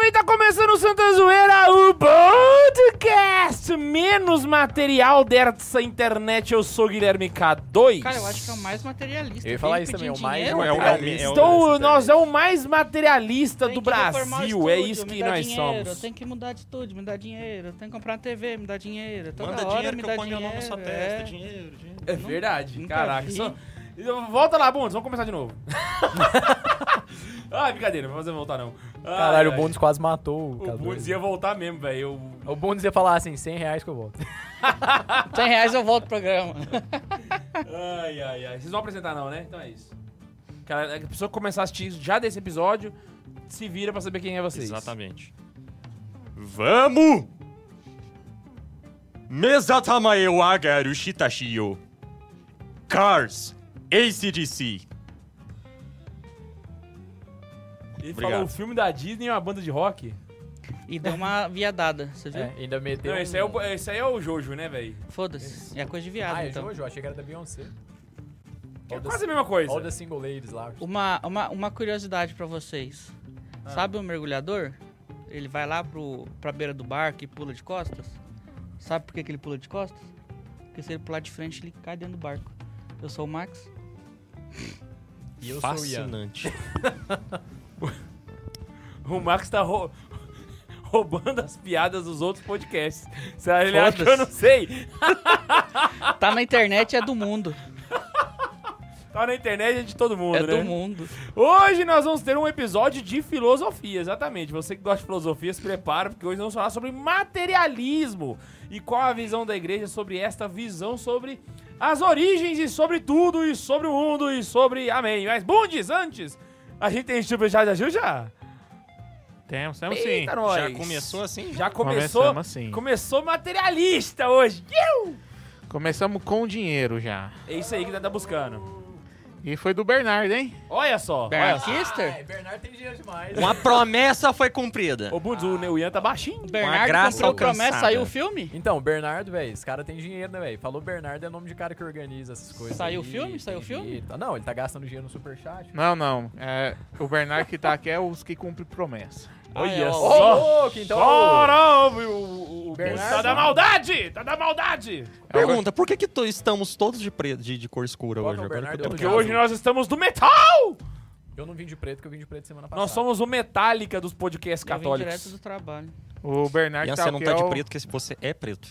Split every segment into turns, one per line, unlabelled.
bem? Tá começando o Santa Zoeira, o podcast! Menos material dessa internet. Eu sou o Guilherme K2.
Cara, eu acho que é o mais materialista.
Eu ia falar
Tem
isso
que pedir
também, o mais
dinheiro,
Não, é o-
cara.
é o- é o-
Então,
esse
nós é o mais materialista
Tem
do
que reformar o
Brasil. É
estúdio,
isso
me
que
dá
nós
dinheiro,
somos.
Tem que mudar de estúdio, me dá dinheiro. Tem que comprar uma TV, me dá dinheiro. Toda
Manda
hora
dinheiro
me
que
dá
eu ponho o nome na sua
dinheiro,
testa,
é.
dinheiro, dinheiro.
É verdade,
nunca
caraca.
vi.
só- Então, Volta lá, Bundes, vamos começar de novo. ah, brincadeira, não vou fazer voltar não. Ai,
Caralho, o
ai.
Bundes quase matou o
Ah, é. O
K2.
Bundes ia voltar mesmo, velho. Eu-
O Bundes ia falar assim, 100 reais que eu volto.
100 reais eu volto pro programa.
Ai, ai, ai. Vocês vão apresentar não, né? Então é isso. Cara, a pessoa que começar a assistir isso já desse episódio, se vira pra saber quem é vocês.
Exatamente. Vamos! Mezatamae wa agaru shitashi yo. Cars, ACDC.
Ele
Obrigado.
falou o filme da Disney e uma banda de rock.
E deu uma viadada, você viu?
É, ainda meteu.
Não,
um
esse aí, é o, esse aí é o Jojo, né, velho?
Foda-se. É coisa de viado,
Ah, é
então.
Jojo, achei que era da Beyoncé.
É
All the-
quase a mesma coisa.
All the single ladies lá.
Uma, uma, uma curiosidade pra vocês.
Ah.
Sabe o mergulhador? Ele vai lá pro, pra beira do barco e pula de costas. Sabe por que, que ele pula de costas? Porque se ele pular de frente, ele cai dentro do barco. Eu sou o Max.
E eu sou o Ian.
Fascinante.
O Max tá rou- roubando as piadas dos outros podcasts. Será que ele acha
Foda-se.
que eu não sei?
Tá na internet, é do mundo.
Tá na internet é de todo mundo,
é
né?
do mundo.
Hoje nós vamos ter um episódio de filosofia, exatamente. Você que gosta de filosofia, se prepara, porque hoje nós vamos falar sobre materialismo e qual a visão da igreja sobre esta visão sobre as origens e sobre tudo e sobre o mundo e sobre amém. Mas bundes, antes, a gente tem superchat da Xuxa?
Temos, temos sim.
Eita, nós.
Já começou assim?
Já começou,
Começamos assim.
começou materialista hoje. Iu!
Começamos com dinheiro já.
É isso aí que tá tá buscando.
E foi do Bernardo, hein?
Olha só. Olha
Bernard
só.
Ah, é,
Kister?
Bernardo tem dinheiro demais.
Uma promessa foi cumprida.
Ô, Bundes, o Neuian tá baixinho.
Bernardo
graça
cumpriu promessa,
alcançada.
saiu o filme?
Então, Bernardo, velho, esse cara tem dinheiro, né, velho? Falou Bernardo é nome de cara que organiza essas coisas.
Saiu
o
o filme? Saiu o filme?
Não, ele tá gastando dinheiro no superchat.
Não, não. É, o Bernardo que tá aqui é os que cumprem promessa.
Olha
ó.
Ô,
só.
louco, então.
Oh, Chora, o, o, o
Bernardo.
Tá da maldade! Tá da maldade!
Pergunta, por que que to- estamos todos de, pre- de, de cor escura
Bota
hoje?
o
Agora que eu
Bernardo,
tô
eu
Porque
Caso.
hoje nós estamos do metal!
Eu não vim de preto, que eu vim de preto semana passada.
Nós somos o Metallica dos podcasts
Eu vim direto
católicos.
do trabalho.
O Bernardo
Ian,
tá
você não
aqui
tá
é
de
o-
preto, porque você é preto.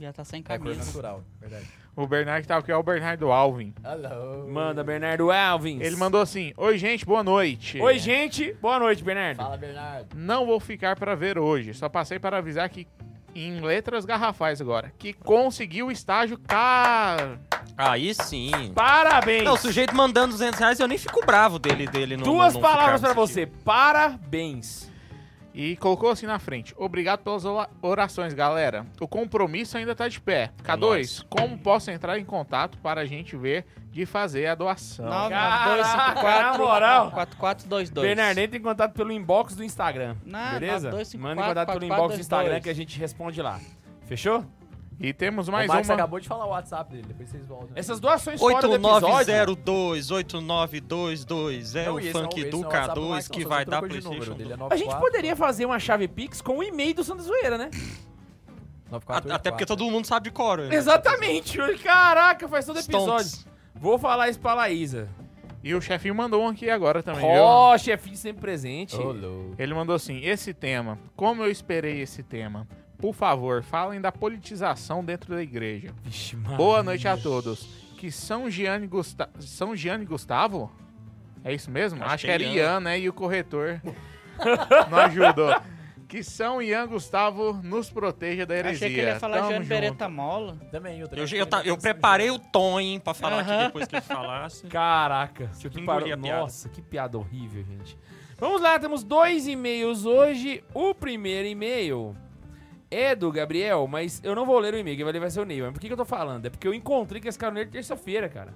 Já tá sem
É cor
camisa.
natural, verdade.
O Bernardo que tá aqui é o Bernardo Alvin.
Alô.
Manda, Bernardo Alvins.
Ele mandou assim: Oi, gente, boa noite.
Oi, gente. Boa noite, Bernardo.
Fala, Bernardo.
Não vou ficar pra ver hoje. Só passei para avisar que, em letras garrafais agora, que conseguiu o estágio car.
Aí sim.
Parabéns.
Não, o sujeito mandando 200 reais, eu nem fico bravo dele, dele não-
Duas
não- não
palavras
ficar
pra
nesse
você. Parabéns.
E colocou assim na frente. Obrigado pelas ola- orações, galera. O compromisso ainda tá de pé. K2, como posso entrar em contato para a gente ver de fazer a doação?
Caraca, na moral.
4422.
Bernardo, entra em contato pelo inbox do Instagram.
Não, tá
beleza?
9254,
Manda em contato pelo inbox do Instagram
4422.
que a gente responde lá. Fechou?
E temos
o
mais
Max
uma.
acabou de falar o WhatsApp dele, depois vocês voltam.
Essas doações fora do episódio...
8902, 8922, é
Não,
o
e esse
funk
não- esse
do
não é o WhatsApp do
K2
Max, não,
que
só
vai
você
dar
trocou de número,
Playstation.
dele é
A gente
94,
poderia fazer uma chave Pix com o e-mail do Santa Zoeira, né?
94,
A- Até porque todo mundo sabe de cor. né?
Exatamente! Caraca, faz todo episódio.
Stonks.
Vou falar isso pra Laísa.
E o chefinho mandou um aqui agora também, viu?
Ó, chefinho sempre presente.
Ô, louco.
Ele mandou assim: esse tema, como eu esperei esse tema? Por favor, falem da politização dentro da igreja.
Vixe, mano.
Boa noite a todos. Que São Gianni, Gusta... São Gianni Gustavo? É isso mesmo? Acho,
Acho
que
que
era
é
Ian, né? E o corretor não ajudou. Que São Ian Gustavo nos proteja da heresia.
Achei que ele ia falar
Tamo
Jean
junto.
Beretta Mola.
Também, eu,
Eu, já- eu, ta- eu preparei o tom, hein, pra falar aqui depois que ele falasse.
Caraca, você
que
parou-
engolir a piada.
Nossa, que piada horrível, gente. Vamos lá, temos dois e-mails hoje. O primeiro e-mail é do Gabriel, mas eu não vou ler o e-mail, quem vai ler vai ser o Ney. Mas por que, que eu tô falando? É porque eu encontrei com esse cara no e-mail terça-feira, cara.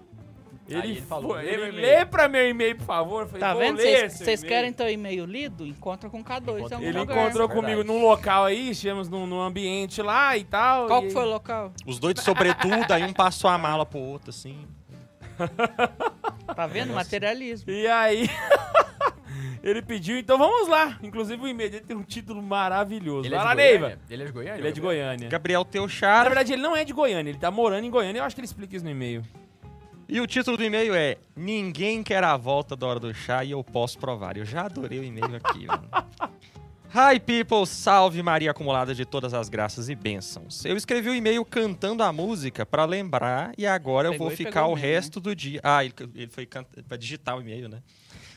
Ele,
ele falou,
foi-
"Lê meu
ele
e-mail."
lê pra meu e-mail, por favor. Eu falei,
Tá
"Vou
vendo?
ler
Vocês
seu
vocês
e-mail."
querem ter o e-mail lido? Encontra com K2 em algum
Ele
lugar.
encontrou
é
comigo
verdade.
num local aí, estivemos num, num ambiente lá e tal.
Qual
e
que
aí-
foi o local?
Os dois de sobretudo, aí um passou a mala pro outro, assim.
Tá vendo? Materialismo.
E aí, Ele pediu, então vamos lá. Inclusive o e-mail dele tem um título maravilhoso.
Ele é
Vai
de
lá,
Goiânia?
Neiva.
Ele é de Goiânia?
Ele é de Goiânia.
Gabriel
Na
Teuchara.
verdade, ele não é de Goiânia, ele tá morando em Goiânia. Eu acho que ele explica isso no e-mail.
E o título do e-mail é Ninguém quer a volta da hora do chá e eu posso provar. Eu já adorei o e-mail aqui, mano. Hi, people! Salve Maria acumulada de todas as graças e bênçãos. Eu escrevi o e-mail cantando a música pra lembrar e agora
Pegou né?
eu
e
vou ficar
pegou
o
mesmo,
resto do dia. Ah, ele, ele foi can... pra digitar o e-mail, né?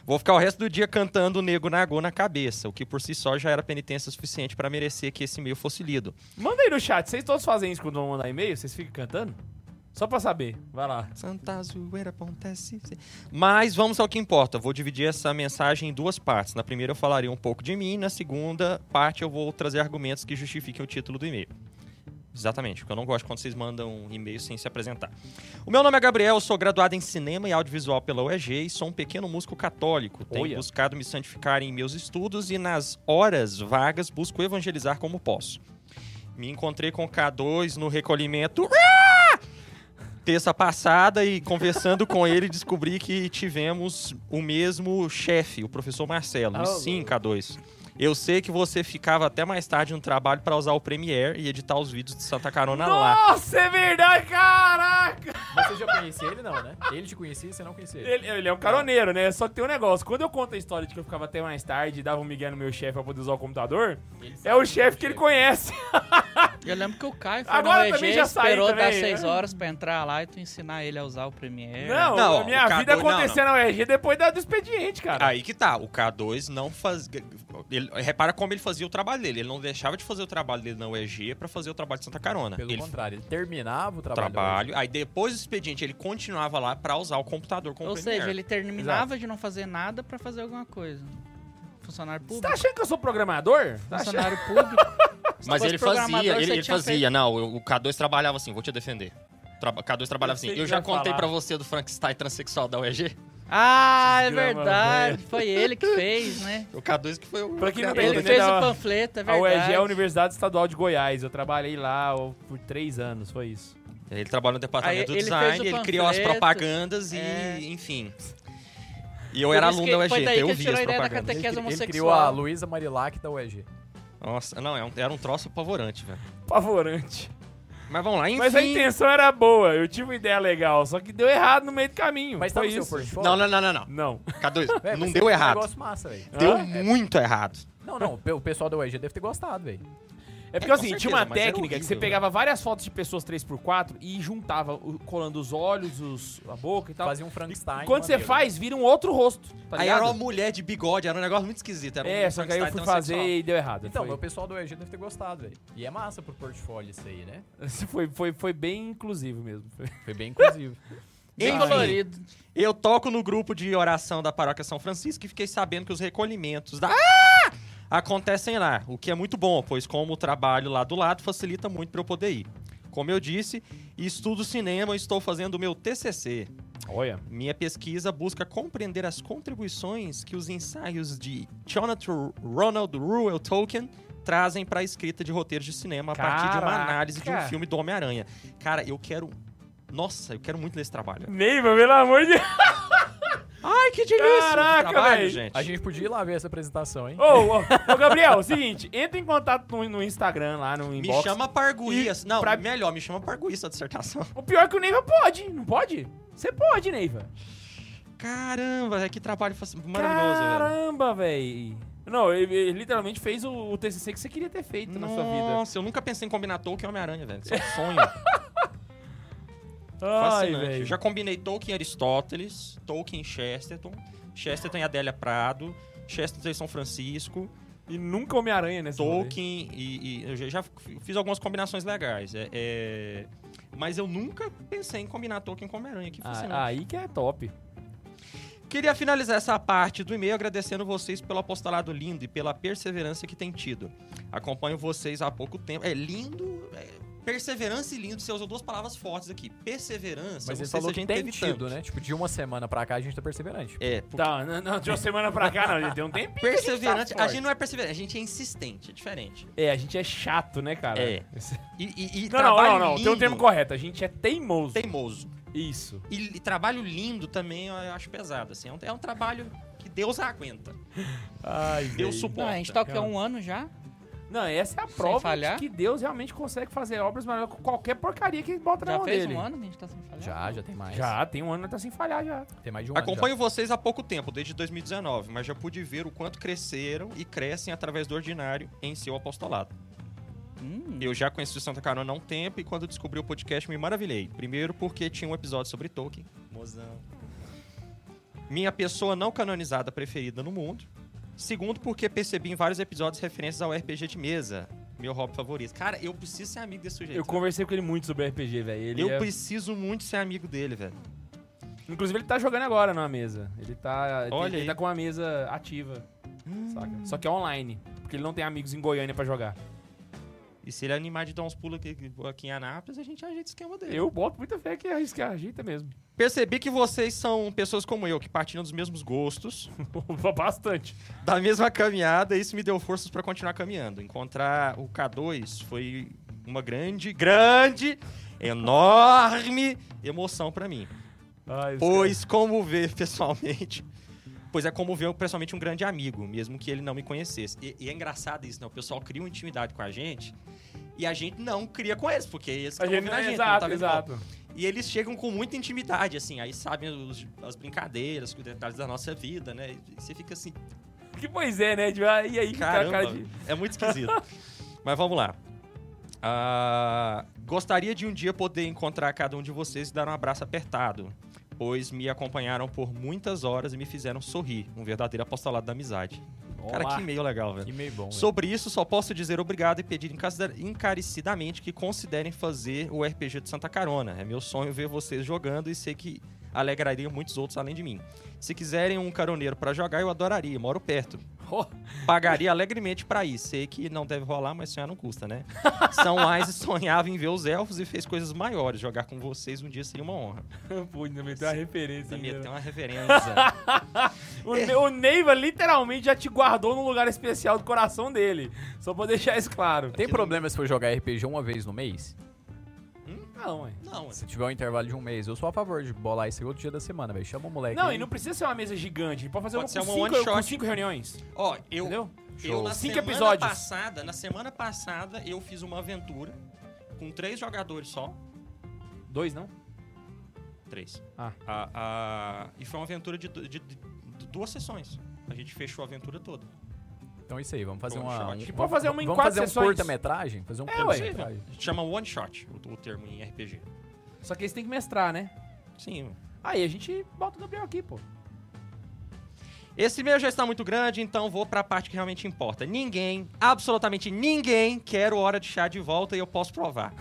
Vou ficar o resto do dia cantando o Nego Nagô na cabeça, o que por si só já era penitência suficiente pra merecer que esse e-mail fosse lido.
Manda aí no chat, vocês todos fazem isso quando vão mandar e-mail? Vocês ficam cantando? Só pra saber, vai lá.
Santa zoeira acontece. Mas vamos ao que importa. Vou dividir essa mensagem em duas partes. Na primeira eu falaria um pouco de mim, na segunda parte eu vou trazer argumentos que justifiquem o título do e-mail. Exatamente, porque eu não gosto quando vocês mandam um e-mail sem se apresentar. O meu nome é Gabriel, sou graduado em cinema e audiovisual pela UEG e sou um pequeno músico católico. Tenho
Olha.
buscado me santificar em meus estudos e nas horas vagas busco evangelizar como posso. Me encontrei com o K2 no recolhimento Ah! terça passada e conversando com ele descobri que tivemos o mesmo chefe, o professor Marcelo. E
Ah,
sim, K2. Eu sei que você ficava até mais tarde no trabalho pra usar o Premiere e editar os vídeos de Santa Carona lá.
Nossa, é verdade, caraca!
Você já conhecia ele, não, né? Ele te conhecia e você não conhecia ele.
Ele, ele é um caroneiro, né? Só que tem um negócio. Quando eu conto a história de que eu ficava até mais tarde e dava um migué no meu chefe pra poder usar o computador, é o chefe que ele conhece.
Eu lembro que o Caio foi
Agora
no EG,
também já saí
esperou
também,
dar
né?
6 horas pra entrar lá e tu ensinar ele a usar o Premiere.
Não,
Não,
a
ó,
minha
o
vida
Cadu- não,
aconteceu na URG depois da- do expediente, cara.
Aí que tá, o K2 não faz. ele- repara como ele fazia o trabalho dele. Ele não deixava de fazer o trabalho dele na UEG pra fazer o trabalho de Santa Carona.
Pelo
ele
contrário, ele terminava o trabalho.
trabalho. Aí depois do expediente ele continuava lá pra usar o computador com
Ou
o
seja,
Premiere.
ele terminava de não fazer nada pra fazer alguma coisa. Funcionário
Você tá
público.
achando que eu sou programador? Tá achando?
Funcionário público. Se
Mas
fosse
ele
programador,
fazia,
você
ele, ele
tinha
fazia. Não, eu- o K2 trabalhava assim, vou te defender. Traba- K2 trabalhava
Eu sei
assim.
que
Eu já
vai
contei
falar.
pra você do Frankenstein transexual da UEG.
Ah, é
Esses dramas,
verdade. Foi ele que fez, né?
O K2 que foi o.
Pra quem não tá
criador
Ele
entendendo,
dele.
fez
a-
o panfleto, é
A UEG
verdade.
é a Universidade Estadual de Goiás. Eu trabalhei lá ó, por três anos, foi isso.
Ele trabalha no departamento
Aí
do
ele
design,
fez o
ele criou as
panfleto,
propagandas
é.
e, enfim. E eu
Por
era
isso
aluno
que
da
foi
UEG,
daí que
eu
ele
vi
tirou a
as
ideia da
propagandas.
Ele,
catequese
ele
homossexual.
criou a Luísa Marilac da UEG.
Nossa, não, é um- era um troço apavorante, velho.
Pavorante.
Mas vamos lá, enfim.
Mas a intenção era boa, eu tive uma ideia legal, só que deu errado no meio do caminho.
Mas tá
foi
no seu
isso.
portfólio?
Não, não, não, não, não.
Não.
K2,
Véi,
não
mas
deu
é um
errado.
negócio massa, velho.
Deu
Hã?
muito errado.
Não, não, o pe- o pessoal da UEG deve ter gostado, velho.
É porque
É, com
assim, tinha uma
certeza, mas era
técnica que você
horrível,
pegava várias fotos de pessoas 3x4 e juntava, o- colando os olhos, os- a boca e tal.
Fazia um Frankenstein.
E quando você
maneiro.
faz, vira um outro rosto. Tá
aí era
ligado?
uma mulher de bigode, era um negócio muito esquisito. Era
É,
um
só que aí eu fui
Frankenstein
fazer
transexual.
e deu errado.
Então, mas o
foi,
pessoal do EG deve ter gostado, velho. E é massa pro portfólio isso aí, né?
foi, foi, foi bem inclusivo mesmo. Foi-
Foi bem inclusivo.
Bem
Enfim.
colorido.
Eu toco no grupo de oração da paróquia São Francisco e fiquei sabendo que os recolhimentos da. Ah! acontecem lá, o que é muito bom, pois como o trabalho lá do lado facilita muito para eu poder ir. Como eu disse, estudo cinema e estou fazendo o meu TCC.
Olha.
Minha pesquisa busca compreender as contribuições que os ensaios de Jonathan Ronald Ruel Tolkien trazem para a escrita de roteiros de cinema a partir de uma
Caraca!
análise de um filme do Homem-Aranha. Cara, eu quero. Nossa, eu quero muito ler esse trabalho.
Neiva, pelo amor de Deus.
Ai, que delícia!
Caraca,
Que trabalho,
véi.
gente.
A gente podia ir lá ver essa apresentação, hein?
Ô, ô, ô, Gabriel, é o seguinte, entra em contato no, no Instagram lá no
Me
inbox.
chama parguias. Não,
pra-
melhor, me chama parguias a dissertação.
O pior é que o Neiva pode, não pode? Você pode, Neiva.
Caramba, velho, que trabalho fac- maravilhoso, velho.
Caramba, velho. Não, ele, ele literalmente fez o, o TCC que você queria ter feito na sua vida.
Nossa, eu nunca pensei em combinar Tolkien e Homem-Aranha, velho. Isso é um sonho.
Ai,
Fascinante.
velho.
Eu já combinei Tolkien e Aristóteles, Tolkien e Chesterton, Chesterton e Adélia Prado, Chesterton e São Francisco,
E nunca Homem-Aranha nessa
Tolkien e... e- eu já- já f- fiz algumas combinações legais. É, é, Mas eu nunca pensei em combinar Tolkien com Homem-Aranha. Que
rolê.
fascinante.
Ah, aí que é top.
Queria finalizar essa parte do e-mail agradecendo vocês pelo apostolado lindo e pela perseverança que tem tido. Acompanho vocês há pouco tempo. É lindo. é, Perseverança e lindo, você usou duas palavras fortes aqui. Perseverança,
Mas
eu
ele
não sei se
falou
a
que
gente
tem
teve
tido,
tanto.
né? Tipo, de uma semana pra cá a gente tá perseverante.
É, porque
Tá, não, não, de uma semana pra cá, não, gente, tem um tempinho. que a gente tá
perseverante. A
forte.
gente não é perseverante, a gente é insistente, é diferente.
É, a gente é chato, né, cara?
Ah,
É.
Esse-
E, e, e
Não, não,
trabalho
não, não, tem um
lindo,
termo correto. A gente é teimoso.
Teimoso.
Isso.
E, e trabalho lindo também eu acho pesado, assim. É um, é um trabalho que Deus aguenta.
Ai,
Deus
velho.
Não,
suporta.
a gente
É
tá aqui há um ano já.
Não, essa é a prova de
falhar?
que Deus realmente consegue fazer obras maiores que qualquer porcaria que ele bota na
Já
mão
fez
dele.
um ano que a gente tá sem falar?
Já, já tem mais.
Já, tem um ano que tá sem falhar já.
Tem mais de um ano
Acompanho vocês há pouco tempo, desde 2019, mas já pude ver o quanto cresceram e crescem através do ordinário em seu apostolado.
Hum,
Eu já conheci o Santa Carona há um tempo e quando descobri o podcast me maravilhei. Primeiro porque tinha um episódio sobre Tolkien. Mozão. Minha pessoa não canonizada preferida no mundo. Segundo porque percebi em vários episódios referências ao RPG de mesa. Meu hobby favorito. Cara, eu preciso ser amigo desse sujeito.
Eu conversei com ele muito sobre RPG, velho. Ele
Eu
é-
preciso muito ser amigo dele, velho.
Inclusive, ele tá jogando agora numa mesa. Ele tá. ele-
Olha
ele
aí. Hum.
tá com uma mesa ativa. Saca? Só que é online. Porque ele não tem amigos em Goiânia pra jogar.
E se ele animar de dar uns pulos aqui, aqui em Anápolis, a gente ajeita o esquema dele.
Eu boto muita fé que arriscar ajeita mesmo.
Percebi que vocês são pessoas como eu, que partilham dos mesmos gostos,
Bastante.
da mesma caminhada, e isso me deu forças pra continuar caminhando. Encontrar o K2 foi uma grande, grande, enorme emoção pra mim.
Ai,
Pois como ver pessoalmente. Pois é como ver pessoalmente um grande amigo, mesmo que ele não me conhecesse. E, e é engraçado isso, né? O pessoal cria uma intimidade com a gente e a gente não cria com eles, porque eles
A
estão
gente, é
ouvindo a gente, não
exato,
tá vendo
exato.
e eles chegam com muita intimidade, assim. Aí sabem os- as brincadeiras, os detalhes da nossa vida, né? E você fica assim,
Que pois é, né? De- ah, E aí, fica a
caramba,
cara de.
é muito esquisito. Mas vamos lá. Ah, gostaria de um dia poder encontrar cada um de vocês e dar um abraço apertado, pois me acompanharam por muitas horas e me fizeram sorrir. Um verdadeiro apostolado da amizade. Cara, que e-mail legal, velho.
já. Que meio bom. velho.
Sobre isso, só posso dizer obrigado e pedir encarecer- encarecidamente que considerem fazer o RPG de Santa Carona. É meu sonho ver vocês jogando e sei que alegraria muitos outros além de mim. Se quiserem um caroneiro pra jogar, eu adoraria, moro perto.
Oh.
Pagaria alegremente pra ir. Sei que não deve rolar, mas sonhar não custa, né? São Wise sonhava em ver os elfos e fez coisas maiores. Jogar com vocês um dia seria uma honra.
Pô, ainda meteu uma referência.
Você
ainda. né?
meteu uma referência.
O, Ne- o Neiva literalmente já te guardou num lugar especial do coração dele. Só pra deixar isso claro.
Tem problema se for jogar RPG uma vez no mês?
Não, ué.
não,
Se tiver um intervalo de um mês, eu sou a favor de bolar esse outro dia da semana, velho. Chama o moleque.
Não,
aí.
e não precisa ser uma mesa gigante. Ele pode fazer
Pode
um
ser
com
uma
cinco,
one shot.
com cinco reuniões.
Ó, eu,
Entendeu?
Eu, na
Cinco
semana
episódios.
passada, na semana passada, eu fiz uma aventura com três jogadores só.
Dois, não?
Três.
Ah.
A- a- e foi uma aventura de, du- de- de- de duas sessões. A gente fechou a aventura toda.
Então é isso aí, vamos fazer
Bom,
uma.
shot.
Um,
A gente
pode fazer uma em
vamos
quatro
fazer
sessões.
um curta-metragem? Fazer um
É, ué.
curta-metragem.
Chama one shot, o, o termo em RPG.
Só que eles têm que mestrar, né?
Sim.
Aí a gente bota o Gabriel aqui, pô.
Esse meu já está muito grande, então vou pra parte que realmente importa. Ninguém, absolutamente ninguém, quer o Hora de Chá de volta e eu posso provar.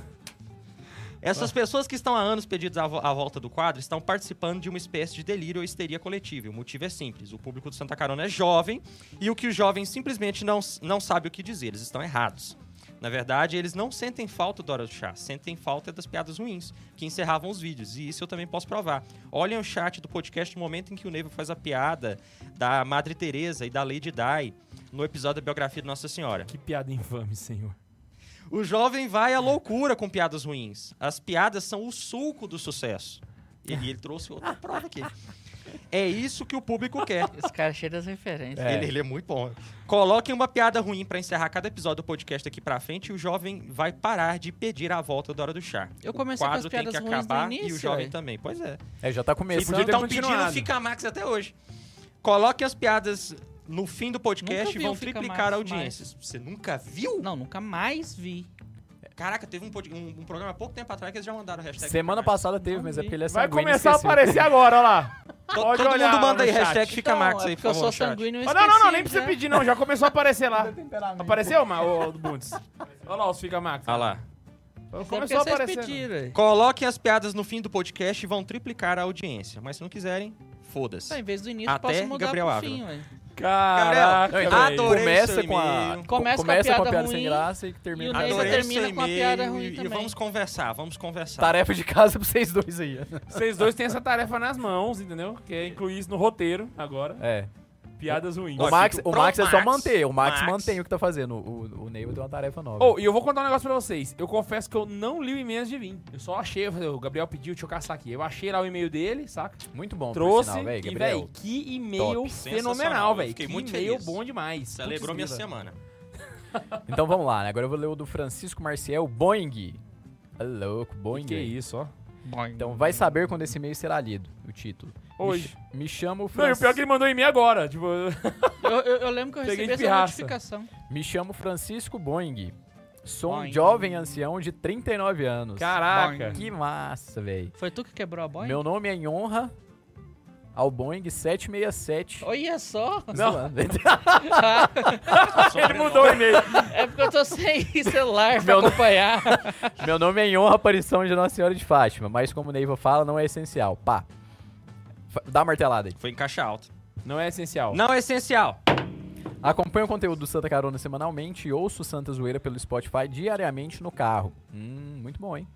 Essas pessoas que estão há anos pedidas à, vo- à volta do quadro estão participando de uma espécie de delírio ou histeria coletiva. E O motivo é simples: o público do Santa Carona é jovem e o que os jovens simplesmente não, s- não sabe o que dizer, eles estão errados. Na verdade, eles não sentem falta do Hora do Chá, sentem falta das piadas ruins, que encerravam os vídeos, e isso eu também posso provar. Olhem o chat do podcast no momento em que o Neiva faz a piada da Madre Teresa e da Lady Di no episódio da biografia de Nossa Senhora.
Que piada infame, senhor.
O jovem vai à loucura com piadas ruins. As piadas são o suco do sucesso. E ele trouxe outra prova aqui. É isso que o público quer.
esse cara é cheio das referências.
É.
Ele, ele é muito bom. Coloquem uma piada ruim pra encerrar cada episódio do podcast aqui pra frente e o jovem vai parar de pedir a volta da hora do chá.
Eu
O
comecei com as
quadro tem
piadas
que
ruins no
acabar e
início,
o jovem
ué.
também. Pois é.
É, já tá
Eles
começando.
podia ter
estão pedindo
continuado.
Fica Max até hoje. Coloquem as piadas no fim do podcast
Nunca
e
vi
vão
um Fica
triplicar
Max
a audiência. Você nunca viu?
Não, nunca mais vi.
Caraca, teve um, pod- um- um programa há pouco tempo atrás que eles já mandaram o hashtag.
Semana
Fica Max.
passada teve, mas é porque ele é
Vai
sanguíneo,
começar a
esqueceu.
aparecer agora, olha lá.
To-
Pode
Todo
olhar
mundo
lá
manda
no
aí,
chat.
hashtag Fica
Então,
Max
é
aí, por
porque eu
favor.
sou
no chat.
sanguíneo e
Ah, não, não, não,
esqueci, né?
nem precisa
já.
pedir, não. Já começou a aparecer lá. Apareceu, Ma- ô, ô, do Bundes? Olha lá os Fica Max.
Ah lá.
Mas é porque
Começou a
vocês
aparecer. né?
pediram, ué.
Coloquem as piadas no fim do podcast e vão triplicar a audiência. Mas se não quiserem,
Tá,
foda-se.
em vez do início,
Até
posso mudar
Gabriel
pro
Ávila.
fim, ué.
Caraca,
Não,
velho.
então,
Adorei
começa
seu
com a,
e-mail.
co- começa com a piada, sem
ruim
graça e
e o
termina com a
Neiva
Adorei
piada.
né? termina
seu
com a piada
e-mail
ruim
e, e
também.
vamos conversar, vamos conversar.
Tarefa de casa pra vocês dois aí.
Vocês dois têm essa tarefa nas mãos, entendeu? Que é incluir isso no roteiro agora.
É.
Piadas ruins.
Ó,
O Max,
fico-
o Max é só
Max.
manter. O Max,
Max.
mantém o que tá fazendo. O, o Neil deu uma tarefa nova.
Oh, e eu vou contar um negócio pra vocês. Eu confesso que eu não li o e-mail de mim. Eu só achei, eu falei, o Gabriel pediu, deixa eu caçar aqui. Eu achei lá o e-mail dele, saca?
Muito bom, por
Trouxe.
sinal, véi,
e,
Gabriel.
velho, que e-mail
Top. Sensacional,
fenomenal,
eu
velho. Que
fiquei muito
e-mail
feliz.
bom demais. Putz,
Celebrou minha
grila.
semana.
Então vamos lá, né? Agora eu vou ler o do Francisco Marciel Boing. É louco, Boing.
Que isso, ó.
Então vai saber quando esse e-mail será lido, o título. Me
Hoje.
ch- Me, chamo
Não, e o
Francisco.
pior é que ele mandou em mim agora. Tipo,
Eu, eu- eu lembro que eu
Peguei
recebi
de
essa
pirraça.
notificação.
Me chamo Francisco Boing. Sou um
Boing.
jovem ancião de 39 anos.
caraca.
Que massa, velho.
Foi tu que quebrou a boia?
Meu nome é em honra ao Boing 767.
Olha só!
Zoando.
ele mudou o e-mail.
É porque eu tô sem celular pra acompanhar.
Meu nome é em honra à aparição de Nossa Senhora de Fátima, mas como o Neiva fala, não é essencial. Pá. Fa- Dá uma martelada aí.
Foi em caixa alta.
Não é essencial.
Não é essencial.
Acompanho o conteúdo do Santa Carona semanalmente e ouço o Santa Zoeira pelo Spotify diariamente no carro. Hum, muito bom, hein?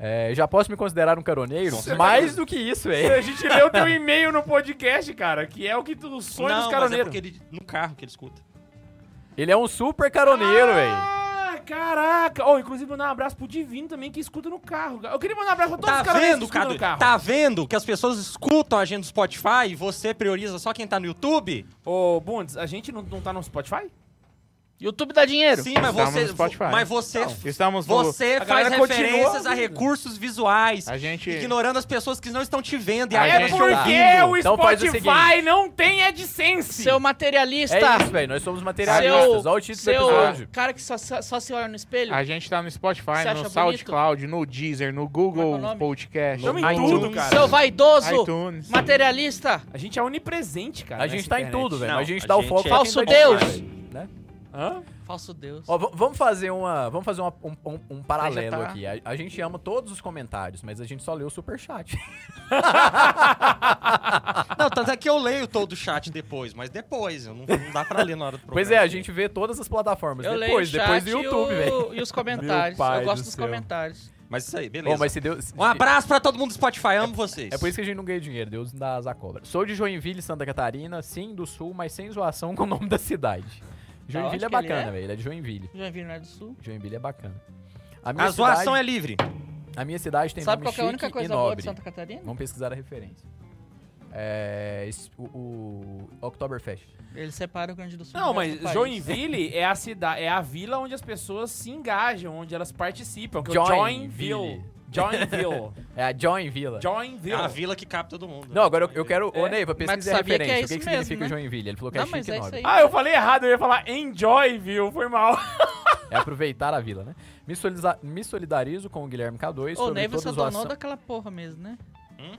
É, já posso me considerar um caroneiro?
Com certeza.
Mais do que isso, hein?
A gente leu teu e-mail no podcast, cara, que é o que tu, o sonho
é. não,
dos
mas é
caroneiros.
porque ele, no carro que ele escuta.
Ele é um super caroneiro, velho.
Ah, caraca! Oh, inclusive, mandar um abraço pro Divino também, que escuta no carro. Eu queria mandar um abraço pra todos
Tá
os caroneiros
vendo,
que escutam
Cadu?
no carro.
Tá vendo que as pessoas escutam a gente no Spotify e você prioriza só quem tá no YouTube?
Ô, Bundes, a gente não, não tá no Spotify?
YouTube dá dinheiro.
Sim, mas
Estamos
você.
no Spotify. é
Mas você.
Estamos no...
Você
a
faz
galera continua
referências a
ouvindo.
recursos visuais,
A gente...
ignorando as pessoas que não estão te vendo. E
A
aí
é
gente
porque
tá.
o
Então faz o
Spotify
seguinte.
não tem AdSense.
Seu materialista.
É isso, velho. Nós somos materialistas.
Seu,
Olha o título
seu
do episódio.
cara que só, só- só se olha no espelho.
A gente tá no Spotify,
Você
no
acha bonito?
SoundCloud, no Deezer,
Como é
no Google
que é o nome?
Podcast,
Tamo em
iTunes.
tudo, cara.
Seu vaidoso.
iTunes.
Materialista.
A gente é onipresente, cara.
A gente
nessa
tá em
internet.
tudo, velho.
Não,
A gente
a
dá o
gente
foco.
é
pra quem
Falso
tá em
Deus.
tudo, velho, né?
Hã?
Falso Deus.
Ó, v- vamos fazer uma, vamos fazer uma- um, um- um paralelo
tá-
aqui. A, a gente ama todos os comentários, mas a gente só lê o superchat.
Não, tanto é que eu leio todo o chat depois, mas depois, eu não, não dá pra ler na hora do programa.
pois é, a gente vê todas as plataformas.
eu leio o
depois, depois
chat
do
e o-
YouTube, velho.
E os comentários.
Meu pai
Eu gosto
do
dos
céu.
comentários.
Mas isso aí, beleza.
Bom, mas se deu. se-
Um abraço pra todo mundo do Spotify, amo vocês.
É por isso que a gente não ganha dinheiro, Deus dá asa à cobra. Sou de Joinville, Santa Catarina, sim, do sul, mas sem zoação com o nome da cidade. Joinville
onde
é
que ele
bacana,
é?
velho. Ele é de Joinville.
Joinville não é do Sul.
Joinville é bacana. A minha,
A zoação
cidade,
é livre.
a minha cidade tem
Sabe
nome
qual que é a única
chique
coisa
e
boa de
nobre.
Santa Catarina?
Vamos pesquisar a referência. É, es- o, o Oktoberfest.
Ele separa o Grande do Sul. né,
Não,
do
mas
resto do país.
Joinville é a cidade, é a vila onde as pessoas se engajam, onde elas participam. Que é o
Joinville.
Joinville. Joinville.
É a Joinville.
Joinville.
É a vila que capta todo mundo.
Não, agora eu, eu quero... Ô,
É?
Neiva, pesquisa a
sabia que é
referência. o que,
isso
que
mesmo,
significa
né?
Joinville? Ele falou que
Não,
é
mas
chique e
é isso
nobre.
aí.
Ah, eu falei errado, eu ia falar Enjoyville, foi mal.
É aproveitar a vila, né? Me, solidariza- me solidarizo com o Guilherme K2
Ô, é O
sobre
Neiva
toda
só donou
zoação.
daquela porra mesmo, né?
Hum?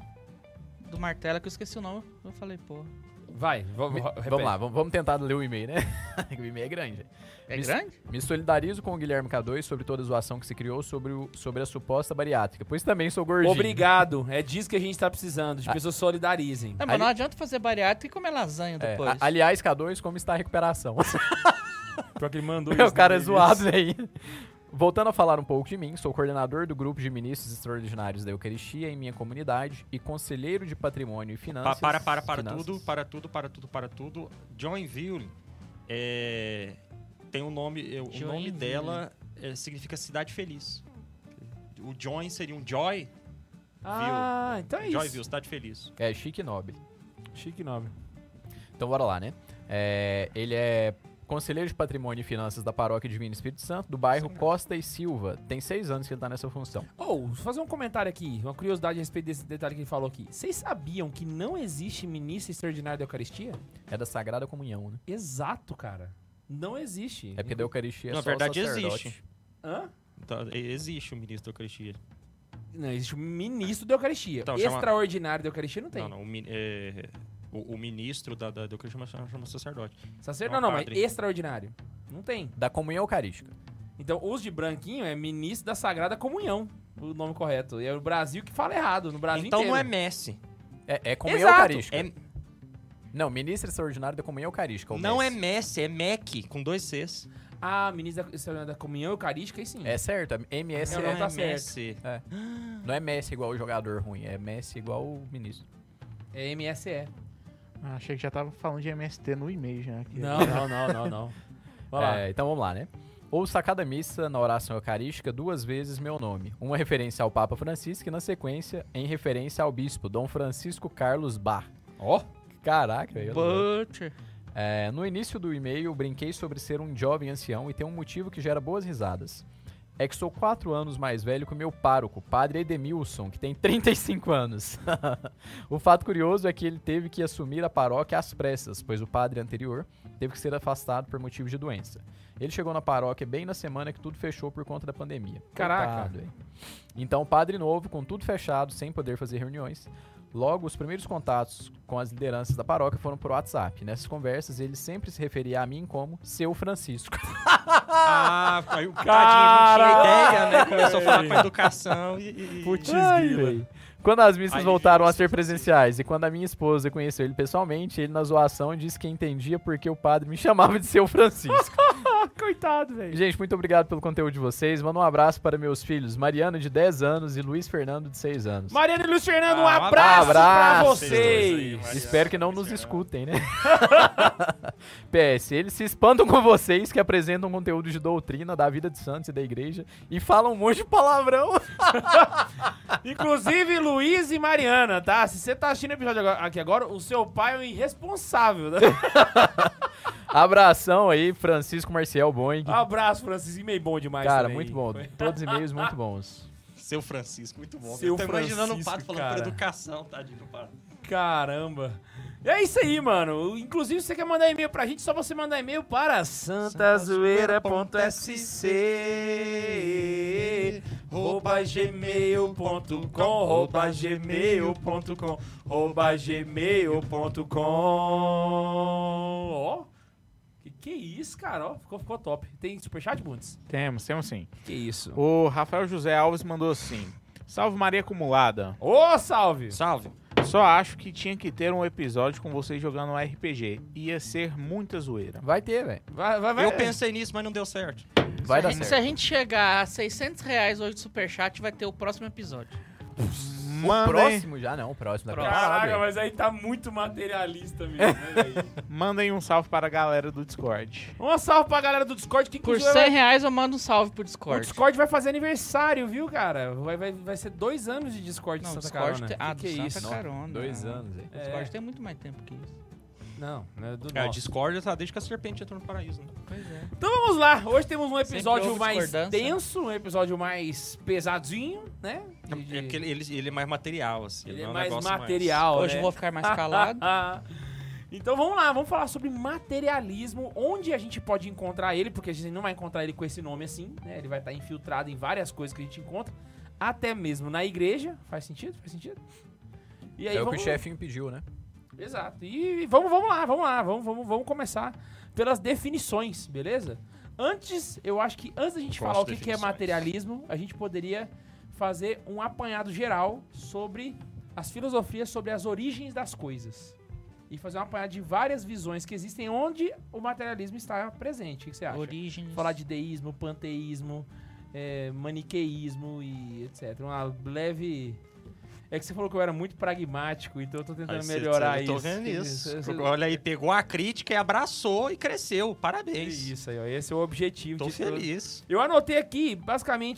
Do martelo, que eu esqueci o nome. Eu falei, porra.
Vai, vamos,
Me- vamos lá, vamos, vamos tentar ler o e-mail, né? o e-mail é grande.
É
Isso-
grande?
Me solidarizo com o Guilherme K2 sobre toda a zoação que se criou sobre, o- sobre a suposta bariátrica, pois também sou gordinho.
Obrigado, é disso que a gente tá precisando, de
Ah.
pessoas solidarizem.
É,
Não, mas
Ali-
não adianta fazer bariátrica e comer lasanha
É,
depois.
a- aliás, K2, como está a recuperação?
Pior que ele mandou
o cara é
né?
zoado aí. Voltando a falar um pouco de mim, sou coordenador do grupo de ministros extraordinários da Eucaristia em minha comunidade e conselheiro de patrimônio e
Pa-
finanças.
para, para, para
finanças.
tudo, para tudo, para tudo, para tudo. Joinville é, tem um nome, é, o nome
Joinville.
dela é, significa cidade feliz. O Join seria um Joy,
Ah, então é
Joyville,
isso.
cidade feliz.
É, chique e nobre.
Chique nome.
Então bora lá, né? É, ele é conselheiro de patrimônio e finanças da paróquia Divino Espírito Santo, do bairro Costa e Silva. Tem seis anos que ele tá nessa função.
Ou, oh, fazer um comentário aqui, uma curiosidade a respeito desse detalhe que ele falou aqui. Vocês sabiam que não existe ministro extraordinário da Eucaristia?
É da Sagrada Comunhão, né?
Exato, cara. Não existe.
É porque da Eucaristia é
Na
só o
verdade,
sacerdote.
existe.
Hã?
Então, e- existe o ministro da Eucaristia.
Não, existe o ministro da Eucaristia.
Então, chama-
extraordinário da Eucaristia não tem.
Não, não, o, mi- é, o- o ministro da, da, da Eucaristia chama, chama sacerdote.
Sacer...
É um
Tá não, não, mas
padre.
extraordinário. Não tem.
Da Comunhão Eucarística.
Então, os de branquinho é ministro da Sagrada Comunhão, o nome correto. E é o Brasil que fala errado, no Brasil
então não é
Tá, inteiro.
Messi.
É, é Comunhão
Exato.
Eucarística.
É,
Não, ministro extraordinário da Comunhão Eucarística.
não
é
é Messi, é Mac, com dois Cs.
Ah, ministro da Extraordinário da Comunhão Eucarística, aí sim.
É certo, é MS
Não,
é-
não tá
é
certo.
Messi.
não é Messi igual o jogador ruim, é Messi igual o ministro.
É MSE.
Ah, achei que já tava falando de MST no e-mail já. Aqui.
Não, não, não, não, não. Vai lá.
É, então vamos lá, né? Ouça a cada missa na oração eucarística duas vezes meu nome. Uma referência ao Papa Francisco e, na sequência, em referência ao bispo, Dom Francisco Carlos Bar. Ó! Caraca, velho.
Butcher.
É, no início do e-mail, brinquei sobre ser um jovem ancião e tem um motivo que gera boas risadas. É que sou 4 anos mais velho que o meu pároco, padre Edemilson, que tem 35 anos. o fato curioso é que ele teve que assumir a paróquia às pressas, pois o padre anterior teve que ser afastado por motivo de doença. Ele chegou na paróquia bem na semana que tudo fechou por conta da pandemia.
Caraca.
hein? Então, padre novo, com tudo fechado, sem poder fazer reuniões, Logo, os primeiros contatos com as lideranças da paróquia foram por WhatsApp. Nessas conversas, ele sempre se referia a mim como seu Francisco.
Ah, aí o tadinho não tinha ideia, né? Começou a falar com a educação e... e- e-
Putz,
Ai,
grila.
véi. quando as missas
Aí,
voltaram a ser presenciais e quando a minha esposa conheceu ele pessoalmente, ele na zoação disse que entendia porque o padre me chamava de seu Francisco.
Coitado, velho.
Gente, muito obrigado pelo conteúdo de vocês. Manda um abraço para meus filhos, Mariana, de 10 anos, e Luiz Fernando, de 6 anos.
Mariana e Luiz Fernando, um
Ah, um
abraço, pra
abraço.
vocês.
Mariana,
Espero que não nos
Luiz
escutem, né? PS, eles se espantam com vocês que apresentam conteúdo de doutrina da vida de santos e da igreja e falam um monte de palavrão.
Inclusive, Luiz e Mariana, tá? Se você tá assistindo o episódio agora- aqui agora, o seu pai é um irresponsável. Né?
Abração aí, Francisco Marcial Boing.
Abraço, Francisco. E meio bom demais
Cara,
também.
muito bom. Todos e-mails muito bons.
Seu Francisco, muito bom.
Seu
Eu tô imaginando o
Francisco,
Pato falando
cara.
por educação, tadinho do Pato.
Caramba. É isso aí, mano. Inclusive, se você quer mandar e-mail pra gente, só você mandar e-mail para santazoeira.sc rouba gmail.com rouba gmail.com rouba gmail.com Ó, que que é isso, cara? Ó, ficou, ficou top. Tem superchat, Bundes?
Temos, temos sim.
Que isso.
Então.
O Rafael José Alves mandou assim. Salve Maria Acumulada.
Ô, salve!
Salve.
Só acho que tinha que ter um episódio com vocês jogando um RPG. Ia ser muita zoeira.
Vai ter, velho.
Vai, vai, vai.
Eu pensei nisso, mas não deu certo.
Vai
se, a
dar
gente, se a
certo.
gente chegar a 600 reais hoje de superchat, vai ter o próximo episódio.
Mandem,
Próximo já não, próximo. da
Próximo.
Caraca,
próxima.
mas aí tá muito materialista mesmo, né, velho?
mandem um salve para a galera do Discord.
Um salve pra galera do Discord que
Por
inclusive
100 reais eu mando um salve pro
vai, o
Discord.
Discord vai fazer aniversário, viu, cara? Vai, vai, vai ser dois anos de Discord
Não,
de Santa
Discord
Carona.
tem-
que
ah, do
que é
Santa
isso?
Carona. Carona.
Dois anos, velho.
O Discord
É.
tem muito mais tempo que isso.
Não, né, do
É, a
nosso.
discórdia tá desde que a serpente entrou no paraíso. Né?
Pois é.
Então vamos lá, hoje temos um episódio
houve
mais
discordância. né?
denso, um episódio mais pesadinho, né? De- de-
É porque ele, ele, ele é mais material, assim.
ele é
não um
mais
negócio
material,
Hoje
né?
eu vou ficar mais calado.
então vamos lá, vamos falar sobre materialismo, onde a gente pode encontrar ele, porque a gente não vai encontrar ele com esse nome assim, né? Ele vai estar infiltrado em várias coisas que a gente encontra, até mesmo na igreja. Faz sentido? Faz sentido? E aí
É o que o
vamos...
chefinho pediu, né?
Exato. E vamos, vamos lá, vamos lá, vamos, vamos, vamos começar pelas definições, beleza? Antes, eu acho que antes da gente
Gosto
falar o
de
que, que é
definições.
materialismo, a gente poderia fazer um apanhado geral sobre as filosofias sobre as origens das coisas. E fazer um apanhado de várias visões que existem onde o materialismo está presente. O que que você acha?
Origens.
Falar de deísmo, panteísmo, é, maniqueísmo e etc. Uma leve. É que você falou que eu era muito pragmático, então eu tô tentando
Aí cê-
melhorar
cê- eu
isso.
tô vendo isso.
Cê- cê-
Olha aí, pegou a crítica e abraçou e cresceu.
É
Parabéns.
isso aí, ó. Esse é o objetivo
Tô
de todo-
feliz.
Eu anotei aqui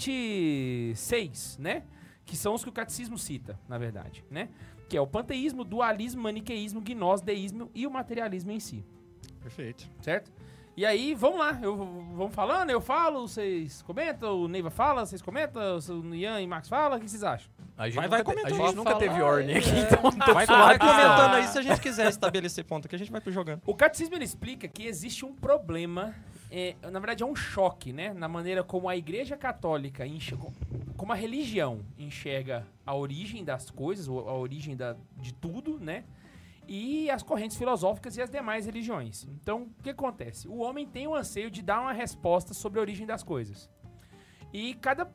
basicamente seis, né? Que são os que o catecismo cita, na verdade, né? Que é o panteísmo, dualismo, maniqueísmo, gnose, deísmo e o materialismo em si,
Perfeito.
certo? E aí, vamos lá, eu, vamos falando, eu falo, vocês comentam, o Neiva fala, vocês comentam, o Ian e Max falam, o que vocês acham?
A gente
Vai- vai
nunca, te-
comentando.
a gente
Pode
nunca
falar,
teve ordem
é.
aqui, então tô
Vai,
suave.
vai comentando aí se a gente quiser estabelecer ponto que a gente vai pro jogando.
O catecismo ele explica que existe um problema, é, na verdade é um choque, né? Na maneira como a Igreja Católica, enxer- como a religião enxerga a origem das coisas, ou a origem da- de tudo, né? E as correntes filosóficas e as demais religiões. Então, o que acontece? O homem tem o anseio de dar uma resposta sobre a origem das coisas. E cada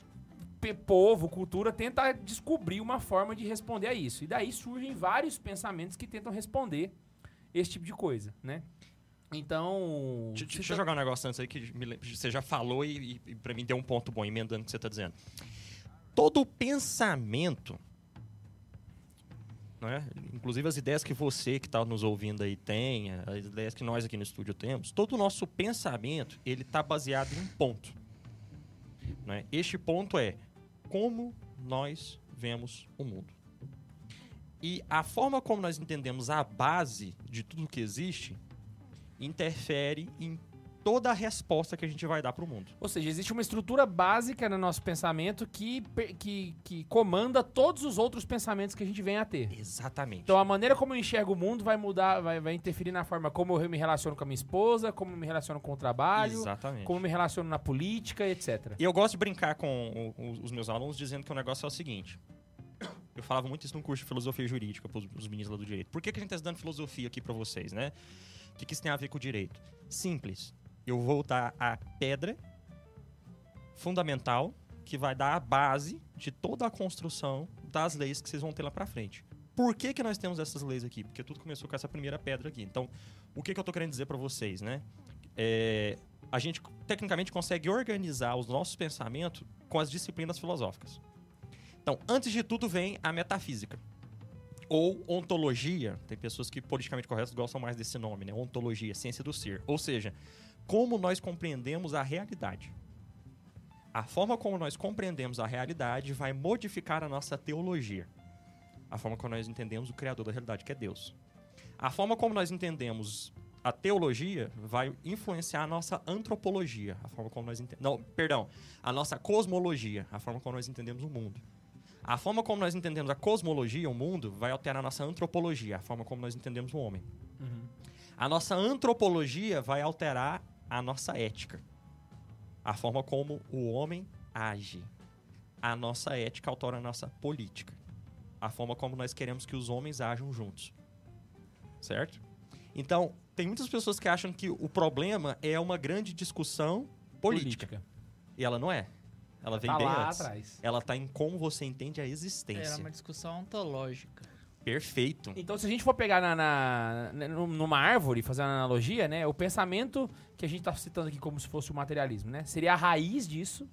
pe- povo, cultura, tenta descobrir uma forma de responder a isso. E daí surgem vários pensamentos que tentam responder esse tipo de coisa, né? Então.
Deixa,
se
deixa eu
tra-
jogar um negócio antes aí que me lem- você já falou e, e para mim deu um ponto bom, emendando o que você tá dizendo. Todo pensamento. Não, né? Inclusive as ideias que você que está nos ouvindo aí tem, as ideias que nós aqui no estúdio temos, todo o nosso pensamento ele está baseado em um ponto. Né? Este ponto é como nós vemos o mundo. E a forma como nós entendemos a base de tudo que existe interfere em toda a resposta que a gente vai dar para o mundo.
Ou seja, existe uma estrutura básica no nosso pensamento que, per- que, que comanda todos os outros pensamentos que a gente vem a ter.
Exatamente.
Então a maneira como eu enxergo o mundo vai mudar, vai, vai interferir na forma como eu me relaciono com a minha esposa, como eu me relaciono com o trabalho,
Exatamente.
como eu me relaciono na política, etc.
E eu gosto de brincar com o- o- os meus alunos dizendo que o negócio é o seguinte. Eu falava muito isso num curso de filosofia jurídica para os meninos lá do direito. Por que, que a gente está estudando filosofia aqui para vocês, né? O que, que isso tem a ver com o direito? Simples. Eu vou dar a pedra fundamental que vai dar a base de toda a construção das leis que vocês vão ter lá para frente. Por que, que nós temos essas leis aqui? Porque tudo começou com essa primeira pedra aqui. Então, o que, que eu tô querendo dizer para vocês, né? É, a gente tecnicamente consegue organizar os nossos pensamentos com as disciplinas filosóficas. Então, antes de tudo vem a metafísica. Ou ontologia, tem pessoas que politicamente corretas gostam mais desse nome, né? Ontologia, ciência do ser. Ou seja, como nós compreendemos a realidade. A forma como nós compreendemos a realidade vai modificar a nossa teologia. A forma como nós entendemos o criador da realidade, que é Deus. A forma como nós entendemos a teologia vai influenciar a nossa antropologia, a forma como nós entendemos. Não, perdão, a nossa cosmologia, a forma como nós entendemos o mundo. A forma como nós entendemos a cosmologia, o mundo, vai alterar a nossa antropologia, a forma como nós entendemos o homem. Uhum. A nossa antropologia vai alterar a nossa ética, a forma como o homem age. A nossa ética altera a nossa política, a forma como nós queremos que os homens ajam juntos. Certo? Então, tem muitas pessoas que acham que o problema é uma grande discussão política. E ela não é. Ela vem
Tá
bem
lá
antes.
atrás.
Ela tá em como você entende a
Era
existência.
é uma discussão ontológica.
Perfeito.
Então, se a gente for pegar na, na- na- num- numa árvore, fazer uma analogia, né? O pensamento que a gente tá citando aqui como se fosse o materialismo, né? Seria a raiz disso.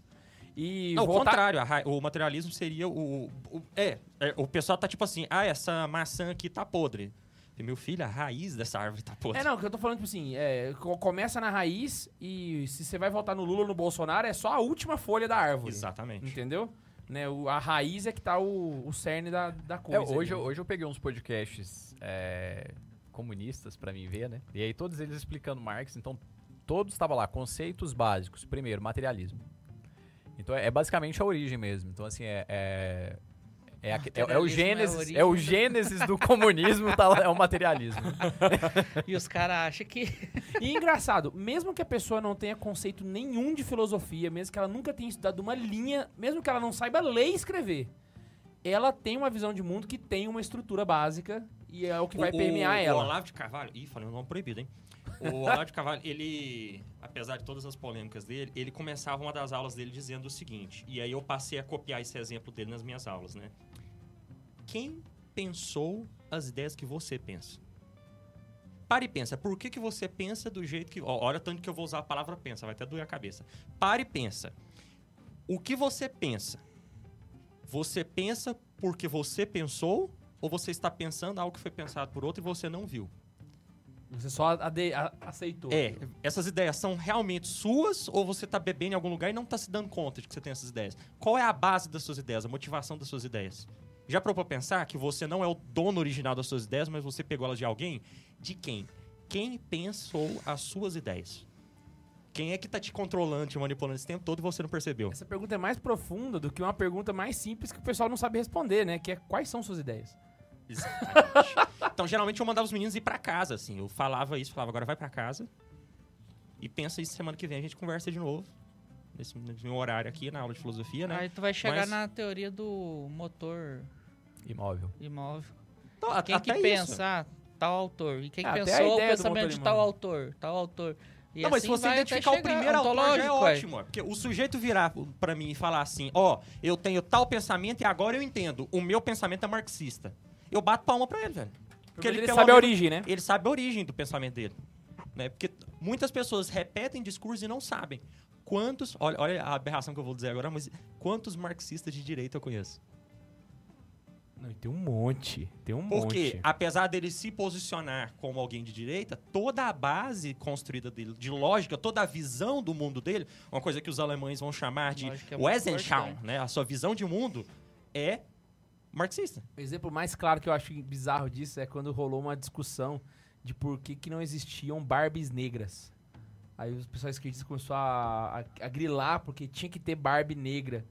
E
Não, o
voltar-
contrário, a ra- o materialismo seria o, o- o- é, é, o pessoal tá tipo assim, ah, essa maçã aqui tá podre. E, meu filho, a raiz dessa árvore tá podre.
É, não, o que eu tô falando, tipo assim, é, co- começa na raiz e se você vai votar no Lula ou no Bolsonaro, é só a última folha da árvore.
Exatamente.
Entendeu? Né, o- a raiz é que tá o, o cerne da, da
É,
coisa.
hoje,
né?
eu,
ali.
hoje eu peguei uns podcasts é, comunistas pra mim ver, né? E aí todos eles explicando Marx, então todos estavam lá, conceitos básicos. Primeiro, materialismo. Então é, é basicamente a origem mesmo. Então assim, é... é... é a- é- é
Materialismo é
o
a
gênesis,
origem
é o
do-
gênesis do comunismo, tá lá, é o materialismo.
E os caras acham que.
E engraçado, mesmo que a pessoa não tenha conceito nenhum de filosofia, mesmo que ela nunca tenha estudado uma linha, mesmo que ela não saiba ler e escrever, ela tem uma visão de mundo que tem uma estrutura básica e é o que vai
O- o-
permear
O
ela.
Olavo de Carvalho... Ih, falei um nome proibido, hein? O Olavo de Carvalho, ele... Apesar de todas as polêmicas dele, ele começava uma das aulas dele dizendo o seguinte, e aí eu passei a copiar esse exemplo dele nas minhas aulas, né? Quem pensou as ideias que você pensa? Pare e pensa. Por que, que você pensa do jeito que... Ó, olha tanto que eu vou usar a palavra pensa, vai até doer a cabeça. Pare e pensa. O que você pensa? Você pensa porque você pensou ou você está pensando algo que foi pensado por outro e você não viu?
Você só ade- a- aceitou.
É, essas ideias são realmente suas ou você está bebendo em algum lugar e não está se dando conta de que você tem essas ideias? Qual é a base das suas ideias, a motivação das suas ideias? Já parou pra pensar que você não é o dono original das suas ideias, mas você pegou elas de alguém? De quem? Quem pensou as suas ideias? Quem é que tá te controlando, te manipulando esse tempo todo e você não percebeu?
Essa pergunta é mais profunda do que uma pergunta mais simples que o pessoal não sabe responder, né? Que é quais são suas ideias?
Exatamente. então, geralmente eu mandava os meninos ir pra casa, assim. Eu falava isso, falava, agora vai pra casa. E pensa isso semana que vem, a gente conversa de novo. Nesse, nesse meu horário aqui, na aula de filosofia, né?
Aí tu vai chegar
Mas-
na teoria do motor
Imóvel.
imóvel.
Então, a-
Quem que
até isso.
pensa? Ah, tal autor. E quem
Ah, até a
pensou o
ideia do
pensamento
motor
de tal
imóvel.
autor, tal autor. E
não, mas se
assim
você
vai até
identificar o
chegar,
primeiro autor já é
ontológico, ué.
ótimo. Porque o sujeito virar pra mim e falar assim, ó, eu tenho tal pensamento e agora eu entendo. O meu pensamento é marxista. Eu bato palma pra ele, velho.
Porque ele,
pelo
sabe a
menos-
origem, né?
ele sabe a origem do pensamento dele. Né? Porque muitas pessoas repetem discurso e não sabem. Quantos. Olha, olha a aberração que eu vou dizer agora, mas quantos marxistas de direita eu conheço?
Não, e tem um monte. Tem um
Porque,
monte.
apesar dele se posicionar como alguém de direita, toda a base construída dele, de lógica, toda a visão do mundo dele, uma coisa que os alemães vão chamar de
Lógica é muito
Weltanschauung,
importante.
né? A sua visão de mundo é marxista.
O exemplo mais claro que eu acho bizarro disso é quando rolou uma discussão de por que, que não existiam Barbies negras. Aí os pessoal esquerdista começou a, a- a grilar porque tinha que ter Barbie negra.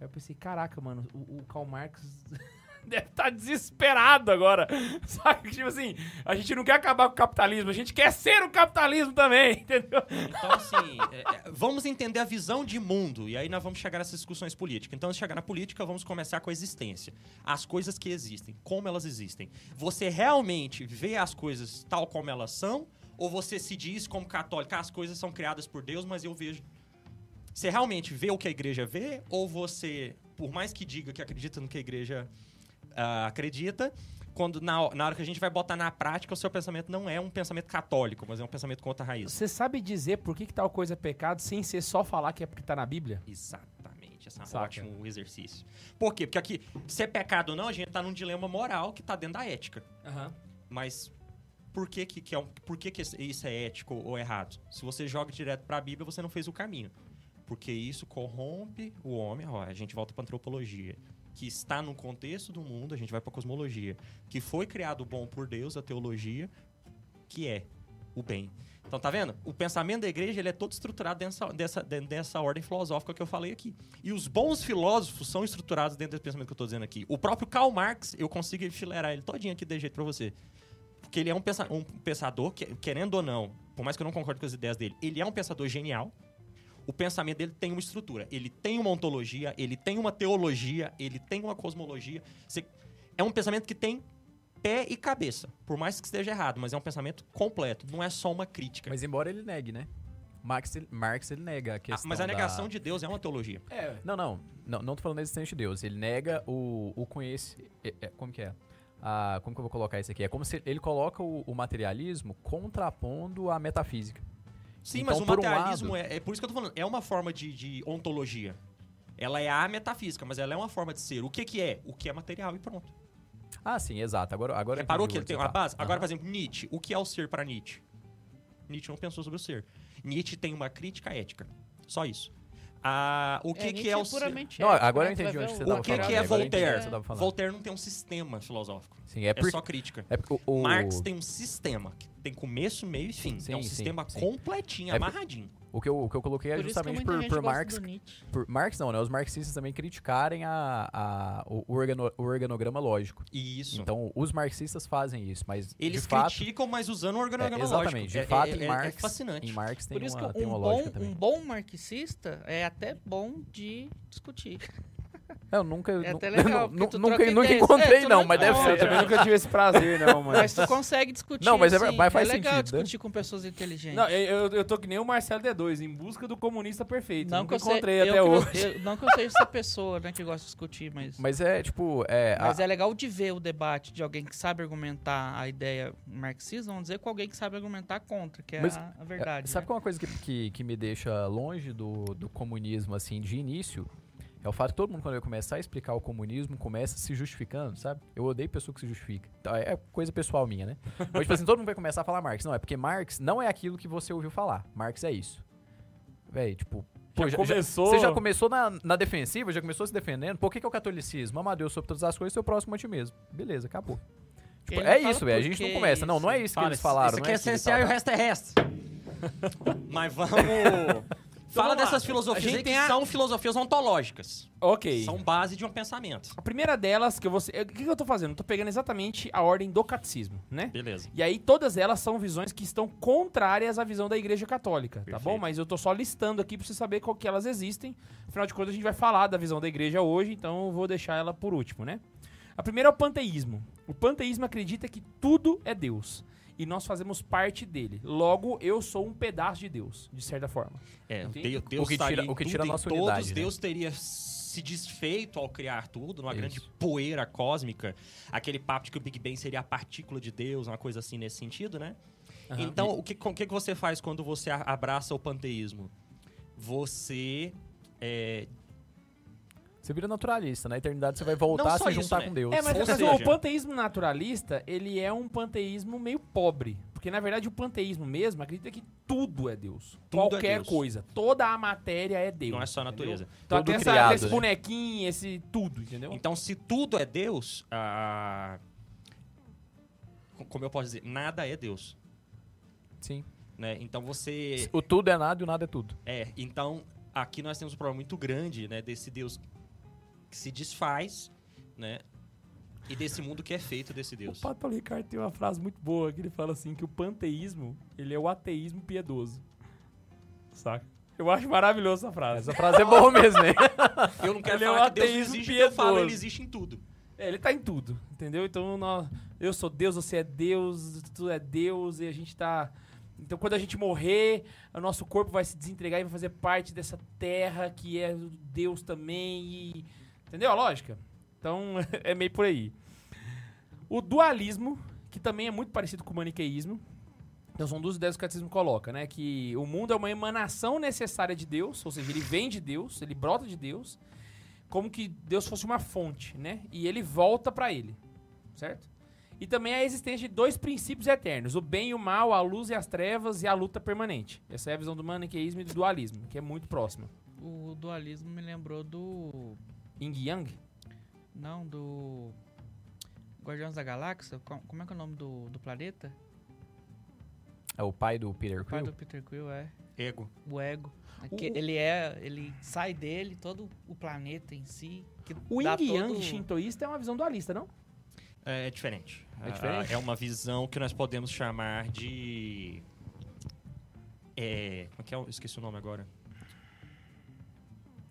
Aí eu pensei, caraca, mano, o, o Karl Marx deve estar desesperado agora. Sabe? Tipo assim, a gente não quer acabar com o capitalismo, a gente quer ser o capitalismo também, entendeu?
Então, assim, é, é, vamos entender a visão de mundo e aí nós vamos chegar nessas discussões políticas. Então, antes de chegar na política, vamos começar com a existência. As coisas que existem, como elas existem. Você realmente vê as coisas tal como elas são? Ou você se diz como católico, "Ah, as coisas são criadas por Deus, mas eu vejo. Você realmente vê o que a igreja vê? Ou você, por mais que diga que acredita no que a igreja ah, acredita, quando na, na hora que a gente vai botar na prática, o seu pensamento não é um pensamento católico, mas é um pensamento com outra raiz.
Você sabe dizer por que, que tal coisa é pecado sem ser só falar que é porque tá na Bíblia?
Exatamente. Esse é um
Saca.
ótimo exercício. Por quê? Porque aqui, se é pecado ou não, a gente tá num dilema moral que tá dentro da ética. Mas por que que, que é um- por que, que esse- isso é ético ou errado? Se você joga direto pra Bíblia, você não fez o caminho. Porque isso corrompe o homem. Ó, a gente volta pra antropologia. Que está no contexto do mundo, a gente vai pra cosmologia. Que foi criado bom por Deus, a teologia, que é o bem. Então, tá vendo? O pensamento da igreja ele é todo estruturado dentro dessa, dentro dessa ordem filosófica que eu falei aqui. E os bons filósofos são estruturados dentro desse pensamento que eu tô dizendo aqui. O próprio Karl Marx, eu consigo enfileirar ele todinho aqui de jeito pra você. Porque ele é um, pensa- um pensador, que- querendo ou não, por mais que eu não concorde com as ideias dele, ele é um pensador genial. O pensamento dele tem uma estrutura, ele tem uma ontologia, ele tem uma teologia, ele tem uma cosmologia. Você- É um pensamento que tem pé e cabeça, por mais que esteja errado, mas é um pensamento completo, não é só uma crítica. Mas,
Mas embora ele negue, né? Marx, ele- Marx ele nega a questão
Ah, mas a negação
da...
de Deus é uma teologia.
Não, não. Não, não tô falando da existência de Deus. Ele nega o, o conhece... é- é- como que é? Ah, como que eu vou colocar isso aqui? É como se ele coloca o, o materialismo contrapondo a metafísica.
Sim,
Então,
mas o
por um
materialismo
lado-
é, é. Por isso que eu tô falando, é uma forma de, de ontologia. Ela é a metafísica, mas ela é uma forma de ser. O que, que é? O que é material e pronto.
Ah, sim, exato. Agora, agora eu
Reparou
entendi
que ele
onde
tem
você
uma
tá.
base? Agora,
Aham.
por exemplo, Nietzsche. O que é o ser para Nietzsche? Nietzsche não pensou sobre o ser. Nietzsche tem uma crítica ética. Só isso. Ah, o que, que é o ser?
puramente
Não,
ético,
agora
né?
eu
Tu vai
entendi
ver
onde você
o-
O
tava
que,
falando,
que é
agora eu entendi o que
Voltaire?
você tava falando.
Voltaire não tem um sistema filosófico.
Sim, é,
É,
porque-
só crítica.
é porque o... o-
Marx tem um sistema que tem começo, meio e fim.
Sim,
é um
sim,
sistema
sim.
completinho,
É por-
amarradinho.
O que, eu, o que eu coloquei é
Por isso que
justamente
muita
por,
gente
por
gosta
Marx
do Nietzsche.
por Marx não, né? Os marxistas também criticarem a, a- o, organo- o organograma lógico.
Isso.
Então, os marxistas fazem isso, mas
Eles
de fato...
criticam, mas usando o
É,
organograma
exatamente.
lógico.
De
É-
fato,
é,
em
é-
Marx,
é fascinante.
em Marx tem
Por isso
uma,
que
tem
um
uma
bom,
lógica também.
um bom marxista é até bom de discutir.
Eu nunca,
É
nu-
até legal,
nu-
porque tu
nunca,
troca
nunca
ideias.
encontrei,
É, tu
não,
não
mas deve
encontra.
Eu
ser.
também nunca tive esse prazer, não, mano.
Mas tu consegue discutir.
Não, mas é-
assim,
mas faz
é legal
sentido, né?
discutir com pessoas inteligentes.
Não, eu, eu- eu tô que nem o Marcelo D2, em busca do comunista perfeito.
Não
Nunca
que eu sei-
encontrei
eu
até
que não-
hoje.
eu- não que eu seja essa pessoa, né, que gosta de discutir, mas. Mas,
Mas é tipo. É,
ah,
a-
é legal de ver o debate de alguém que sabe argumentar a ideia marxista, vamos dizer, com alguém que sabe argumentar contra, que é
Mas,
a,
ah,
a
é,
verdade.
sabe
né?
qual é uma coisa que, que, que me deixa longe do, do comunismo, assim, de início? É o fato que todo mundo, quando vai começar a explicar o comunismo, começa se justificando, sabe? Eu odeio pessoa que se justifica. Tá, É coisa pessoal minha, né? Mas, tipo assim, todo mundo vai começar a falar Marx. Não, é porque Marx não é aquilo que você ouviu falar. Marx é isso. Véi, tipo... pô, já- já-
começou-
Você já começou na, na defensiva, já começou se defendendo. Por que, que é o catolicismo? Amar Deus sobre todas as coisas, seu próximo a ti mesmo. Beleza, acabou. Tipo,
Ele
é
não fala
isso, velho. A
por
gente não
que
começa. Não, não é assim, tá?
isso.
isso que
Fala,
eles falaram.
Isso
não
aqui é
isso que eles
essencial e o
falaram.
resto é resto. Mas vamos. Fala
Então vamos lá.
dessas
A
filosofias
gente
aí
tem
que
a-
são filosofias ontológicas.
Ok.
São base de um pensamento.
A primeira delas que eu vou. se- eu- O que, que eu tô fazendo? Eu tô pegando exatamente a ordem do catecismo, né?
Beleza.
E aí todas elas são visões que estão contrárias à visão da Igreja Católica, tá
Perfeito.
bom? Mas eu tô só listando aqui pra você saber qual que elas existem. Afinal de contas, a gente vai falar da visão da Igreja hoje, então eu vou deixar ela por último, né? A primeira é o panteísmo. O panteísmo acredita que tudo é Deus. E nós fazemos parte dele. Logo, eu sou um pedaço de Deus, de certa forma.
É,
Entendi.
Deus, Deus
O que
estaria
tira-
em
o que
tudo,
tira a
em
nossa
todos,
unidade, né?
Deus teria se desfeito ao criar tudo, numa
Isso.
grande poeira cósmica. Aquele papo de que o Big Bang seria a partícula de Deus, uma coisa assim nesse sentido, né? Então, o que, com- o que que você faz quando você a- abraça o panteísmo? Você é,
Você vira naturalista. Na eternidade você vai voltar a
só
se
isso,
juntar
né?
com Deus.
É, mas,
Ou
mas
seja-
o panteísmo naturalista, ele é um panteísmo meio pobre. Porque, na verdade, o panteísmo mesmo acredita que tudo é Deus.
Tudo é
Qualquer
Deus.
coisa. Toda a matéria é Deus.
Não é só a natureza.
entendeu? Então
Tudo
tem essa-
criado,
esse
né?
bonequinho, esse tudo, entendeu?
Então, se tudo é Deus, ah, co- como eu posso dizer, nada é Deus.
Sim.
Né? Então você.
O tudo é nada e o nada é tudo.
É, então aqui nós temos um problema muito grande, né? Desse Deus que se desfaz, né? E desse mundo que é feito desse
O
Deus.
Pato Paulo Ricardo tem uma frase muito boa que ele fala assim que o panteísmo, ele é o ateísmo piedoso. Saca? Eu acho maravilhosa essa frase.
Essa frase é boa mesmo, hein?
Eu não quero
Ele é um
falar que Deus não
ateísmo
existe, porque eu falo,
piedoso.
ele existe em tudo.
É, ele tá em tudo, entendeu? Então nó- eu sou Deus, você é Deus, tu é Deus e a gente tá então quando a gente morrer, o nosso corpo vai se desentregar e vai fazer parte dessa terra que é o Deus também e entendeu a lógica? Então é meio por aí. O dualismo, que também é muito parecido com o maniqueísmo, então são duas ideias que o catecismo coloca, né? Que o mundo é uma emanação necessária de Deus, ou seja, ele vem de Deus, ele brota de Deus, como que Deus fosse uma fonte, né? E ele volta pra ele, certo? E também a existência de dois princípios eternos, o bem e o mal, a luz e as trevas e a luta permanente. Essa é a visão do maniqueísmo e do dualismo, que é muito próxima.
O dualismo me lembrou do.
Yin e Yang?
Não, do. Guardiões da Galáxia? Com- Como é que é o nome do, do planeta?
É o pai do Peter
O pai
Quill.
do Peter Quill é
Ego.
o ego. Aque- Ele é. Ele sai dele, todo o planeta em si. Que
O
dá
Yin e
todo-
um
Yang shintoísta é uma visão dualista, não?
É, é diferente.
É diferente?
Ah, É uma visão que nós podemos chamar de. É. Como é que é? o- Esqueci o nome agora.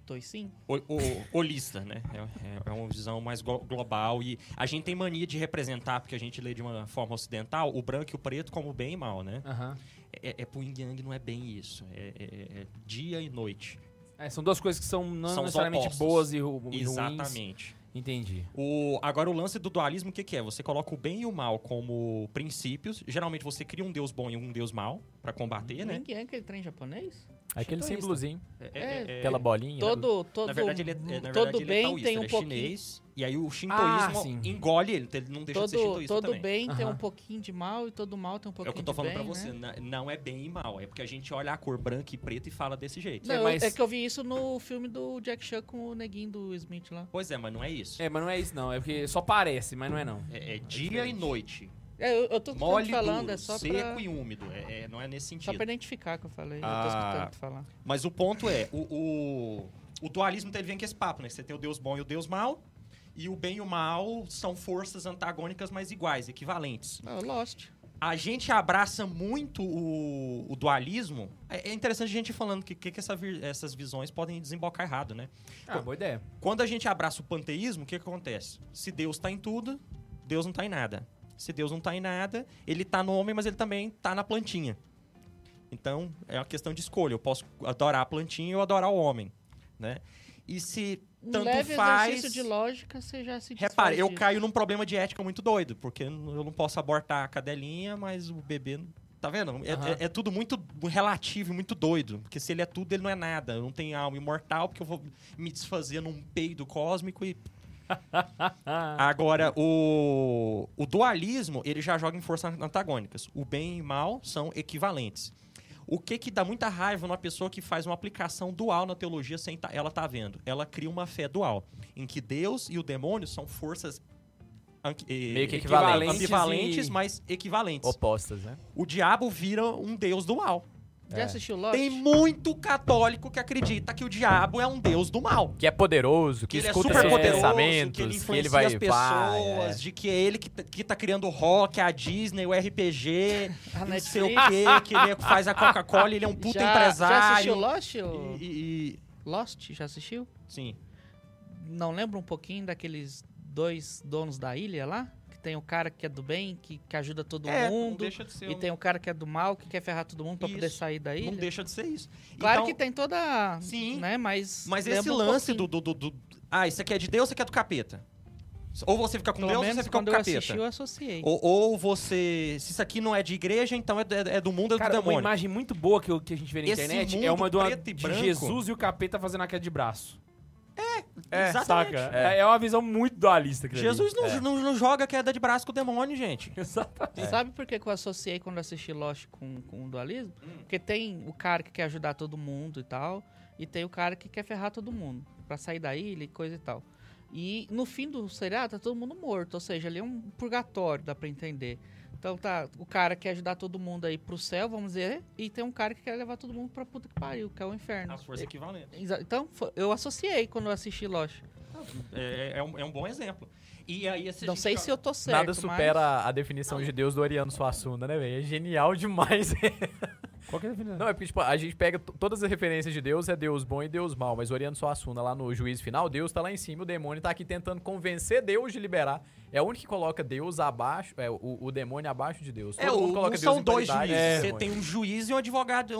Toicinho?
O- o- Holista, né? É, é- é uma visão mais glo- global e a gente tem mania de representar, porque a gente lê de uma forma ocidental, o branco e o preto como bem e mal, né?
Aham.
É, é pro yin yang não é bem isso. É, é- é dia e noite.
É, são duas coisas que são não
São os
necessariamente
opostos.
boas e ru- ruins.
Exatamente.
Entendi.
O, agora, o lance do dualismo, o que, que é? Você coloca o bem e o mal como princípios. Geralmente você cria um deus bom e um deus mal pra combater, né?
Yin Yang, aquele trem japonês?
Aquele
Shintoísta.
símbolozinho,
Uhum. É,
aquela bolinha. né,
Todo, todo,
Na verdade, ele é, é, na verdade,
todo
ele é
bem
taoísta,
tem
ele
um
é
pouquinho.
chinês. E aí o
Ah,
shintoísmo
sim.
engole ele, então ele não deixa de ser
Todo,
shintoísta
todo
também.
bem tem
Aham.
um pouquinho de mal e todo mal tem um
É o
pouquinho
que eu
de bem.
tô falando pra você,
né?
na- não é bem e mal, é porque a gente olha a cor branca e preta e fala desse jeito.
É,
Não, eu-
mas-
é que eu vi isso no filme do Jack Chan com o neguinho do Smith lá.
Pois é, mas não é isso. É,
É, mas não é isso não, é porque só parece, mas não é não.
é dia e noite.
É, eu, eu tô
Mole
te
e
falando,
duro,
é só
seco
pra,
e úmido. É, é, não é nesse
só
sentido.
pra identificar que eu falei. Eu tô
Ah.
escutando tu falar.
Mas o ponto é, o, o, o dualismo ele vem com esse papo, né? Você tem o Deus bom e o Deus mal, e o bem e o mal são forças antagônicas, mas iguais, equivalentes.
Não, Lost.
A gente abraça muito o, o dualismo. É, é interessante a gente ir falando que, que, que essa vi- essas visões podem desembocar errado, né?
Ah, boa ideia.
Quando a gente abraça o panteísmo, o que, que acontece? Se Deus está em tudo, Deus não está em nada. Se Deus não está em nada, ele está no homem, mas ele também está na plantinha. Então, é uma questão de escolha. Eu posso adorar a plantinha ou adorar o homem, né? E se
Um
tanto
leve
faz...
exercício de lógica, você já se
Repare,
desfaz
eu
disso.
caio num problema de ética muito doido, porque eu não posso abortar a cadelinha, mas o bebê. não- Tá vendo? É,
Aham.
é- é tudo muito relativo e muito doido. Porque se ele é tudo, ele não é nada. Eu não tenho alma imortal, porque eu vou me desfazer num peido cósmico e. Agora, o, o dualismo, ele já joga em forças antagônicas. O bem e o mal são equivalentes. O que que dá muita raiva numa pessoa que faz uma aplicação dual na teologia sem tá- ela tá vendo? Ela cria uma fé dual, em que Deus e o demônio são forças anqui- eh,
Meio que
equivalentes
ambivalentes,
e-
mas equivalentes.
Opostas, né?
O diabo vira um deus do mal.
Já assistiu Lost?
É. Tem muito católico que acredita que o diabo é um deus do mal.
Que é poderoso, que,
Que ele é
escuta
super
seus
poderoso,
pensamentos,
que ele influencia
vai
as
vai,
pessoas,
é.
de que é ele que, tá- que tá criando o rock, a Disney, o RPG,
A
não sei o
Netflix.
quê, que ele é- faz a Coca-Cola, ele é um puta
já, Já assistiu
empresário.
Lost? ô?
E- e- e-
Lost, já assistiu?
sim.
Não lembra um pouquinho daqueles dois donos da ilha lá? Que tem o cara que é do bem, que, que ajuda todo
É, não
mundo.
deixa de ser
E
um-
tem o cara que é do mal, que quer ferrar todo mundo pra poder
Isso.
sair da ilha.
Não deixa de ser isso.
Claro
Então,
que tem toda.
Sim.
Né, mas.
Mas
lembra
esse
um
lance
pouquinho.
do, do, do, do- Ah, isso aqui é de Deus, isso aqui é do capeta. Ou você fica com
Pelo
Deus, ou
menos
você fica com
quando
o
eu
capeta.
assisti, eu associei.
Ou, ou você. Se isso aqui não é de igreja, então é, do- é do mundo, é do
Cara, uma
demônio.
imagem muito boa que, eu- que a gente vê na
Esse
internet
mundo
é uma do
preto e
de
branco.
Jesus e o capeta fazendo a queda de braço. É,
Exatamente.
saca? É. é uma visão muito dualista. aquilo ali.
Jesus
É.
É.
não, não, não joga queda de braço com o demônio, gente.
Exatamente.
Sabe por que, que eu associei quando eu assisti Lost com, com o dualismo? Porque tem o cara que quer ajudar todo mundo e tal, e tem o cara que quer ferrar todo mundo pra sair da ilha e coisa e tal. E no fim do seriado tá todo mundo morto, ou seja, ali é um purgatório, dá pra entender. Então tá, o cara quer ajudar todo mundo aí pro céu, vamos dizer, e tem um cara que quer levar todo mundo pra puta que pariu, que é o inferno.
A força equivalente.
Exa- Então, fo- eu associei quando eu assisti Lost.
É, é- é um, é um bom exemplo. E aí, se a
Não
gente
sei
jo-
se eu tô certo,
Nada supera a definição de Deus do Oriano Suassuna, né, velho? É genial demais.
Qual que é a definição?
Não, é porque, tipo, a gente pega t- todas as referências de Deus, é Deus bom e Deus mal, mas Oriano Suassuna lá no juízo final, Deus tá lá em cima, o demônio tá aqui tentando convencer Deus de liberar. É o único que coloca Deus abaixo, é, o, o demônio abaixo de Deus.
É,
Todo
o,
mundo coloca Deus
não são
em
dois
paridade
juízes.
com o
Você
demônio.
tem um juiz e um advogado,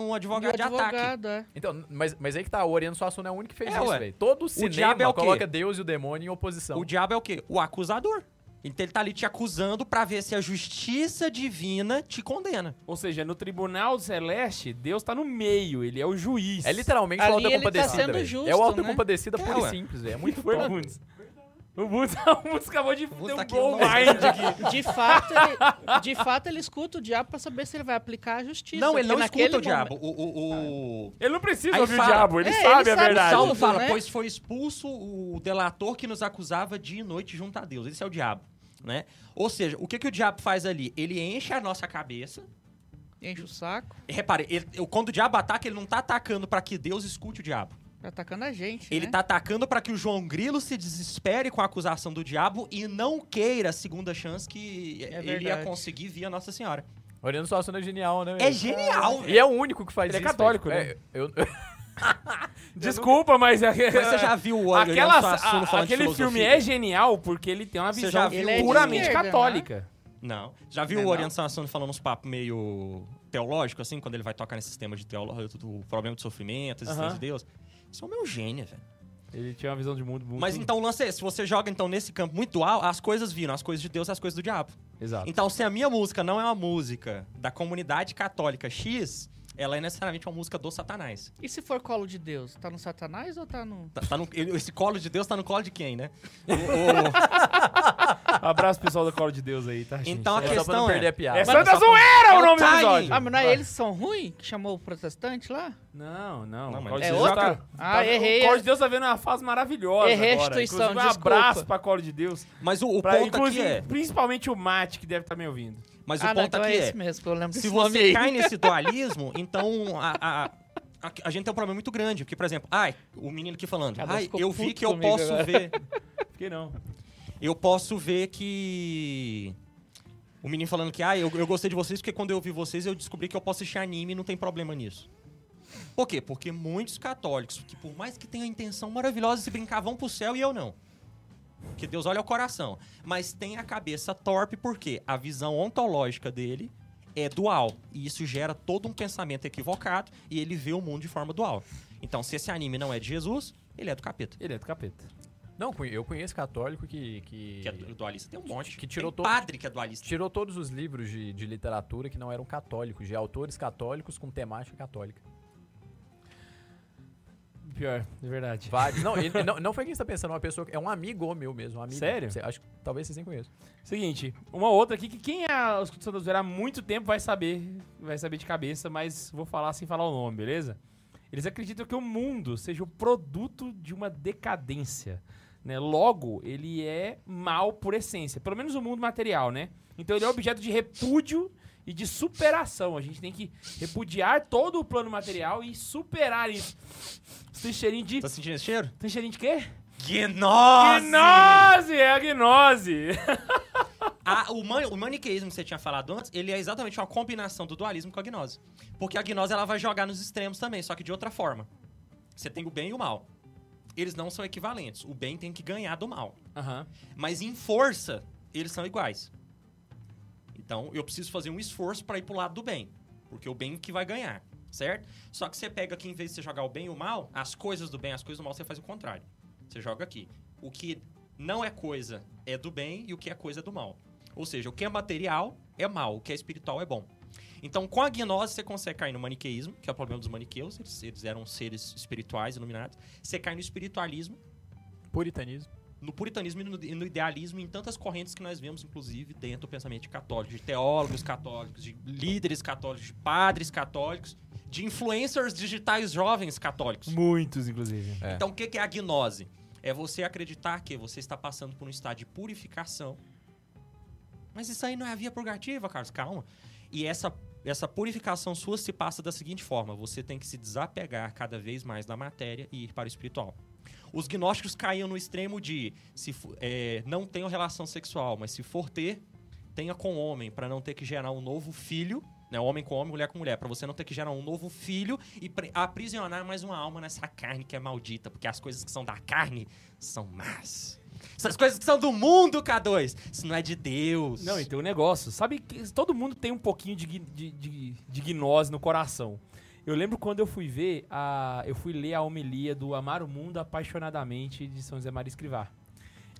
mas...
um
né? E o
advogado de ataque.
advogado, é.
Então, mas, mas aí que tá, o Oriano Suassuna é o único que fez
É,
isso,
ué.
velho. Todo cinema
diabo é o quê?
coloca Deus e o demônio em oposição.
O diabo é o quê? O acusador. Então ele tá ali te acusando pra ver se a justiça divina te condena.
Ou seja, no tribunal celeste, Deus tá no meio, ele é o juiz.
É literalmente
Ali
o auto
ele tá
compadecida.
sendo
velho.
justo,
é o auto
né?
compadecida
É,
pura e
ué.
simples, velho. É
Muito
muito
foi
top.
o Bundes. O Bundes, o Bundes acabou de
Bundes
ter
tá
um
aqui
gol
online.
mind aqui.
De fato, ele, de fato, ele escuta o diabo pra saber se ele vai aplicar a justiça.
não, ele não
porque
escuta o
naquele
diabo. O, o, é? o-
Ele não precisa
Aí
ouvir o
fala-
diabo, ele
É,
sabe
ele
a
sabe o
verdade.
Ah. Saulo
Tudo,
fala,
né?
pois foi expulso o delator que nos acusava dia e noite junto a Deus. Esse é o diabo, né? Ou seja, o que, que o diabo faz ali? Ele enche a nossa cabeça.
momento, Enche o saco,
Repare, ele- quando o diabo ataca, ele não tá atacando pra que Deus escute o diabo.
tá atacando a gente.
Ele
É.
né?
tá atacando pra que o João Grilo se desespere com a acusação do diabo e não queira a segunda chance que
É
ele ia
verdade.
conseguir via Nossa Senhora.
O Oriano Suassuna é genial, né,
É
velho?
genial,
E
velho.
é o único que faz
Ele é
isso.
católico,
velho.
né?
É, eu-
Desculpa, mas... é-
Mas você já viu o
Aquela,
Oriano Suassuna
a-
falando de
aquele filme
filosofia?
é genial porque ele tem uma
Você
visão
já viu- Ele é de
puramente
esquerda,
católica.
Não. Já viu
Não é
o
não?
Oriano Suassuna falando uns papos meio teológico, assim, quando ele vai tocar nesse tema de teológico, do problema de sofrimento, existência
Aham.
de Deus? Isso é o meu gênio, velho.
Ele tinha uma visão de mundo
Uhum.
muito...
Mas então o lance é esse. Se você joga então nesse campo muito alto, as coisas viram, as coisas de Deus e as coisas do diabo.
Exato.
Então, se a minha música não é uma música da comunidade católica X, ela é necessariamente uma música do Satanás.
E se for colo de Deus, tá no Satanás ou tá no.
Tá- tá no- ele- esse colo de Deus tá no colo de quem, né? O- o-
Abraço pessoal da Cola de Deus aí, tá, gente?
então
é
a
só pra não
questão
perder a
é.
piada.
É Santa Zoeira
É
o
o
nome do
timing.
episódio.
Ah, mas não é eles que são ruins? Que chamou o protestante lá?
Não, não.
Não, mas
Colo de
É
Deus
outro?
tá-
Ah,
tá-
errei.
O Colo de Deus tá vendo uma fase maravilhosa
Errei a
agora.
instituição,
Inclusive, um
desculpa.
abraço pra Colo de Deus.
Mas o, o
Pra,
ponto aqui
inclusive,
é.
principalmente o Mate, que deve estar me ouvindo.
Mas
ah,
o
não,
ponto
então é
aqui é.
esse mesmo, que é eu lembro
Se
desse nome
você
aí.
cai nesse dualismo, então a, a- a- a gente tem um problema muito grande. Porque, por exemplo, ai, o menino aqui falando,
Cada um
ai,
ficou
eu vi
puto
que eu
comigo
posso
agora."
ver.
Fiquei não.
Eu posso ver que. O menino falando que, ah, eu, eu gostei de vocês porque quando eu vi vocês eu descobri que eu posso assistir anime e não tem problema nisso. Por quê? Porque muitos católicos, que por mais que tenham a intenção maravilhosa de se brincar, vão pro céu e eu não. Porque Deus olha o coração. Mas tem a cabeça torpe porque a visão ontológica dele é dual. E isso gera todo um pensamento equivocado e ele vê o mundo de forma dual. Então, se esse anime não é de Jesus, ele é do capeta.
Ele é do capeta.
Não, conhe- eu conheço católico que. que...
Que é du- dualista. Tem um monte.
Que tirou
tem
todo-
padre que é dualista.
Tirou todos os livros de, de literatura que não eram católicos, de autores católicos com temática católica.
Pior, de verdade.
Vários. Não, ele- não, não foi quem está pensando, uma pessoa. que- É um amigo meu mesmo. Um amigo.
Sério?
Cê- acho que talvez vocês nem conheçam.
Seguinte, uma outra aqui que quem é escuta Santa Zoeira há muito tempo vai saber, vai saber de cabeça, mas vou falar sem falar o nome, beleza? Eles acreditam que o mundo seja o produto de uma decadência, né? Logo, ele é mal por essência, pelo menos o mundo material, né? Então ele é objeto de repúdio e de superação. A gente tem que repudiar todo o plano material e superar isso. Tem cheirinho de...
Tá sentindo esse cheiro?
Tem cheirinho de quê?
Gnose!
Gnose! É a gnose!
A- o, man- o maniqueísmo que você tinha falado antes, ele é exatamente uma combinação do dualismo com a gnose. Porque a gnose ela vai jogar nos extremos também, só que de outra forma. Você tem o bem e o mal. Eles não são equivalentes. O bem tem que ganhar do mal.
Aham.
Mas em força, eles são iguais. Então, eu preciso fazer um esforço pra ir pro lado do bem. Porque o bem que vai ganhar, certo? Só que você pega aqui, em vez de você jogar o bem e o mal, as coisas do bem, as coisas do mal, você faz o contrário. Você joga aqui. O que não é coisa é do bem e o que é coisa é do mal. Ou seja, o que é material é mal, o que é espiritual é bom. Então, com a gnose, você consegue cair no maniqueísmo, que é o problema dos maniqueus, eles, eles eram seres espirituais, iluminados. Você cai no espiritualismo,
Puritanismo.
no puritanismo e no, e no idealismo, em tantas correntes que nós vemos, inclusive, dentro do pensamento católico, de teólogos católicos, de líderes católicos, de padres católicos, de influencers digitais jovens católicos.
Muitos, inclusive.
É.
Então, o que que é a gnose? É você acreditar que você está passando por um estado de purificação. Mas isso aí não é a via purgativa, Carlos, calma. E essa, essa purificação sua se passa da seguinte forma: você tem que se desapegar cada vez mais da matéria e ir para o espiritual. Os gnósticos caíam no extremo de se fo- é, não tenho relação sexual, mas se for ter, tenha com homem, para não ter que gerar um novo filho, né? Homem com homem, mulher com mulher, para você não ter que gerar um novo filho e pre- aprisionar mais uma alma nessa carne que é maldita, porque as coisas que são da carne são más. Essas coisas que são do mundo, K2, isso não é de Deus.
Não, e tem um negócio. Sabe que todo mundo tem um pouquinho de, gui- de, de, de gnose no coração. Eu lembro quando eu fui ver, a, eu fui ler a homilia do Amar o Mundo Apaixonadamente de São José Maria Escrivá.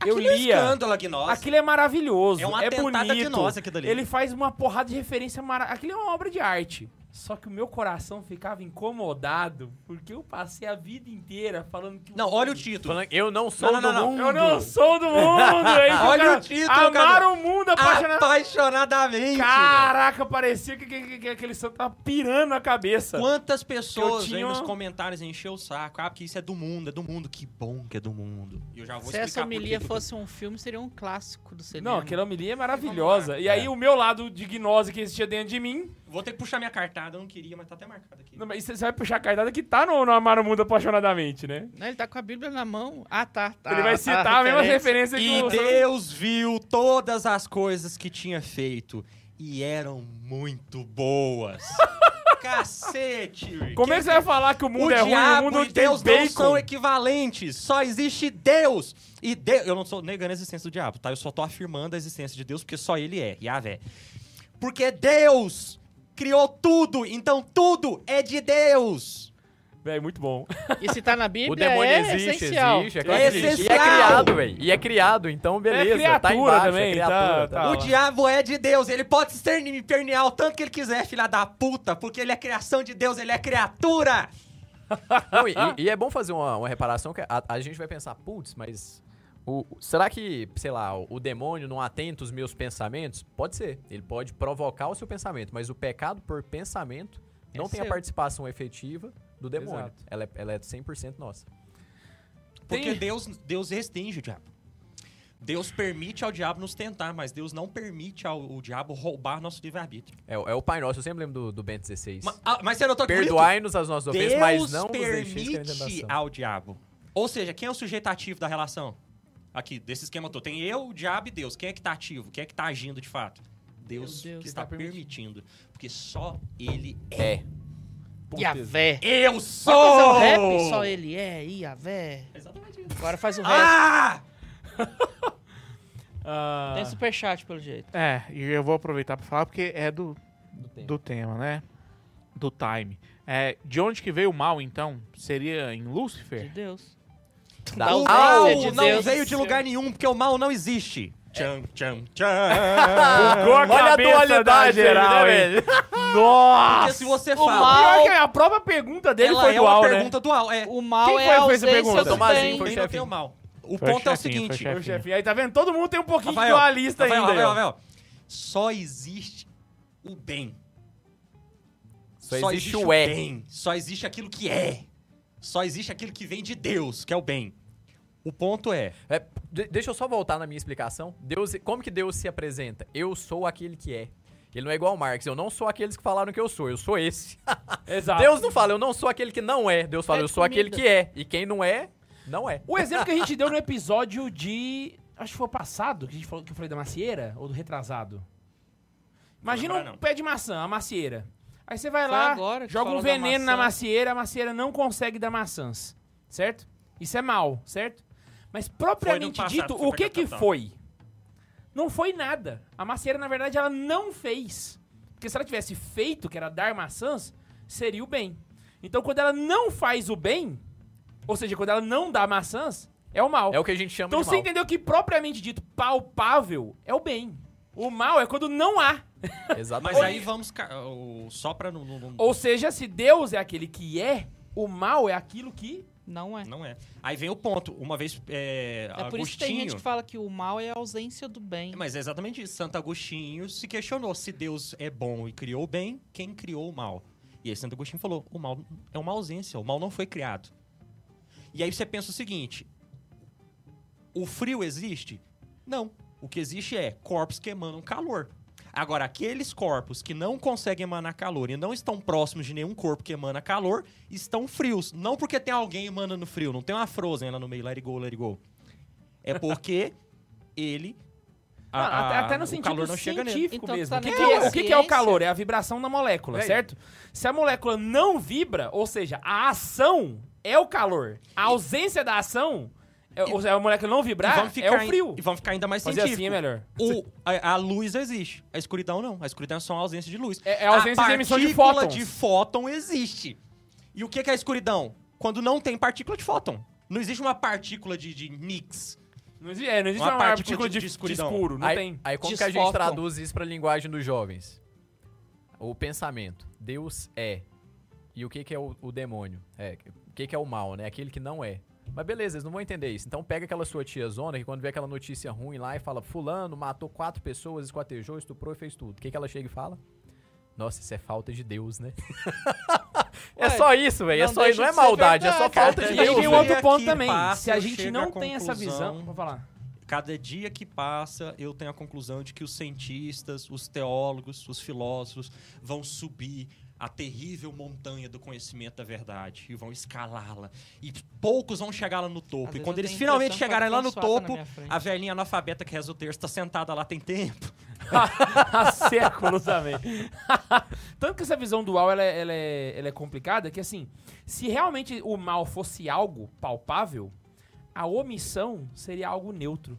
Eu
Aquilo é um
lia.
escândalo, a gnose.
Aquilo é maravilhoso,
É um
é
atentado à
bonito.
gnose aquilo ali.
Ele faz uma porrada de referência mara... Aquilo é uma obra de arte. Só que o meu coração ficava incomodado porque eu passei a vida inteira falando que
Não, olha o título.
Falando, eu não sou
Não, não,
do
não, não.
mundo.
eu não sou do mundo. Aí que
Olha
cara,
o título,
Amar
cara.
o mundo apaixonadamente.
Apaixonadamente. velho.
Caraca, parecia que, que- que- que aquele santo tava pirando a cabeça.
Quantas
Eu
pessoas
tinha
aí nos
uma-
comentários encheu o saco. Ah, porque isso é do mundo, é do mundo. Que bom que é do mundo. E eu já vou
Se
explicar
essa
por quê.
homilia fosse um filme, seria um clássico do cinema.
Não, aquela homilia é maravilhosa. E aí o meu lado de gnose que existia dentro de mim...
Vou ter que puxar minha cartada, eu não queria, mas tá até marcado aqui.
Não, mas Você você vai puxar a cartada que tá no, no Amar o Mundo Apaixonadamente, né?
Não, ele tá com a Bíblia na mão. Ah, tá. tá
Ele vai
tá,
citar a mesma referência é que
E
o...
Deus viu todas as coisas que tinha feito e eram muito boas. Cacete! Rick.
Como é que você vai falar que o mundo
o
é ruim e o
diabo
mundo
e
tem
Deus não
bacon?
são equivalentes. Só existe Deus. E de... Eu não sou negando a existência do diabo, tá? Eu só tô afirmando a existência de Deus porque só ele é, Yahvé. Porque Deus criou tudo, então tudo é de Deus.
Véi, muito bom.
E se tá na Bíblia,
O demônio
é
existe,
essencial.
existe.
É
claro que existe. E é
essencial.
criado, velho. E é criado, então beleza. tá
criatura
embaixo,
também,
é criatura.
tá-
tá.
tá.
O diabo é de Deus, ele pode se terni- pernear o tanto que ele quiser, filha da puta, porque ele é criação de Deus, ele é criatura.
Não, e,
Ah.
e é bom fazer uma, uma reparação que a, a gente vai pensar, putz, mas. O, o- será que, sei lá, o, o demônio não atenta os meus pensamentos? Pode ser. Ele pode provocar o seu pensamento, mas o pecado por pensamento
É
não tem a
seu.
participação efetiva do demônio.
Exato.
Ela é, ela é 100% nossa.
Porque
Tem-
Deus, Deus restringe o diabo. Deus permite ao diabo nos tentar, mas Deus não permite ao, ao diabo roubar nosso livre-arbítrio.
É, o- é o Pai Nosso, eu sempre lembro do, do Ben 16.
Ma- ah, mas você notou que bonito?
Perdoai-nos as nossas ofensas, mas
Deus
não nos deixeis cair em
permite
tentação.
ao diabo. Ou seja, quem é o sujeito ativo da relação? Aqui, desse esquema todo. Tem eu, o diabo e Deus. Quem é que tá ativo? Quem é que tá agindo de fato? Deus,
Deus,
que
que
está
tá
permitindo. Porque só ele
É.
E a vé.
Eu
Só fazer
Oh!
sou!
o rap, só ele é, e a vé.
Exatamente isso.
Agora faz o resto.
Ah!
Ah,
Tem superchat, pelo jeito.
É, e eu vou aproveitar pra falar porque é do, do tema, né? Do time. É, de onde que veio o mal, então? Seria em
De
Lúcifer?
Deus.
Da
o mal
ausência de
não
Deus.
veio de lugar nenhum, porque o mal não existe. Tchan, tchan, tchan.
bugou
Olha
a
a
cabeça da
dualidade
né,
geral,
geral,
hein?
velho.
Porque
Nossa!
se você
O
fala,
mal
Pior que a própria pergunta dele
ela
foi
é
dual,
uma
né?
pergunta dual. É,
O mal
Quem
é
foi que
a
fez essa
ausência
pergunta?
do
Tomazinho
bem.
foi-
nem
chefinho.
não tem o mal. O
Foi o
ponto é o
chefinho, foi o
seguinte.
chefinho.
Meu chefinho. Aí tá vendo? Todo mundo tem um pouquinho
Rafael,
de dualista
Rafael,
ainda.
Rafael,
ó.
Rafael, só existe o bem.
Só existe o é.
bem. Só existe aquilo que é. Só existe aquilo que vem de Deus, que é o bem. O ponto é,
É, de- deixa eu só voltar na minha explicação. Deus, como que Deus se apresenta? Eu sou aquele que é. Ele não é igual ao Marx. Eu não sou aqueles que falaram que eu sou. Eu sou esse.
Tá.
Exato.
Deus não fala, eu não sou aquele que não é. Deus fala,
É
eu sou
comida.
aquele que é. E quem não é, não é.
O exemplo que a gente deu no episódio de. Acho que foi o passado, que, a gente falou, que eu falei da macieira ou do retrasado. Imagina
Não lembro,
um
não.
pé de maçã, a macieira. Aí você vai
Foi
lá,
agora que
joga um
falou da
veneno na
maçã.
macieira, a macieira não consegue dar maçãs. Certo? Isso é mal, certo? Mas propriamente
passado,
dito,
foi
o
pra
que que
capital.
foi? Não foi nada. A macieira, na verdade, ela não fez. Porque se ela tivesse feito, que era dar maçãs, seria o bem. Então, quando ela não faz o bem, ou seja, quando ela não dá maçãs, é o mal.
É o que a gente chama
então
de
você
mal.
entendeu que propriamente dito, palpável é o bem. O mal é quando não há.
Exatamente.
mas aí vamos ca- o- só para não, não- não-
Ou seja, se Deus é aquele que é, o mal é aquilo que
Não é.
Não é. Aí vem o ponto. Uma vez. É,
É por isso que tem
Agostinho.
gente que fala que o mal é a ausência do bem.
Mas é exatamente isso. Santo Agostinho se questionou se Deus é bom e criou o bem, quem criou o mal? E aí Santo Agostinho falou: o mal é uma ausência, o mal não foi criado. E aí você pensa o seguinte: o frio existe? Não. O que existe é corpos que emanam calor. Agora, aqueles corpos que não conseguem emanar calor e não estão próximos de nenhum corpo que emana calor, estão frios. Não porque tem alguém emanando frio, não tem uma Frozen lá no meio, let it go, let it go. É porque ele. a-
Não, Ah, até,
a-
até no
o
sentido
calor não chega nele.
científico
Então,
mesmo.
tá
o que,
na
que é, o que que é o
ciência.
calor? É a vibração da molécula,
Velho.
certo? Se a molécula não vibra, ou seja, a ação é o calor. A ausência da ação, é, ou seja, a molécula não
E
vibrar,
vamos
é o
ai-
frio.
E vamos ficar ainda mais
Fazer
científico.
assim é melhor.
O- a, a luz existe, a escuridão não. A escuridão é só uma ausência de luz.
É- é a ausência de emissão de
partícula
fótons.
de fóton existe. E o que que é a escuridão? Quando não tem partícula de fóton. Não existe uma partícula de, de nix.
Não existe, é, não existe
Uma
uma,
partícula
partícula
de-
de,
de
de
escuridão.
escuro, não
aí,
tem.
aí como que a gente
Desfóton.
traduz isso pra linguagem dos jovens? O pensamento. Deus é. E o que, que é o, o demônio? É, o que, que é o mal, né? Aquele que não é. Mas beleza, eles não vão entender isso. Então pega aquela sua tia zona que quando vê aquela notícia ruim lá e fala: Fulano matou quatro pessoas, esquartejou, estuprou e fez tudo. O que, que ela chega e fala? Nossa, isso é falta de Deus, né? é
Ué,
só isso, velho. É
não
só isso.
deixa
Não é
de ser
maldade, é só
verdade,
falta
cara.
de
E
Deus,
aí
Deus.
tem
velho.
velho.
outro ponto
Aqui
também.
passa,
Se a
eu
gente
chego à
não tem essa
conclusão-
visão. Vou falar.
Cada dia que passa, eu tenho a conclusão de que os cientistas, os teólogos, os filósofos vão subir a terrível montanha do conhecimento da verdade e vão escalá-la. E poucos vão chegar lá no
Às
topo. e
vezes
quando
eu
eles
tenho a
finalmente
impressão que
chegarem
tá
lá no
suata na
topo,
minha frente.
a velhinha analfabeta que reza o texto está sentada lá tem tempo.
Há séculos também. Tanto que essa visão dual ela é, ela é- ela é complicada, que assim, se realmente o mal fosse algo palpável, a omissão seria algo neutro.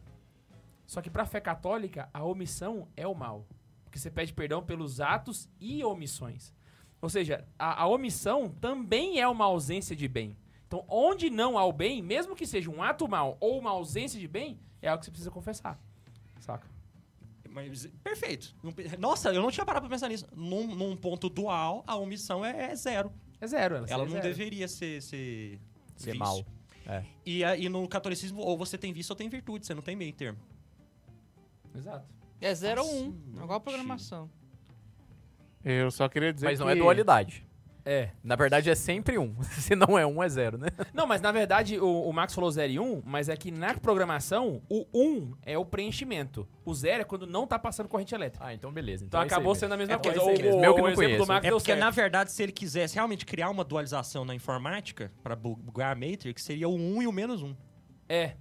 Só que pra fé católica, a omissão é o mal. Porque você pede perdão pelos atos e omissões. Ou seja, a, a omissão também é uma ausência de bem. Então, onde não há o bem, mesmo que seja um ato mal ou uma ausência de bem, é algo que você precisa confessar. Saca?
Mas, perfeito. Não pe- Nossa, eu não tinha parado pra pensar nisso. Num, num ponto dual, a omissão é, é zero.
É zero. Ela,
Ela
seria zero.
não deveria ser. Ser,
Ser
vício.
mal. É.
E, a- e no catolicismo, ou você tem vício ou tem virtude, você não tem meio termo.
Exato.
É 0 ou 1.
Fascinante.
Um, igual a programação.
Eu só queria dizer
Mas não
que-
é dualidade.
É.
Na verdade, é sempre um. Se não é um, é zero, né?
Não, mas na verdade o, o Max falou 0 e 1, um, mas é que na programação o 1 um é o preenchimento. O 0 é quando não tá passando corrente elétrica.
Ah, então beleza.
Então acabou sendo a mesma
Então é
coisa.
isso aí
O-
mesmo.
o,
Meu que
o
não
exemplo
conheço.
do Max
É
deu
porque,
certo.
na verdade, se ele quisesse realmente criar uma dualização na informática, pra bugar a Matrix, seria o 1 e o menos 1.
É.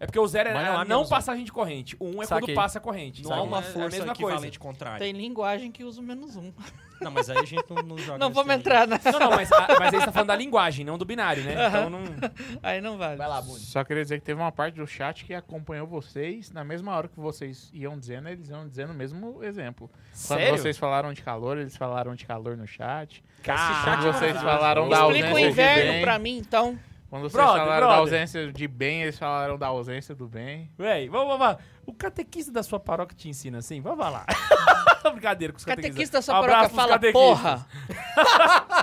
É porque o 0 é
Mas
a
não há
não
menos um.
passagem de corrente. O 1 um é
Saquei.
quando passa a corrente.
Não há
saca?
uma
É a
força
mesma
equivalente contrária.
Tem linguagem que usa o menos um.
Não, mas aí a gente não, não joga
Não
nesse
vamos
nível.
entrar na.
Coisa. Não, não, mas, a, mas aí você tá falando da linguagem, não do binário, né? Então não.
Aí não vale.
Vai lá, Buni.
Só queria dizer que teve uma parte do chat que acompanhou vocês. Na mesma hora que vocês iam dizendo, eles iam dizendo o mesmo exemplo. Quando
Sério?
vocês falaram de calor, eles falaram de calor no chat.
Cara,
Quando vocês falaram da
Explica o
ausência de
inverno pra
né? bem.
mim, então.
Quando vocês
Brother,
falaram da
brother.
ausência de bem, eles falaram da ausência do bem.
Véi, vamos, vamos lá. O catequista da sua paróquia te ensina assim? Vamos lá. Brincadeira com os catequistas.
Catequista da sua
Abraço
paróquia
pros
fala
catequistas.
porra.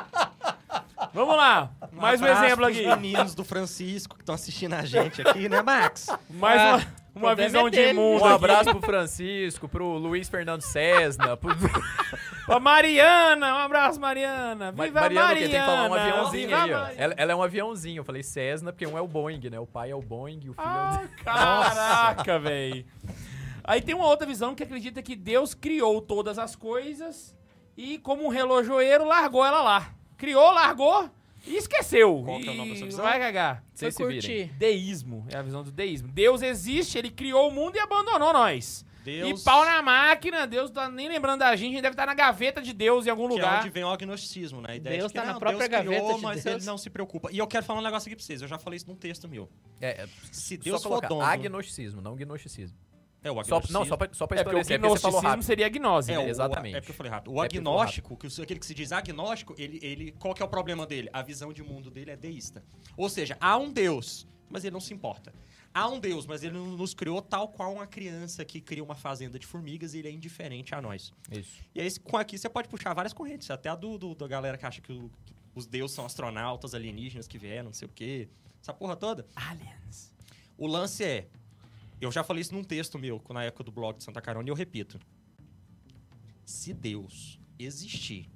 Vamos lá. Mais um
abraço
exemplo
pros
aqui.
meninos do Francisco que estão assistindo a gente aqui, né, Max?
Mais
Ah,
uma,
o
uma
problema
visão
é
de
dele.
mundo.
Um
aqui.
abraço pro Francisco, pro Luiz Fernando Cessna, pro...
Pra Mariana, um abraço, Mariana.
Ma-
Viva
Mariana,
Mariana.
que tem que falar um aviãozinho
viva
aí, ó.
Mari-
Ela, ela é um aviãozinho, eu falei Cessna, porque um é o Boeing, né? O pai é o Boeing, o filho é o...
Ah, caraca, velho. Aí tem uma outra visão que acredita que Deus criou todas as coisas e, como um relojoeiro, largou ela lá. Criou, largou e esqueceu.
Qual que é o nome
E
dessa visão?
Vai cagar.
Vocês se
Foi
virem.
curtir.
Deísmo. É a visão do deísmo. Deus existe, ele criou o mundo e abandonou nós.
Deus,
E pau na máquina, Deus tá nem lembrando da gente, a gente deve estar na gaveta de Deus em algum
que é
lugar.
onde vem o agnosticismo, né? A ideia
Deus
de que,
tá na
não,
própria
Deus
gaveta
criou,
de
mas
Deus.
ele não se preocupa. E eu quero falar um negócio aqui pra vocês, eu já falei isso num texto meu.
É, é,
Se Deus
só
for
colocar
dono...
agnosticismo, não gnosticismo.
É o
Só,
agnosticismo.
não, só pra, só pra
É porque o
esclarecer, é porque você falou
gnosticismo
rápido.
seria a gnose,
É,
né?
o- exatamente.
O, é porque eu falei errado. O
É porque eu falei
agnóstico, que o- aquele que se diz agnóstico, ele, ele, qual que é o problema dele? A visão de mundo dele é deísta. Ou seja, há um Deus, mas ele não se importa. Há um Deus, mas ele não nos criou tal qual uma criança que cria uma fazenda de formigas e ele é indiferente a nós.
Isso.
E aí, com aqui, você pode puxar várias correntes, até a do, do- da galera que acha que o, os deuses são astronautas alienígenas que vieram, não sei o quê. Essa porra toda.
Aliens.
O lance é. Eu já falei isso num texto meu, na época do blog de Santa Carona, e eu repito. Se Deus existir,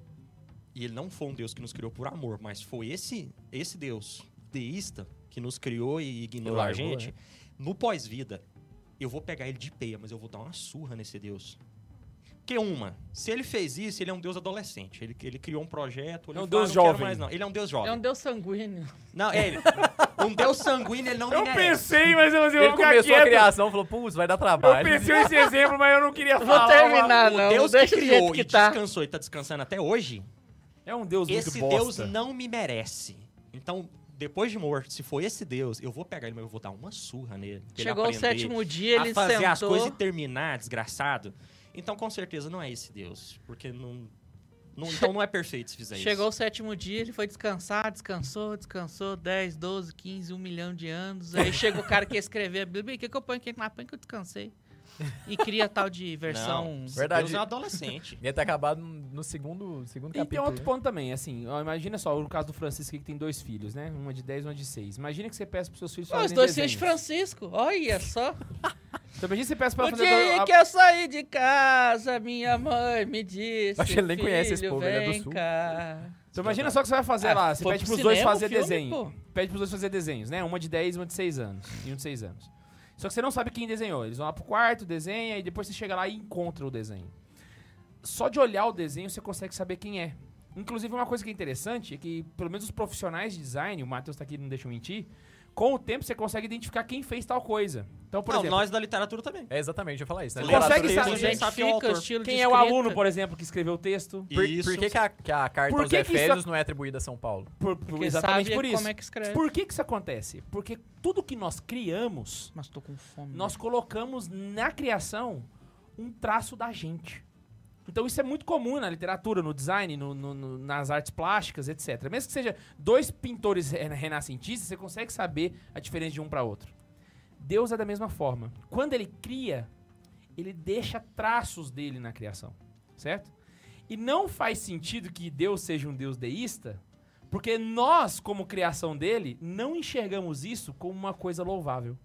e ele não for um Deus que nos criou por amor, mas foi esse, esse Deus deísta que nos criou e ignorou a
é.
largou,
gente, no pós-vida, eu vou pegar ele de peia, mas eu vou dar uma surra nesse Deus. Porque uma, se ele fez isso, ele é um Deus adolescente. Ele, ele criou um projeto, ele
É um
fala,
Deus
"Não quero
jovem."
mais, não. Ele é um Deus jovem.
É um deus sanguíneo.
Não, é ele. um Deus sanguíneo, ele não
Eu
merece.
pensei, mas eu assim, vou
Ele
ficar
começou
quieto.
a criação, falou, putz, vai dar
Eu
trabalho.
pensei nesse exemplo, mas eu não queria
Vou
falar.
terminar, não.
Deus que
deixa do
criou
jeito que
e
tá.
descansou e tá descansando até hoje,
É um Deus
esse
muito
Deus
bosta.
não me merece. Então, depois de morto, se for esse Deus, eu vou pegar ele, mas eu vou dar uma surra nele. pra ele
Chegou o
aprender
sétimo dia, ele
a fazer as
sentou.
coisas e terminar, desgraçado. Então, com certeza, não é esse Deus. Porque não... não- então não é perfeito se fizer
Chegou
isso.
o sétimo dia, ele foi descansar, descansou, descansou, 10, 12, 15, 1 milhão de anos. Aí chega o cara que ia escrever a Bíblia, e o que, que eu ponho aqui na panca que eu descansei? E cria tal de versão.
Não, esse
Verdade.
Deus é um adolescente.
Ia ter acabado no segundo, segundo
E tem
capítulo.
outro ponto também, assim, ó, imagina só o caso do Francisco que tem dois filhos, né? Uma de 10 e uma de 6. Imagina que você peça pros seus filhos
Ó, os
fazerem
dois filhos de
desenhos.
Francisco, olha só.
Então imagina que você peça pra
O
fazer... do-
dia é
a-
que eu saí de casa, minha mãe me disse.
Acho que ele nem conhece esse
"Filho,
povo, ele é do
vem
sul."
cá."
Então imagina só o que você vai fazer lá. Você
foi
pede
Ah, pro
pros
cinema
dois
o
fazer
filme,
desenho.
pô.
Pede pros dois fazer desenhos, né? Uma de 10 e uma de 6 anos. E um de 6 anos. Só que você não sabe quem desenhou. Eles vão lá pro quarto, desenha, e depois você chega lá e encontra o desenho. Só de olhar o desenho você consegue saber quem é. Inclusive, uma coisa que é interessante é que, pelo menos os profissionais de design, o Matheus tá aqui, não deixa eu mentir, com o tempo você consegue identificar quem fez tal coisa. Então, por
não,
exemplo,
nós da literatura também.
É, exatamente, eu ia falar isso.
Você
Né?
consegue
Literatura,
saber-
a gente sabe quem é o
Identifica o
autor.
estilo de
quem é o
escrita.
aluno, por exemplo, que escreveu o texto.
Por,
Isso.
por que, que a, que a carta
Por
aos
que que isso
Efésios
ac-
não é atribuída a São Paulo?
Por, por-
Porque
exatamente
sabe
por isso.
como é que escreve.
Por que, que isso acontece? Porque tudo que nós criamos
Mas tô com fome. né?
nós colocamos na criação um traço da gente. Então isso é muito comum na literatura, no design, no- no- no- nas artes plásticas, etc. Mesmo que seja dois pintores re- renascentistas, você consegue saber a diferença de um para outro. Deus é da mesma forma. Quando ele cria, ele deixa traços dele na criação, certo? E não faz sentido que Deus seja um Deus deísta, porque nós, como criação dele, não enxergamos isso como uma coisa louvável.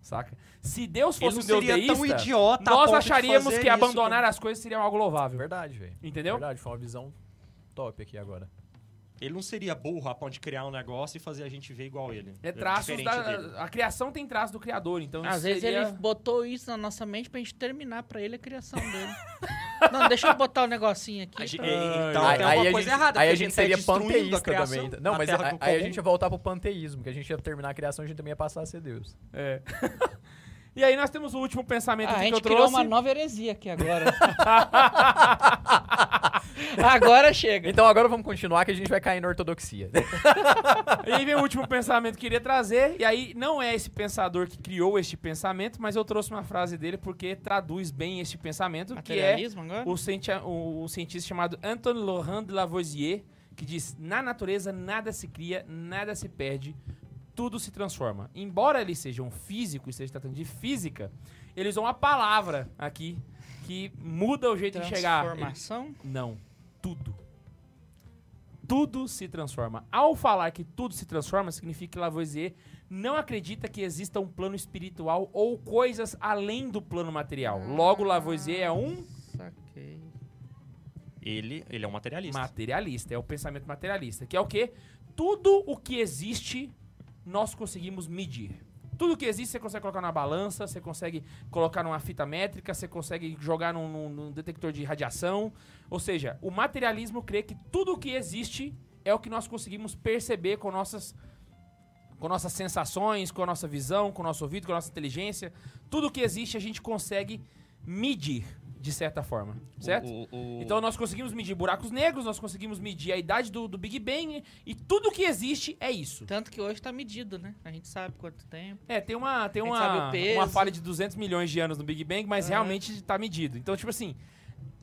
Saca? Se Deus
Ele
fosse
não
um Deus
seria tão
deísta,
idiota a
nós
ponto de
acharíamos
fazer
que
isso
abandonar as coisas seria algo louvável.
É Verdade, velho.
Entendeu?
Verdade, foi uma visão top aqui agora.
Ele não seria burro a ponto de criar um negócio e fazer a gente ver igual ele.
É traços
diferente dele.
da. A criação tem traços do criador, então
Às
isso
vezes
seria-
ele botou isso na nossa mente pra gente terminar pra ele a criação dele. Não, deixa eu botar o negocinho
A
aqui.
gente-
pra-
é,
Então
Ah, aí,
tem
aí
uma
a
coisa
gente,
errada.
aí
porque
a gente
tá
seria
destruindo a
panteísta
criação
também. então. Não,
da
mas
terra
a-
do
aí a
comum.
gente é- ia voltar pro panteísmo, que a gente ia terminar a criação e a gente também ia passar a ser Deus.
É. e aí nós temos o último pensamento
Ah, a
aqui que eu
gente criou
trouxe.
uma nova heresia aqui agora. agora chega.
Então agora vamos continuar que a gente vai cair na ortodoxia.
E aí vem o último pensamento que eu queria trazer. E aí não é esse pensador que criou este pensamento, mas eu trouxe uma frase dele porque traduz bem este pensamento, que é
Materialismo agora?
o, cienti- o- o cientista chamado Antoine Laurent de Lavoisier, que diz: Na natureza nada se cria, nada se perde, tudo se transforma. Embora eles sejam físicos, esteja tratando de física, eles usam uma palavra aqui que muda o jeito de chegar.
Transformação?
Não. Tudo. Tudo se transforma. Ao falar que tudo se transforma, significa que Lavoisier não acredita que exista um plano espiritual ou coisas além do plano material. Logo, Lavoisier é um
Saquei.
Ele, ele é um materialista.
materialista, é o pensamento materialista, que é o quê? Tudo o que existe nós conseguimos medir. Tudo que existe você consegue colocar na balança, você consegue colocar numa fita métrica, você consegue jogar num, num- num detector de radiação. Ou seja, o materialismo crê que tudo o que existe é o que nós conseguimos perceber com nossas, com nossas sensações, com a nossa visão, com o nosso ouvido, com a nossa inteligência. Tudo o que existe a gente consegue medir, de certa forma. Certo?
O- o- o-
Então nós conseguimos medir buracos negros, nós conseguimos medir a idade do, do Big Bang e tudo que existe é isso.
Tanto que hoje tá medido, né? A gente sabe quanto tempo.
É, tem uma, tem
A gente sabe
uma,
o peso.
uma falha de 200 milhões de anos no Big Bang, mas
Aham.
realmente tá medido. Então, tipo assim,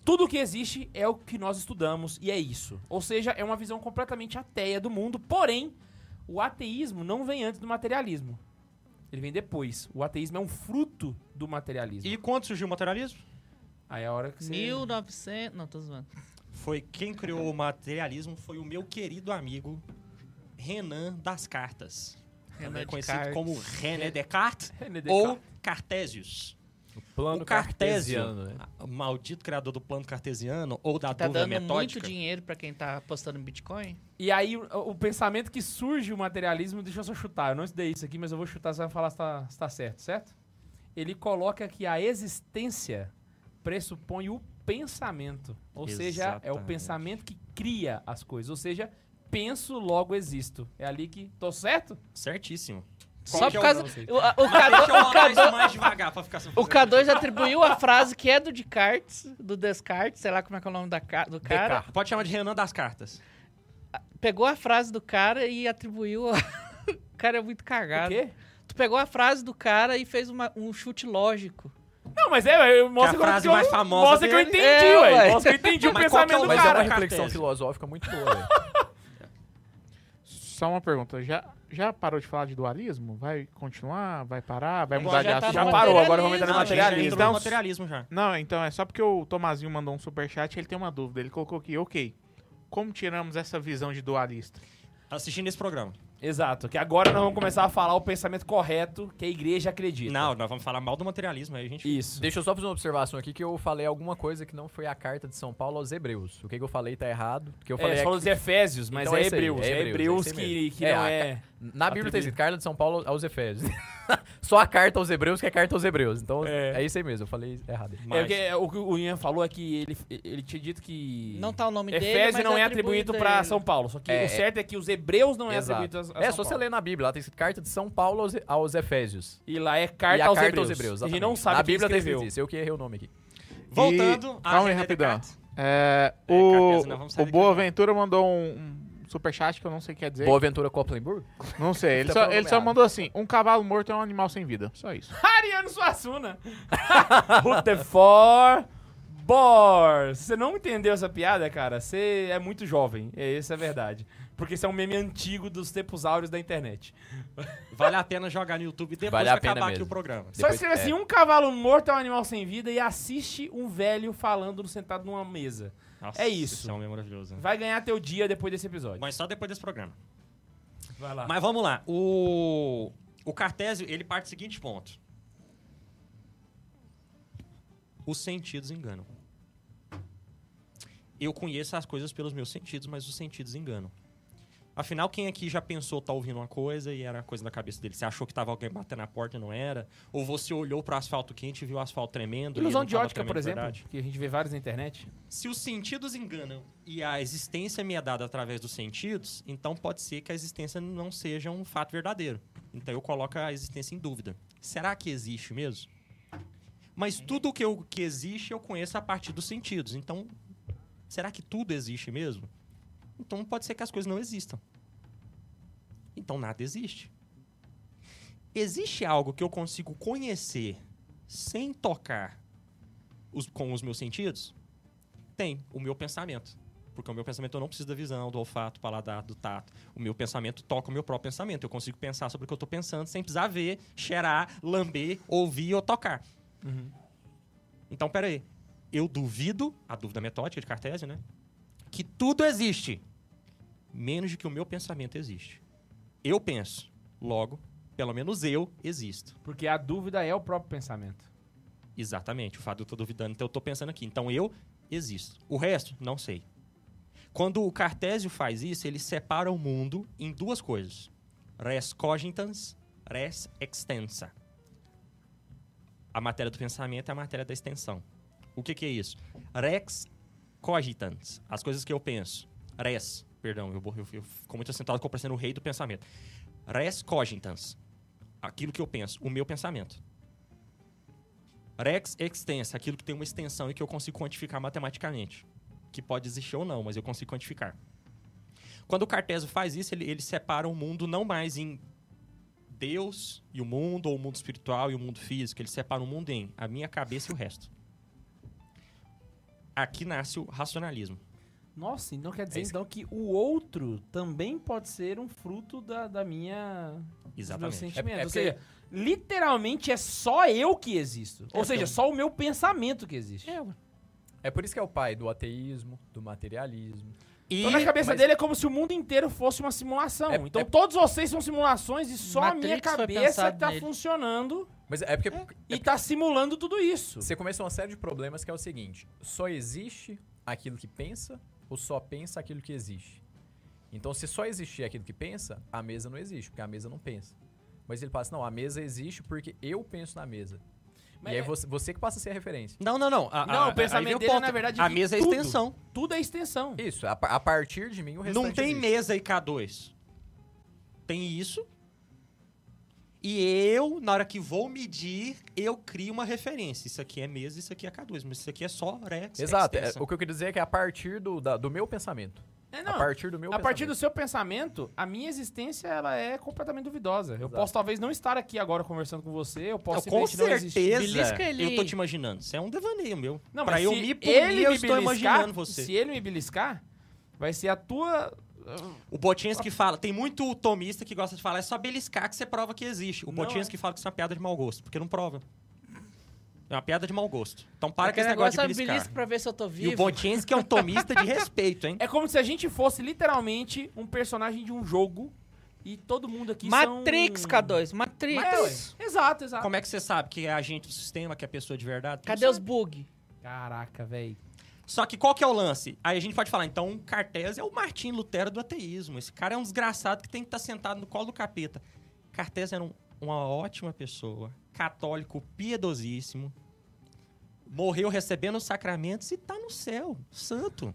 tudo que existe é o que nós estudamos e é isso. Ou seja, é uma visão completamente ateia do mundo, porém, o ateísmo não vem antes do materialismo. Ele vem depois. O ateísmo é um fruto do materialismo.
E quando surgiu o materialismo?
Aí é a hora que você...
1900. Não, tô zoando.
Foi quem criou o materialismo foi o meu querido amigo Renan das Cartas. Também
Renan
conhecido
Descartes.
como René Descartes
René
ou Cartésios.
O plano
o Cartésio,
cartesiano, né?
o maldito criador do plano cartesiano ou da
Tá
dúvida
dando muito
metódica.
dinheiro pra quem tá apostando em Bitcoin?
E aí, o, o pensamento que surge o materialismo, deixa eu só chutar, eu não estudei isso aqui, mas eu vou chutar, você vai falar se tá, se tá certo, certo? Ele coloca que a existência pressupõe o pensamento. Ou seja, é o
Exatamente.
pensamento que cria as coisas. Ou seja, penso, logo existo. É ali que. Tô certo?
Certíssimo.
Só
que é
por
o
causa.
nome?
O, a- o
Deixa eu
K2, o
mandar
K2
isso mais devagar pra ficar sem
o K2 atribuiu a frase que é do Descartes, do Descartes, sei lá como é que é o nome da ca- do cara.
Pode chamar de Renan das Cartas. é
Pegou a frase do cara e atribuiu. a- o cara é muito
O
cagado.
quê?
Tu pegou a frase do cara e fez uma- um chute lógico.
Não, mas é, eu mostra
Que a frase
eu,
mais famosa
Mostra que eu
dele.
entendi,
É,
ué.
ué.
Mostra que eu entendi o
Mas qual que é
pensamento
o-
do
mas
Mas é
cara.
uma reflexão
Cartésio.
filosófica muito boa, velho.
Só uma pergunta, já, já parou de falar de dualismo? Vai continuar? Vai parar? Vai
Já
mudar de
tá
assunto?
Já
no
parou, agora vamos entrar no
Não, a gente já
materialismo.
entrou no
Então,
materialismo já.
Não, então é só porque o Tomazinho mandou um superchat ele tem uma dúvida. Ele colocou aqui, ok, como tiramos essa visão de dualista?
Tá Assistindo esse programa.
Exato, que agora nós vamos começar a falar o pensamento correto que a igreja acredita.
Não, nós vamos falar mal do materialismo aí, a gente.
Isso.
Deixa eu só fazer uma observação aqui que eu falei alguma coisa que não foi a carta de São Paulo aos hebreus. O que, que eu falei tá errado. O que eu
É,
falei
você
é
falou dos Efésios, mas
Então
é,
é isso aí,
Hebreus.
é
É
Hebreus,
Hebreus
é isso aí
que,
mesmo.
que
É,
não
a-
é.
Na Bíblia
Atribuído.
tem escrito carta de São Paulo aos Efésios. Só a carta aos hebreus que é carta aos hebreus. Então
É.
é, isso aí mesmo, eu falei errado.
É,
Mas-
porque é, o que o Ian falou é que ele, ele tinha dito que.
Não tá o nome dele.
Efésio
mas
não é atribuído
a
pra
ele.
São Paulo. Só que
É,
o certo é que os Hebreus não é
Exato.
atribuído a, a São
É, só você
Paulo.
ler na Bíblia, lá tem escrito carta de São Paulo aos, aos Efésios.
E lá é
E
carta,
a
aos,
carta
hebreus.
aos hebreus.
A gente
exatamente.
não sabe
Na
quem
Bíblia tem escrito
escreveu.
isso, eu que errei o nome aqui.
Voltando a
calma aí,
René
rapidão.
Descartes.
É,
Cartesiano, nós
o
vamos sair
o
daqui
Boaventura mandou um, um superchat que eu não sei o que quer dizer.
Boa Ventura Coplenburg?
Não sei, ele,
Tá
só,
pelo
ele só
nomeado.
mandou assim, um cavalo morto é um animal sem vida. Só isso.
Ariano Suassuna. What the for? Bor. Se você não entendeu essa piada, cara, você é muito jovem. É, Essa é a verdade. Porque isso é um meme antigo dos tempos áureos da internet.
Vale a pena jogar no YouTube depois
Vale
que
a pena
acabar aqui
mesmo.
o programa.
Só escreve assim: um cavalo morto é um animal sem vida e assiste um velho falando sentado numa mesa.
Nossa,
É isso.
Isso é um meme maravilhoso.
Vai ganhar teu dia depois desse episódio.
Mas só depois desse programa.
Vai lá.
Mas vamos lá. O, o Cartésio, ele parte do seguinte ponto. Os sentidos enganam. Eu conheço as coisas pelos meus sentidos, mas os sentidos enganam. Afinal, quem aqui já pensou tá ouvindo uma coisa e era uma coisa na cabeça dele? Você achou que tava alguém batendo na porta e não era? Ou você olhou pro asfalto quente e viu o asfalto tremendo? e
Ilusão
não
de
tava
ótica,
tremendo
por
de
exemplo,
verdade?
que a gente vê vários na internet.
Se os sentidos enganam e a existência me é dada através dos sentidos, então pode ser que a existência não seja um fato verdadeiro. Então eu coloco a existência em dúvida. Será que existe mesmo? Mas tudo o que, eu, que existe eu conheço a partir dos sentidos. Então, será que tudo existe mesmo? Então pode ser que as coisas não existam. Então nada existe. Existe algo que eu consigo conhecer sem tocar os- com os meus sentidos? Tem o meu pensamento. Porque o meu pensamento eu não preciso da visão, do olfato, paladar, do tato. O meu pensamento toca o meu próprio pensamento. Eu consigo pensar sobre o que eu tô pensando sem precisar ver, cheirar, lamber, ouvir ou tocar. Então, peraí. Eu duvido, a dúvida metódica de Cartésio, né? Que tudo existe, menos de que o meu pensamento existe. Eu penso, logo, pelo menos eu existo.
Porque a dúvida é o próprio pensamento.
Exatamente, o fato de eu estou duvidando, então eu estou pensando aqui. Então eu existo. O resto, não sei. Quando o Cartésio faz isso, ele separa o mundo em duas coisas: res cogitans, res extensa. A matéria do pensamento é a matéria da extensão. O que, que é isso? Rex cogitans, as coisas que eu penso. Res, perdão, eu, eu, eu fico muito assentado que eu parecendo o rei do pensamento. Res cogitans, aquilo que eu penso, o meu pensamento. Rex extensa, aquilo que tem uma extensão e que eu consigo quantificar matematicamente. Que pode existir ou não, mas eu consigo quantificar. Quando o Cartesio faz isso, ele, ele separa o mundo não mais em Deus e o mundo, ou o mundo espiritual e o mundo físico. Ele separa o mundo em a minha cabeça e o resto. Aqui nasce o racionalismo.
Nossa, então quer dizer então que o outro também pode ser um fruto da, da minha. dos meus
Exatamente.
sentimentos.
É- é
Ou
porque-
seja, literalmente é só eu que existo. Ou
É,
seja,
então-
só o meu pensamento que existe.
É, É por isso que é o pai do ateísmo, do materialismo.
E
Então, na cabeça
mas-
dele é como se o mundo inteiro fosse uma simulação.
É-
então,
é-
todos vocês são simulações e só a minha
Matrix foi
cabeça
pensado
tá
nele.
funcionando
Mas é porque
e tá simulando tudo isso.
você começa uma série de problemas que é o seguinte: só existe aquilo que pensa ou só pensa aquilo que existe? Então, se só existir aquilo que pensa, a mesa não existe, porque a mesa não pensa. Mas ele passa, não, a mesa existe porque eu penso na mesa.
Mas
e aí
é-
você, você que passa a ser a referência.
Não, não, não. A-
Não,
a-
o pensamento
aí vem
dele é,
ponto.
na verdade,
A
que
mesa é
tudo.
extensão.
Tudo é extensão.
Isso, a, pa- a partir de mim o restante
Não tem
existe.
mesa e K2. Tem isso. E eu, na hora que vou medir, eu crio uma referência. Isso aqui é mesa, isso aqui é K2. Mas isso aqui é só Rex.
Exato. é,
extensão.
o que eu queria dizer é que é a partir do, da- do meu pensamento.
É, não.
A partir do meu
A partir do
pensamento.
seu pensamento, a minha existência ela é completamente duvidosa. Eu
Exato.
posso talvez não estar aqui agora conversando com você, eu posso
Não, com
simplesmente não existir.
certeza,
Belisca ele.
eu tô te imaginando. Isso é um devaneio meu.
Não,
pra
mas
eu
se
me punir,
ele
eu
me
estou
beliscar,
imaginando você.
Se ele me beliscar, vai ser a tua.
O Botinski fala... Tem muito tomista que gosta de falar, é só beliscar que você prova que existe.
Não,
O Botinski fala que isso é uma piada de mau gosto, porque não prova. É uma piada de mau gosto. Então para com
Aquele
esse negócio de
é
beliscar.
belisca pra ver se eu tô
E
vivo.
o Botinski é um tomista de respeito, hein?
É como se a gente fosse literalmente um personagem de um jogo e todo mundo aqui
Matrix,
são...
K2, Matrix.
É, ué. Exato, exato.
Como é que você sabe que é agente do sistema, que é pessoa de verdade?
Cadê os bug?
Caraca, velho.
Só que qual que é o lance? Aí a gente pode falar, então, Cartes é o Martim Lutero do ateísmo. Esse cara é um desgraçado que tem que estar sentado no colo do capeta. Cartes era um- uma ótima pessoa, católico piedosíssimo, morreu recebendo os sacramentos e tá no céu, santo.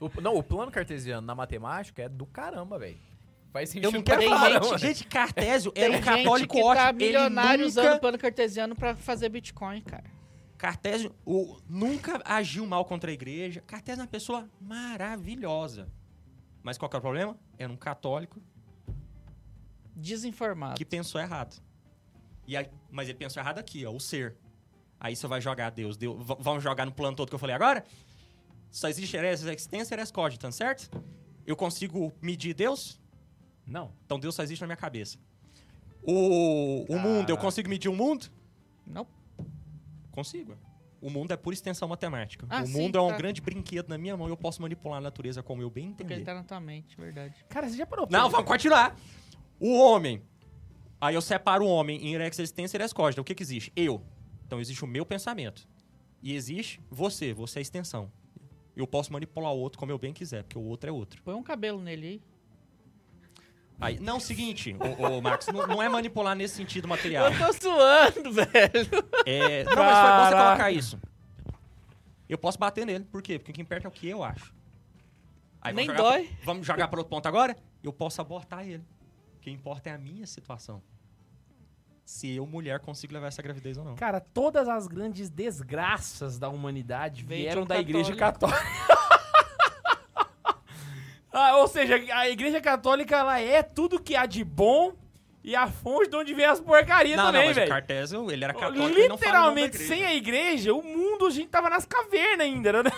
O- não, o plano cartesiano na matemática é do caramba, velho. Faz sentido
Eu não quero
pra
falar,
caramba.
gente, gente, Cartésio
Tem
era um
gente
católico
que tá
ótimo. Ele
milionário usando
nunca,
plano cartesiano pra fazer Bitcoin, cara.
Cartésio o- nunca agiu mal contra a igreja. Cartésio é uma pessoa maravilhosa. Mas qual que é o problema? Era um católico
Desinformado.
que pensou errado. E aí- mas ele pensou errado aqui, ó, o ser. Aí você vai jogar Deus, Deus v- vamos jogar no plano todo que eu falei agora? Só existe heresia ex existência, heres cogitam, certo? Eu consigo medir Deus?
Não.
Então Deus só existe na minha cabeça. O, o mundo, eu consigo medir o mundo?
Não.
Consigo. O mundo é pura extensão matemática.
Ah,
o
sim,
mundo é um
tá.
grande brinquedo na minha mão e eu posso manipular a natureza como eu bem
Porque ele
entender.
tá na tua mente, verdade.
Cara, você já parou? pra-
Não, vamos continuar. O homem. Aí eu separo o homem em ex existência e ex cogita. O que que existe? Eu. Então existe o meu pensamento. E existe você. Você é a extensão. Eu posso manipular o outro como eu bem quiser, porque o outro é outro.
Põe um cabelo nele
Aí, não, seguinte, ô, ô, Max, não, não é manipular nesse sentido
aí.
material.
Eu tô suando, velho.
É, não, mas foi bom você
Caraca.
colocar isso. Eu posso bater nele. Por quê? Porque o que importa é o que eu acho. Aí
Nem
vamos jogar
dói.
pro- vamos jogar para outro ponto agora? Eu posso abortar ele. O que importa é a minha situação. Se eu, mulher, consigo levar essa gravidez ou não.
Cara, todas as grandes desgraças da humanidade
Veio de
vieram
um
da Igreja Católica. Ah, ou seja, a Igreja Católica ela é tudo que há de bom e a fonte de onde vem as porcarias
não, não,
também,
mas o
velho.
Cartésio, ele era católico. ele não fala o nome da
Literalmente,
igreja.
sem a igreja, o mundo, a gente tava nas cavernas ainda, né?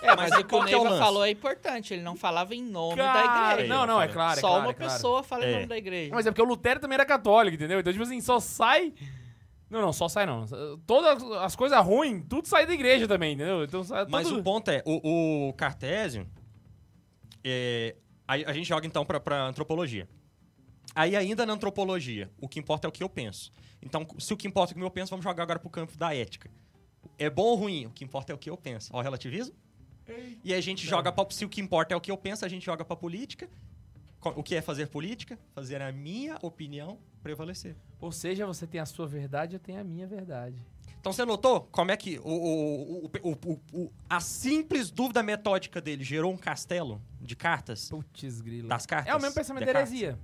É,
mas
mas,
aí
o que
qual
o
que é o
Neiva
lance?
falou é importante. Ele não falava em nome da
Cara,
igreja.
não, não, é claro, é
Só
claro,
uma
é claro.
pessoa fala
É.
em nome da igreja.
Mas é porque o Lutero também era católico, entendeu? Então, tipo assim, só sai... Não, não, só sai não. Todas as coisas ruins, tudo sai da igreja também, entendeu? Então, sai
Mas
tudo...
o ponto é, o, o Cartésio, é, a, a gente joga então pra, pra antropologia. Aí ainda na antropologia, o que importa é o que eu penso. Então, se o que importa é o que eu penso, vamos jogar agora pro campo da ética. É bom ou ruim? O que importa é o que eu penso. Ó, o relativismo. E a gente joga pra, se o que importa é o que eu penso, a gente joga pra política. Co- O que é fazer política? Fazer a minha opinião prevalecer.
Ou seja, você tem a sua verdade, eu tenho a minha verdade.
Então você notou como é que o, o- o- o- o- o- a simples dúvida metódica dele gerou um castelo de cartas?
Putz, grilo.
Das cartas?
É o mesmo pensamento de
cartas.
heresia.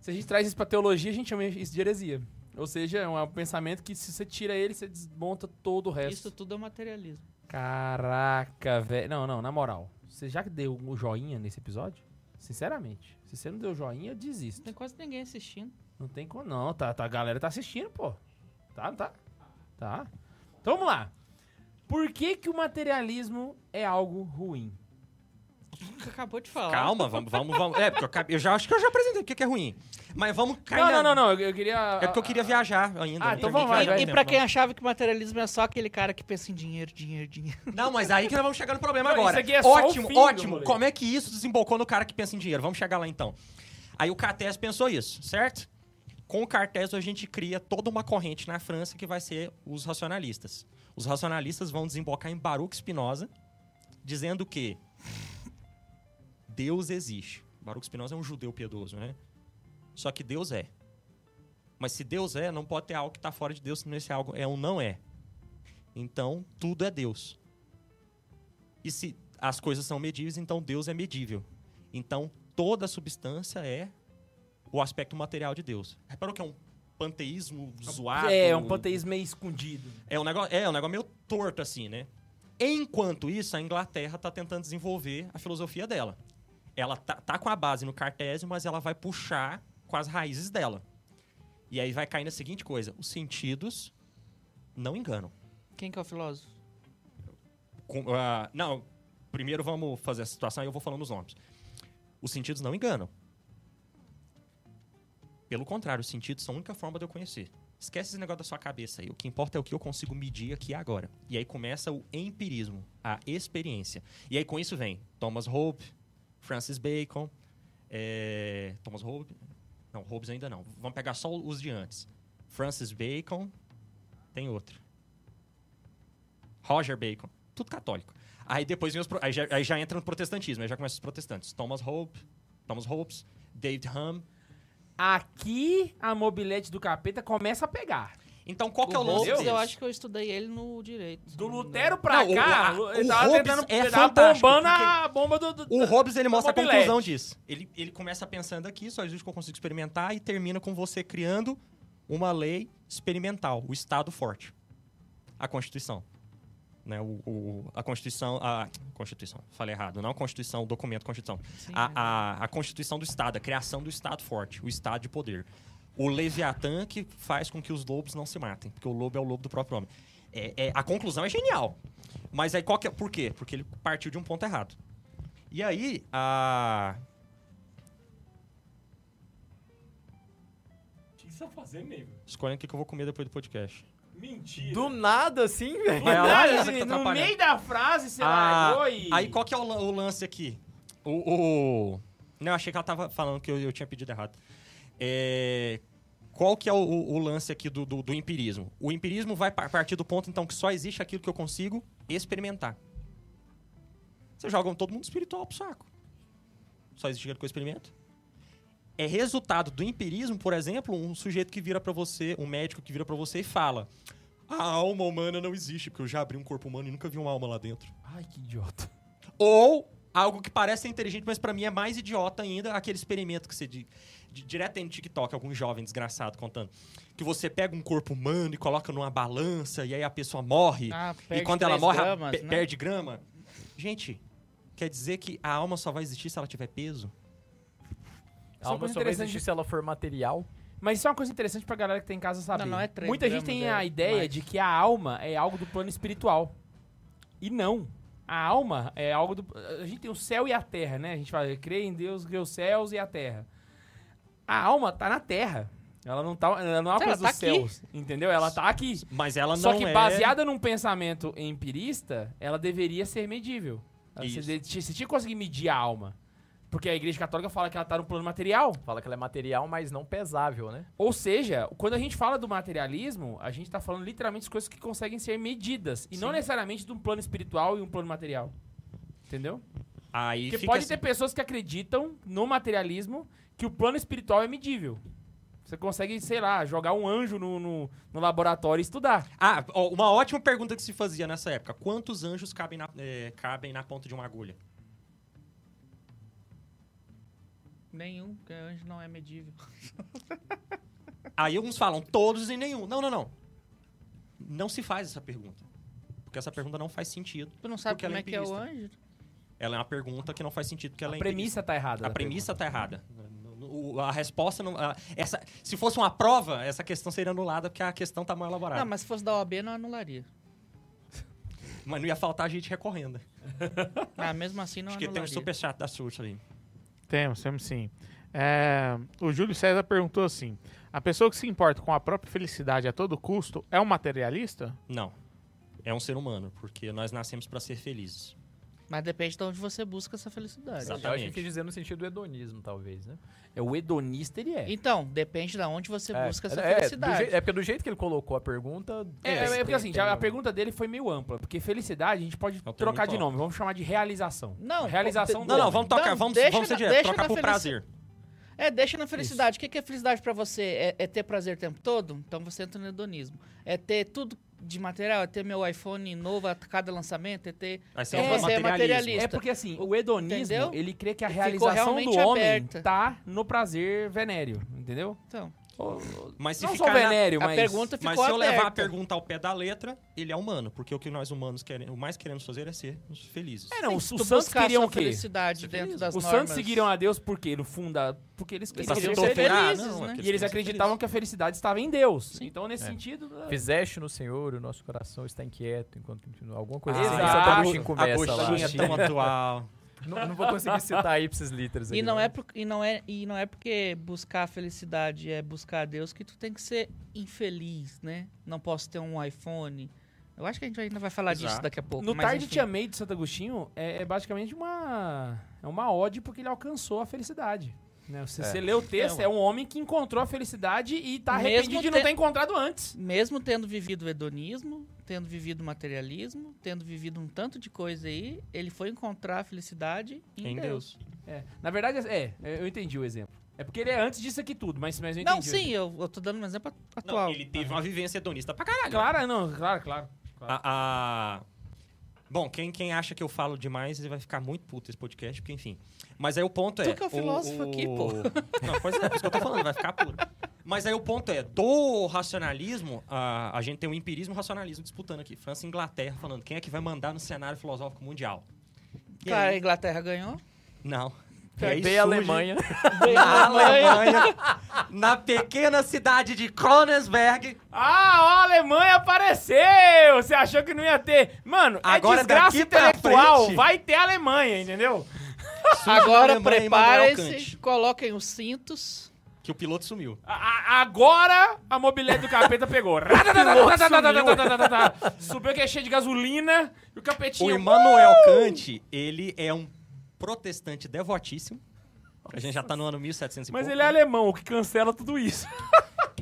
Se a gente traz isso pra teologia, a gente chama isso de heresia. Ou seja, é um pensamento que se você tira ele, você desmonta todo o resto.
Isso tudo é materialismo.
Caraca, velho. Não, não, na moral. Você já deu um joinha nesse episódio? Sinceramente. Se você não deu joinha, eu
Não tem
desisto.
quase ninguém assistindo.
Não tem como não. Tá, tá, a galera tá assistindo, pô. Tá, tá. Tá. Então vamos lá. Por que que o materialismo é algo ruim?
Acabou de falar.
Calma, vamos, vamos, vamos. É, porque eu, acabei- eu já acho que eu já apresentei porque que é ruim. Mas vamos cair
Não,
na-
não, não, não. Eu, eu queria.
É porque eu queria viajar ainda.
Ah,
não
então
terminei.
vamos lá,
E,
vai,
e
vai,
pra quem achava que materialismo é só aquele cara que pensa em dinheiro, dinheiro, dinheiro.
Não, mas aí que nós vamos chegar no problema
Não,
agora.
isso aqui é só o
ótimo,
fim do
ótimo.
rolê.
Como é que isso desembocou no cara que pensa em dinheiro? Vamos chegar lá então. Aí o Cartes pensou isso, certo? Com o Cartes a gente cria toda uma corrente na França que vai ser os racionalistas. Os racionalistas vão desembocar em Baruch Spinoza, dizendo que Deus existe. Baruch Spinoza é um judeu piedoso, né? Só que Deus é. Mas se Deus é, não pode ter algo que está fora de Deus, senão esse algo é um não é. Então, tudo é Deus. E se as coisas são medíveis, então Deus é medível. Então, toda substância é o aspecto material de Deus. Reparou que é um panteísmo zoado?
É, um panteísmo meio escondido.
É um negócio, é um negócio meio torto, assim, né? Enquanto isso, a Inglaterra está tentando desenvolver a filosofia dela. Ela tá, tá com a base no cartésio, mas ela vai puxar com as raízes dela. E aí vai cair na seguinte coisa: os sentidos não enganam.
Quem que é o filósofo?
Com- ah, não, primeiro vamos fazer a situação e eu vou falando os nomes. Os sentidos não enganam. Pelo contrário, os sentidos são a única forma de eu conhecer. Esquece esse negócio da sua cabeça aí. O que importa é o que eu consigo medir aqui e agora. E aí começa o empirismo, a experiência. E aí com isso vem Thomas Hobbes, Francis Bacon, eh, Thomas Hobbes. Não, Hobbes ainda não. Vamos pegar só os de antes. Francis Bacon, tem outro. Roger Bacon, tudo católico. Aí depois vem os, pro- aí já, aí já entra no protestantismo, aí já começa os protestantes. Thomas Hobbes, Thomas Hobbes, David Hume.
Aqui a mobilete do capeta começa a pegar.
Então qual que é o
O
lance
Hobbes,
deles?
eu acho que eu estudei ele no direito. se
Do
não me engano.
Lutero pra
Não, o-
cá,
a-
Lu-
o
ele tava
Hobbes
tentando,
é
ele tava bombando
fantástico,
a bomba do... do-
O Hobbes é
é
ele mostra a
Mobilete.
conclusão disso. Ele, ele começa pensando aqui, só existe o que eu consigo experimentar e termina com você criando uma lei experimental, o Estado forte, a Constituição, né? O, o- a Constituição, a Constituição, falei errado, não a Constituição, o documento Constituição,
Sim,
a, a, a Constituição do Estado, a criação do Estado forte, o Estado de poder. O Leviatã que faz com que os lobos não se matem, porque o lobo é o lobo do próprio homem. É- é- a conclusão é genial. Mas aí qual que é, por quê? Porque ele partiu de um ponto errado. E aí, a.
O que você tá fazendo, nego?
Escolhem o que que eu vou comer depois do podcast.
Mentira.
Do nada, assim, velho.
Vai lá,
Nada,
Isa,
assim,
que tá
no
atrapalhando.
meio da frase, você
Ah,
largou e...
Aí qual que é o, lan- o lance aqui? O, o- Não, achei que ela tava falando que eu, eu tinha pedido errado. É, Qual que é o, o- o lance aqui do, do, do empirismo? O empirismo vai par- partir do ponto, então, que só existe aquilo que eu consigo experimentar. Vocês jogam todo mundo espiritual pro saco. Só existe aquilo que eu experimento. É resultado do empirismo, por exemplo, um sujeito que vira pra você, um médico que vira pra você e fala: A alma humana não existe, porque eu já abri um corpo humano e nunca vi uma alma lá dentro.
Ai, que idiota.
Ou algo que parece ser inteligente, mas pra mim é mais idiota ainda, aquele experimento que você di, di- direto tem no TikTok, algum jovem desgraçado contando, que você pega um corpo humano e coloca numa balança e aí a pessoa morre
Ah,
e
perde
quando ela
três
morre ela
gramas,
pe-
né?
perde grama. Gente, quer dizer que a alma só vai existir se ela tiver peso?
Só
A alma
É coisa
só vai
interessante.
existir se ela for material.
Mas isso é uma coisa interessante pra galera que tá em casa saber.
Não, não é três
Muita gente
gramas,
tem
é
a ideia
mais.
de que a alma é algo do plano espiritual. E não. A alma é algo do. A gente tem o céu e a terra, né? A gente fala, crê em Deus, crê os céus e a terra. A alma tá na terra. Ela não, tá, ela não é uma
Ela
coisa
tá
dos
aqui.
céus, entendeu? Ela tá aqui.
Mas ela
Só
não
que
é...
baseada num pensamento empirista, ela deveria ser medível. Ela- Você,
Isso.
de- você tinha que conseguir medir a alma. Porque a igreja católica fala que ela tá no plano material.
Fala que ela é material, mas não pesável, né?
Ou seja, quando a gente fala do materialismo, a gente tá falando literalmente de coisas que conseguem ser medidas. E não necessariamente de um plano espiritual e um plano material. Entendeu?
Aí
Porque
fica
pode
assim-
ter pessoas que acreditam no materialismo que o plano espiritual é medível. Você consegue, sei lá, jogar um anjo no, no, no laboratório e estudar.
Ah, ó, uma ótima pergunta que se fazia nessa época. Quantos anjos cabem na, eh, cabem na ponta de uma agulha?
Nenhum, porque anjo não é medível.
Aí alguns falam todos e nenhum. Não, não, não. Não se faz essa pergunta. Porque essa pergunta não faz sentido.
Tu não sabe
Porque
como
ela é
é que é o anjo?
Ela é uma pergunta que não faz sentido porque ela
a
é
premissa tá errada.
né,
empirista.
da
A premissa tá errada. O- A resposta não. a- essa, se fosse uma prova, essa questão seria anulada porque a questão tá mal elaborada.
Não,
Não,
mas se fosse da OAB, não anularia.
Mas não ia faltar gente recorrendo.
Ah, mesmo assim não
Acho que tem um
anularia.
super chato da Sussa ali.
Temos, temos sim. É, o Júlio César perguntou assim: a pessoa que se importa com a própria felicidade a todo custo é um materialista?
Não. É um ser humano, porque nós nascemos para ser felizes.
Mas depende de onde você busca essa felicidade.
Exato.
Eu acho que
Exatamente.
quis dizer no sentido do hedonismo, talvez, né?
É o hedonista, ele é.
Então, depende de onde você
É,
busca essa
é, é, do
felicidade.
jei- é porque do jeito que ele colocou a pergunta.
É, é,
tem-
porque assim,
tem um
a, a
uma-
pergunta dele foi meio ampla, porque felicidade a gente pode
Não, tem
trocar
muito
de nome, vamos chamar de realização.
Não,
A realização
pô,
do
Não, não,
homem.
vamos tocar,
Então Não,
vamos,
deixa
vamos ser
na-
direto,
deixa
trocar
na
por
felici-
prazer.
É, deixa na felicidade. O que que é felicidade pra você? É, é ter prazer o tempo todo? Então você entra no hedonismo. É ter tudo de material, é ter meu iPhone novo a cada lançamento, é ter.
Aí você
É,
não vai
você é materialista.
materialismo.
É porque assim, o hedonismo,
Entendeu?
ele crê que a
Ficou
realização do
realmente
homem
aberta.
tá no prazer venéreo, entendeu?
Então,
Ou-
Mas se
não só
ficar na-
venéreo,
a
mas...
pergunta ficou
Mas se eu levar a
aberta.
pergunta ao pé da letra, ele é humano, porque o que nós humanos queremos, o mais queremos fazer é ser felizes.
É, não, os,
Se
os
tu
santos
buscar a
queriam
sua
o quê?
felicidade dentro das
Os
normas.
santos seguiram a Deus por quê? No funda... Porque eles
Eles
queriam
queriam
ser
ser
felizes. Ah,
felizes, né?
porque
E eles
querem ser
acreditavam
felizes.
que a felicidade estava em Deus.
Sim. É.
Então, nesse sentido...
Fizeste no Senhor, o nosso coração está inquieto enquanto continua. Alguma coisa
Ah,
assim. Santa
exato. A
Agostinho começa lá.
Agostinho é tão atual.
Não, não vou conseguir citar aí pra esses litros
E não, é por- e, não é, e não é porque buscar a felicidade é buscar a Deus que tu tem que ser infeliz, né? Não posso ter um iPhone. Eu acho que a gente ainda vai falar disso
Exato.
daqui a pouco.
No
mas
Tarde
enfim.
Te Amei de Santo Agostinho é, é basicamente uma é uma ode porque ele alcançou a felicidade. né? Você, você lê o texto, é, um homem que encontrou a felicidade e tá
Mesmo
arrependido de não
te-
ter encontrado antes.
Mesmo tendo vivido o hedonismo, tendo vivido o materialismo, tendo vivido um tanto de coisa aí, ele foi encontrar a felicidade em,
Em
Deus.
Deus.
É, Na verdade, é, é, eu entendi o exemplo. É porque ele é antes disso aqui tudo, mas, mas eu entendi.
Não,
o
sim,
exemplo.
eu, eu tô dando um exemplo
Não,
atual.
ele teve uma vivência hedonista pra
Ah,
caralho.
claro, não, claro, claro.
A, a- Bom, quem, quem acha que eu falo demais ele vai ficar muito puto esse podcast, porque enfim. Mas aí o ponto é.
Tu que é o filósofo aqui, pô.
Não, pois é, é isso que eu tô falando, ele vai ficar puto. Mas aí o ponto é: do racionalismo, a, a gente tem o empirismo e o racionalismo disputando aqui. França e Inglaterra falando quem é que vai mandar no cenário filosófico mundial. E
Cara, a
aí-
Inglaterra ganhou.
Não. E aí
Veio
surge
a Alemanha.
Ah,
Na Alemanha, na pequena cidade de Kronenberg,
Ah, ó, a Alemanha apareceu! Você achou que não ia ter. Mano,
Agora
é desgraça
daqui pra
intelectual,
frente-
vai ter a Alemanha, entendeu?
Agora
Alemanha e Immanuel
preparem-se,
Kant.
coloquem os cintos.
que o piloto sumiu.
A- a- agora a mobilete do capeta pegou. Subiu que é cheio de gasolina e o
O
capetinho.
Immanuel
uh!
Kant, ele é um protestante devotíssimo. A gente já tá no ano 1700 e
Mas
pouco,
ele é
né?
alemão, o que cancela tudo isso.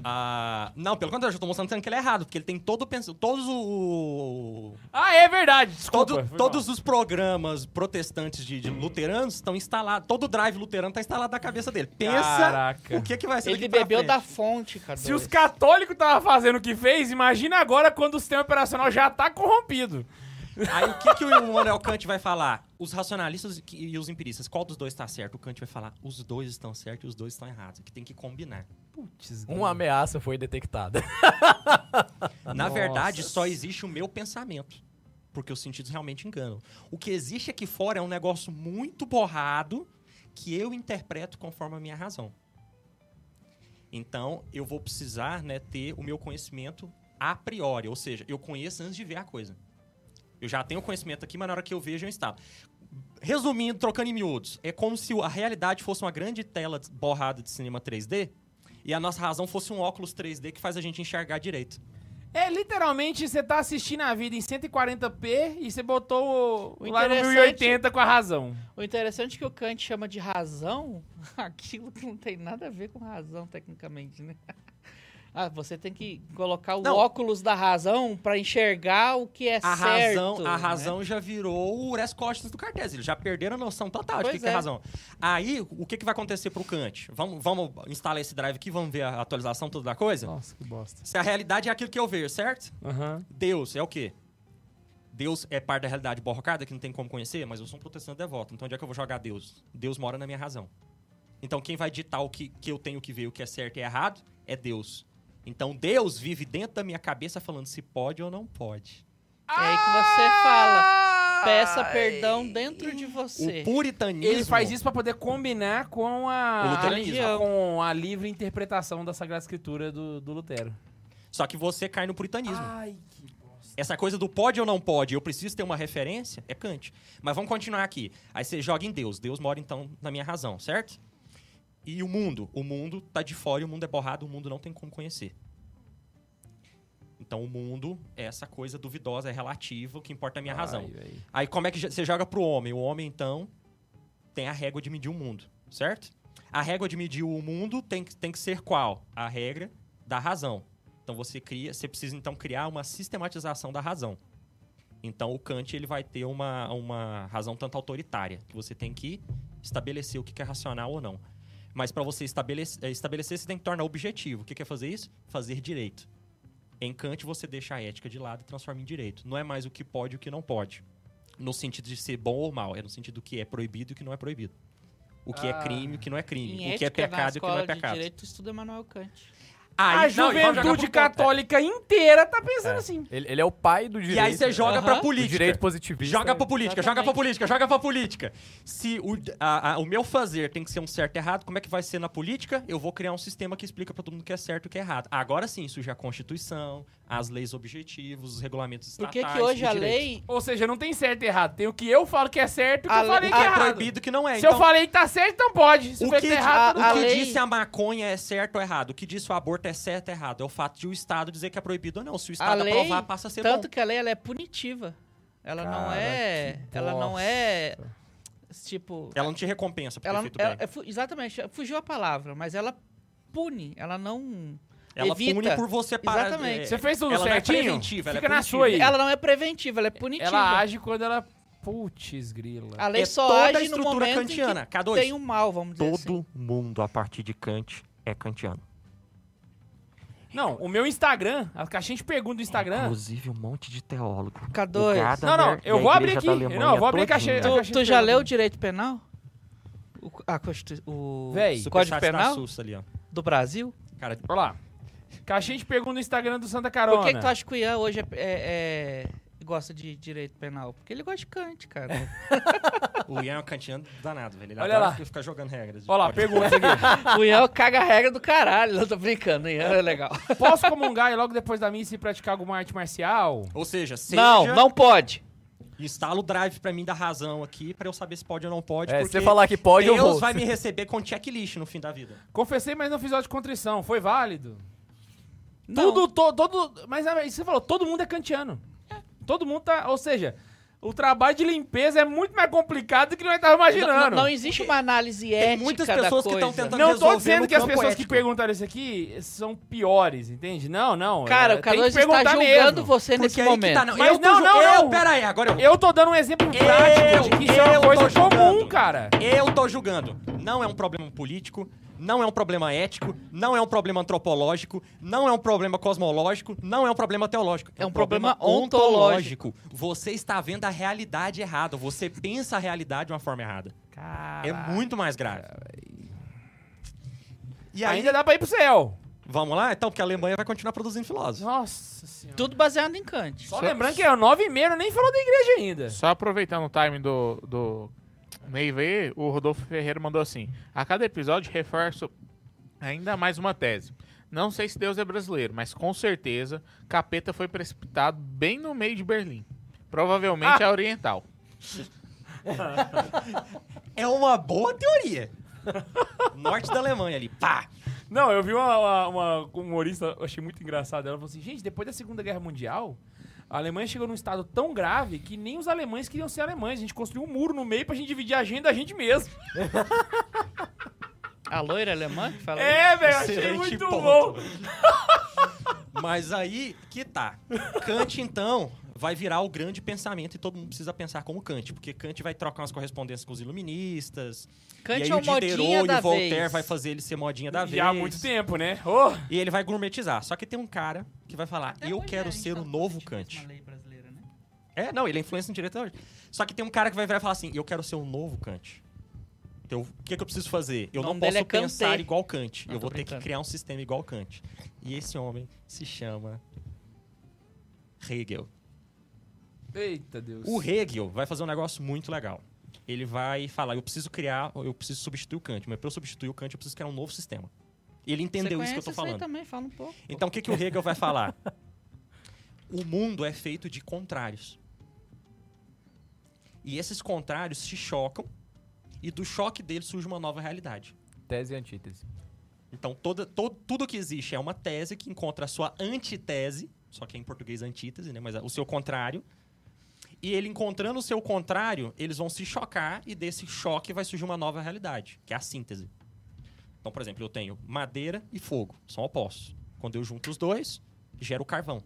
Ah, não, pelo contrário, eu já tô mostrando que ele é errado, porque ele tem todo o pens- todos o
Ah, é verdade,
todo-
desculpa. foi
todos os programas protestantes de, de luteranos estão instalados, todo o drive luterano tá instalado na cabeça dele. Pensa
Caraca.
o que que vai ser
Ele
daqui pra
bebeu
tá frente.
da fonte, cara.
mal. Se os católicos estavam fazendo o que fez, imagina agora quando o sistema operacional já tá corrompido.
Aí o que, que o Immanuel Kant vai falar? Os racionalistas e que- e os empiristas, qual dos dois tá certo? O Kant vai falar, os dois estão certos e os dois estão errados, é que tem que combinar.
Uma ameaça foi detectada.
Na
Nossa.
verdade, só existe o meu pensamento. Porque os sentidos realmente enganam. O que existe aqui fora é um negócio muito borrado que eu interpreto conforme a minha razão. Então, eu vou precisar né, ter o meu conhecimento a priori. Ou seja, eu conheço antes de ver a coisa. Eu já tenho o conhecimento aqui, mas na hora que eu vejo, eu instalo. Resumindo, trocando em miúdos, é como se a realidade fosse uma grande tela borrada de cinema 3D e a nossa razão fosse um óculos 3D que faz a gente enxergar direito.
É, literalmente, você tá assistindo a vida em 140p e você botou o-
O
lá no
interessante-
1080 com a razão.
O interessante é que o Kant chama de razão aquilo que não tem nada a ver com razão, tecnicamente, né? Ah, você tem que colocar o
Não.
óculos da razão pra enxergar o que é
a
certo.
razão, a
né?
razão já virou o Ures Costas do Cartésio. Eles já perderam a noção total de o
Pois
que, que é
é.
razão. Aí, o que, que vai acontecer pro Kant? Vamos, vamos instalar esse drive aqui, vamos ver a atualização toda da coisa?
Nossa, que bosta.
Se a realidade é aquilo que eu vejo, certo?
Aham.
Deus é o quê? Deus é parte da realidade borrocada que não tem como conhecer, mas eu sou um protestante devoto. Então onde é que eu vou jogar Deus? Deus mora na minha razão. Então quem vai ditar o que, que eu tenho que ver, o que é certo e errado, é Deus. Então Deus vive dentro da minha cabeça falando se pode ou não pode.
É aí que você fala. Peça perdão dentro de você.
O puritanismo.
Ele faz isso pra poder combinar com
O
a,
luteranismo.
a- com a livre interpretação da Sagrada Escritura do, do Lutero.
Só que você cai no puritanismo.
Ai, que bosta.
Essa coisa do pode ou não pode, eu preciso ter uma referência, é Kant. Mas vamos continuar aqui. Aí você joga em Deus. Deus mora então na minha razão, certo? E o mundo? O mundo tá de fora e o mundo é borrado, o mundo não tem como conhecer. Então o mundo é essa coisa duvidosa, é relativa, o que importa é a minha razão. Aí como é que você joga pro homem? O homem, então, tem a régua de medir o mundo, certo? A régua de medir o mundo tem, que- tem que ser qual? A regra da razão. Então você cria, você precisa então criar uma sistematização da razão. Então o Kant ele vai ter uma, uma razão tanto autoritária, que você tem que estabelecer o que que é racional ou não. Mas para você estabelecer, eh, estabelecer, você tem que tornar objetivo. O que que é fazer isso? Fazer direito. Em Kant você deixa a ética de lado e transforma em direito. Não é mais o que pode e o que não pode. No sentido de ser bom ou mal, é no sentido do que é proibido e o que não é proibido. O que é crime e o que não é crime.
Ah, Em
o que é
ética, na
pecado e o que não
escola
é
de
pecado.
Direito estuda Manuel Kant.
Aí-
a
não, e vamos jogar pro
juventude
ponto.
católica inteira tá pensando assim.
Ele, ele é o pai do direito. né?
E aí você joga pra
Aham.
o
política.
direito positivista.
Joga pra política, joga pra
Exatamente.
política, joga pra política. Se o, a- a- o meu fazer tem que ser um certo e errado, como é que vai ser na política? Eu vou criar um sistema que explica pra todo mundo o que é certo e o que é errado. Agora sim, surge a Constituição, as leis objetivas, os regulamentos
Por que,
estatais.
que hoje
e
a
direitos.
lei.
Ou seja, não tem certo e errado. Tem o que eu falo que é certo e o que
A
eu falei
lei-
que é
Ah, é
errado.
proibido que não é.
Se
então,
eu falei que tá certo, então pode. Se
o
foi
que,
errado,
o
não.
que
lei-
disse a maconha é certo ou errado? O que diz o aborto é certo ou errado? É o fato de o Estado dizer que é proibido ou não. Se o Estado
lei-
aprovar, passa a ser
Tanto
bom.
que a lei ela é punitiva. Ela não
Cara,
é.
que
Ela não
bosta.
é. Tipo.
Ela não te recompensa por
Ela,
ter feito
ela-
bem.
é fu- exatamente, fugiu a palavra, mas ela pune, ela não.
Ela
evita.
pune por você parar.
Exatamente.
é,
Você fez tudo
ela não é
certinho?
preventiva, ela é
Fica na
punitiva.
sua aí.
Ela não é preventiva, ela é punitiva.
Ela age quando ela. Putz, grila.
a lei
é
só
toda a
age no
estrutura
momento em
kantiana.
que
K2.
tem um mal, vamos dizer assim.
mundo a partir de Kant é kantiano.
Não, o meu Instagram, a caixinha de pergunta do Instagram.
Inclusive um monte de teólogo.
assim. K2.
Não, não, eu vou abrir
tá
aqui. Não, eu vou abrir a caixinha. a
Tu,
caixinha
tu
de
já
pergunta.
leu o direito penal? O, a Constitu- o
Véi,
Código Penal
ali, ó.
do Brasil?
Cara,
Olha lá. Caixinha de pergunta do Instagram do Santa
Por
Carona.
que, que tu acha que o Ian hoje é, é- é- gosta de direito penal? Porque ele gosta de Kant, cara.
o Ian é um kantiano danado, velho. Ele
Olha
adora
lá.
ficar jogando regras.
Olha lá, pergunta aqui.
o Ian caga a regra do caralho. Eu tô brincando, o Ian é legal.
Posso comungar e logo depois da missa e praticar alguma arte marcial?
Ou seja, seja...
Não, não pode.
Instala o drive pra mim da razão aqui, pra eu saber se pode ou não pode,
É, se
porque
você falar que pode,
Deus
eu vou.
vai me receber com checklist no fim da vida.
Confessei, mas não fiz auto de contrição. Foi válido.
Não.
Tudo, to- todo. Mas ah, isso você falou, todo mundo é kantiano. Todo mundo tá. Ou seja, o trabalho de limpeza é muito mais complicado do que nós estávamos
Não,
imaginando.
não existe uma análise ética
Tem muitas pessoas
da coisa.
que estão tentando
Não
resolver
tô
no
dizendo que as
campo
pessoas que
ético.
perguntaram isso aqui são piores, entende? Não, não.
Cara,
é,
o
tem que
K2 está
perguntar
julgando
mesmo.
você
Porque
nesse
aí que
momento.
tá... Não,
Mas
eu tô
não,
ju-
não,
eu,
não.
Pera aí, agora eu...
Eu tô dando um exemplo prático de que isso é
eu
uma
tô
coisa
julgando.
comum, cara.
Eu tô julgando. Não é um problema político, não é um problema ético, não é um problema antropológico, não é um problema cosmológico, não é um problema teológico.
É um problema ontológico.
Você está vendo a realidade errada. Você pensa a realidade de uma forma errada. É muito mais grave. E aí,
Ainda dá pra ir pro céu.
vamos lá? Então, porque a Alemanha vai continuar produzindo filósofos.
Nossa senhora.
É Tudo baseado em Kant.
Só lembrando que é o 9 e meia, nem falou da igreja ainda.
Só aproveitando o time do, do Neiva aí, o Rodolfo Ferreira mandou assim: A cada episódio reforço ainda mais uma tese. Não sei se Deus é brasileiro, mas com certeza Capeta foi precipitado bem no meio de Berlim. Provavelmente é oriental.
É uma boa teoria. Norte da Alemanha ali, pá.
Não, eu vi uma, uma- uma humorista, eu achei muito engraçado. Ela falou assim: gente, depois da Segunda Guerra Mundial, a Alemanha chegou num estado tão grave que nem os alemães queriam ser alemães. A gente construiu um muro no meio pra gente dividir a gente da gente mesmo.
A loira alemã que fala isso?
É, velho, eu achei
Excelente
muito
ponto.
bom.
Mas aí que tá. Kant, então, vai virar o grande pensamento e todo mundo precisa pensar como Kant, porque Kant vai trocar umas correspondências com os iluministas. e
Kant
aí
é
o
o modinha
Diderot e
da
o Voltaire
vez.
vai fazer ele ser modinha da vez.
Já há muito tempo, né? Ô,
E ele vai gourmetizar. Só que tem um cara que vai falar:
Até
Eu
hoje, né,
quero
a gente
ser
tá
o
no tipo
novo
de
Kant.
mesma lei brasileira, né?
É, não, ele é influência no direito até hoje. Só que tem um cara que vai virar e falar assim: eu quero ser um novo Kant. Então, o que, é que eu preciso fazer? Eu
O
não
nome dele
posso
é Kantê.
pensar igual Kant.
Não,
eu
tô
vou ter que
brincando.
criar um sistema igual Kant. E esse homem se chama Hegel.
Eita Deus.
O Hegel vai fazer um negócio muito legal. Ele vai falar: eu preciso criar, eu preciso substituir o Kant. Mas para eu substituir o Kant, eu preciso criar um novo sistema. E ele
Você
entendeu isso que eu
conhece
tô
aí
falando.
também, fala um pouco.
Então, o que, que o Hegel vai falar? O mundo é feito de contrários. E esses contrários se chocam e do choque deles surge uma nova realidade.
Tese e antítese.
Então, toda, to- tudo que existe é uma tese que encontra a sua antitese, só que é em português antítese, né? Mas é o seu contrário. E ele encontrando o seu contrário, eles vão se chocar e desse choque vai surgir uma nova realidade, que é a síntese. Então, por exemplo, eu tenho madeira e fogo, são opostos. Quando eu junto os dois, gera o carvão.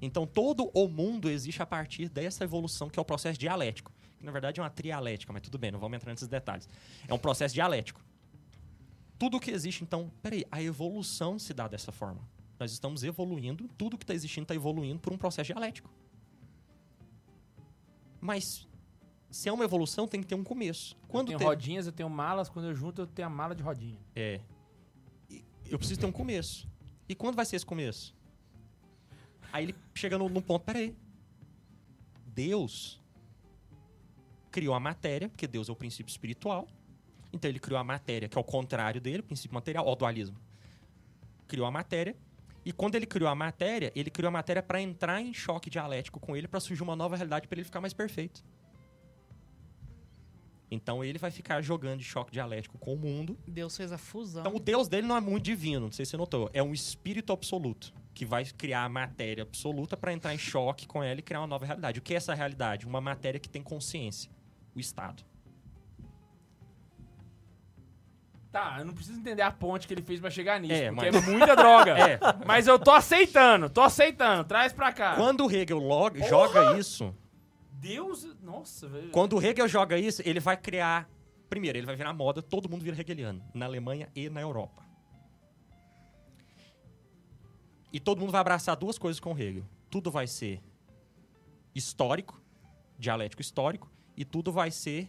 Então, todo o mundo existe a partir dessa evolução, que é o processo dialético. Que, na verdade, é uma trialética, mas tudo bem, não vamos entrar nesses detalhes. É um processo dialético tudo que existe, então, peraí, a evolução se dá dessa forma. Nós estamos evoluindo, tudo que está existindo está evoluindo por um processo dialético. Mas se é uma evolução, tem que ter um começo.
Quando eu
Quando
tenho
teve-
rodinhas, eu tenho malas. Quando eu junto, eu tenho a mala de rodinha.
É. E Eu preciso ter um começo. E quando vai ser esse começo? Aí ele chega no- num ponto, peraí. Deus criou a matéria, porque Deus é o princípio espiritual. Então ele criou a matéria, que é o contrário dele, o princípio material, ó, o dualismo. Criou a matéria. E quando ele criou a matéria, ele criou a matéria para entrar em choque dialético com ele, para surgir uma nova realidade, para ele ficar mais perfeito. Então ele vai ficar jogando de choque dialético com o mundo,
Deus fez a fusão.
então, o Deus dele não é muito divino, não sei se você notou. É um espírito absoluto que vai criar a matéria absoluta para entrar em choque com ela e criar uma nova realidade. O que é essa realidade? Uma matéria que tem consciência, o Estado.
Tá, eu não preciso entender a ponte que ele fez pra chegar nisso.
É,
porque
mas-
é muita droga.
É.
Mas eu tô aceitando, tô aceitando. Traz pra cá.
Quando o Hegel logo joga isso,
Deus. Nossa, velho.
quando o Hegel joga isso, ele vai criar. Primeiro, ele vai virar moda, todo mundo vira hegeliano, na Alemanha e na Europa. E todo mundo vai abraçar duas coisas com o Hegel. Tudo vai ser histórico, dialético histórico, e tudo vai ser.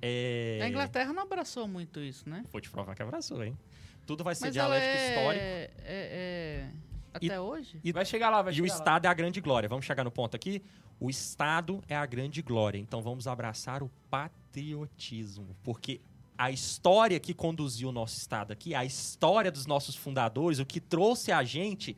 É...
A Inglaterra não abraçou muito isso, né?
Vou te provar que abraçou, hein? Tudo vai ser
Mas ela
dialético
é...
histórico.
é- é- Até
E-
hoje?
Vai chegar lá, vai
E
chegar
o
lá.
Estado é a grande glória. Vamos chegar no ponto aqui? O Estado é a grande glória. Então vamos abraçar o patriotismo. Porque a história que conduziu o nosso Estado aqui, a história dos nossos fundadores, o que trouxe a gente,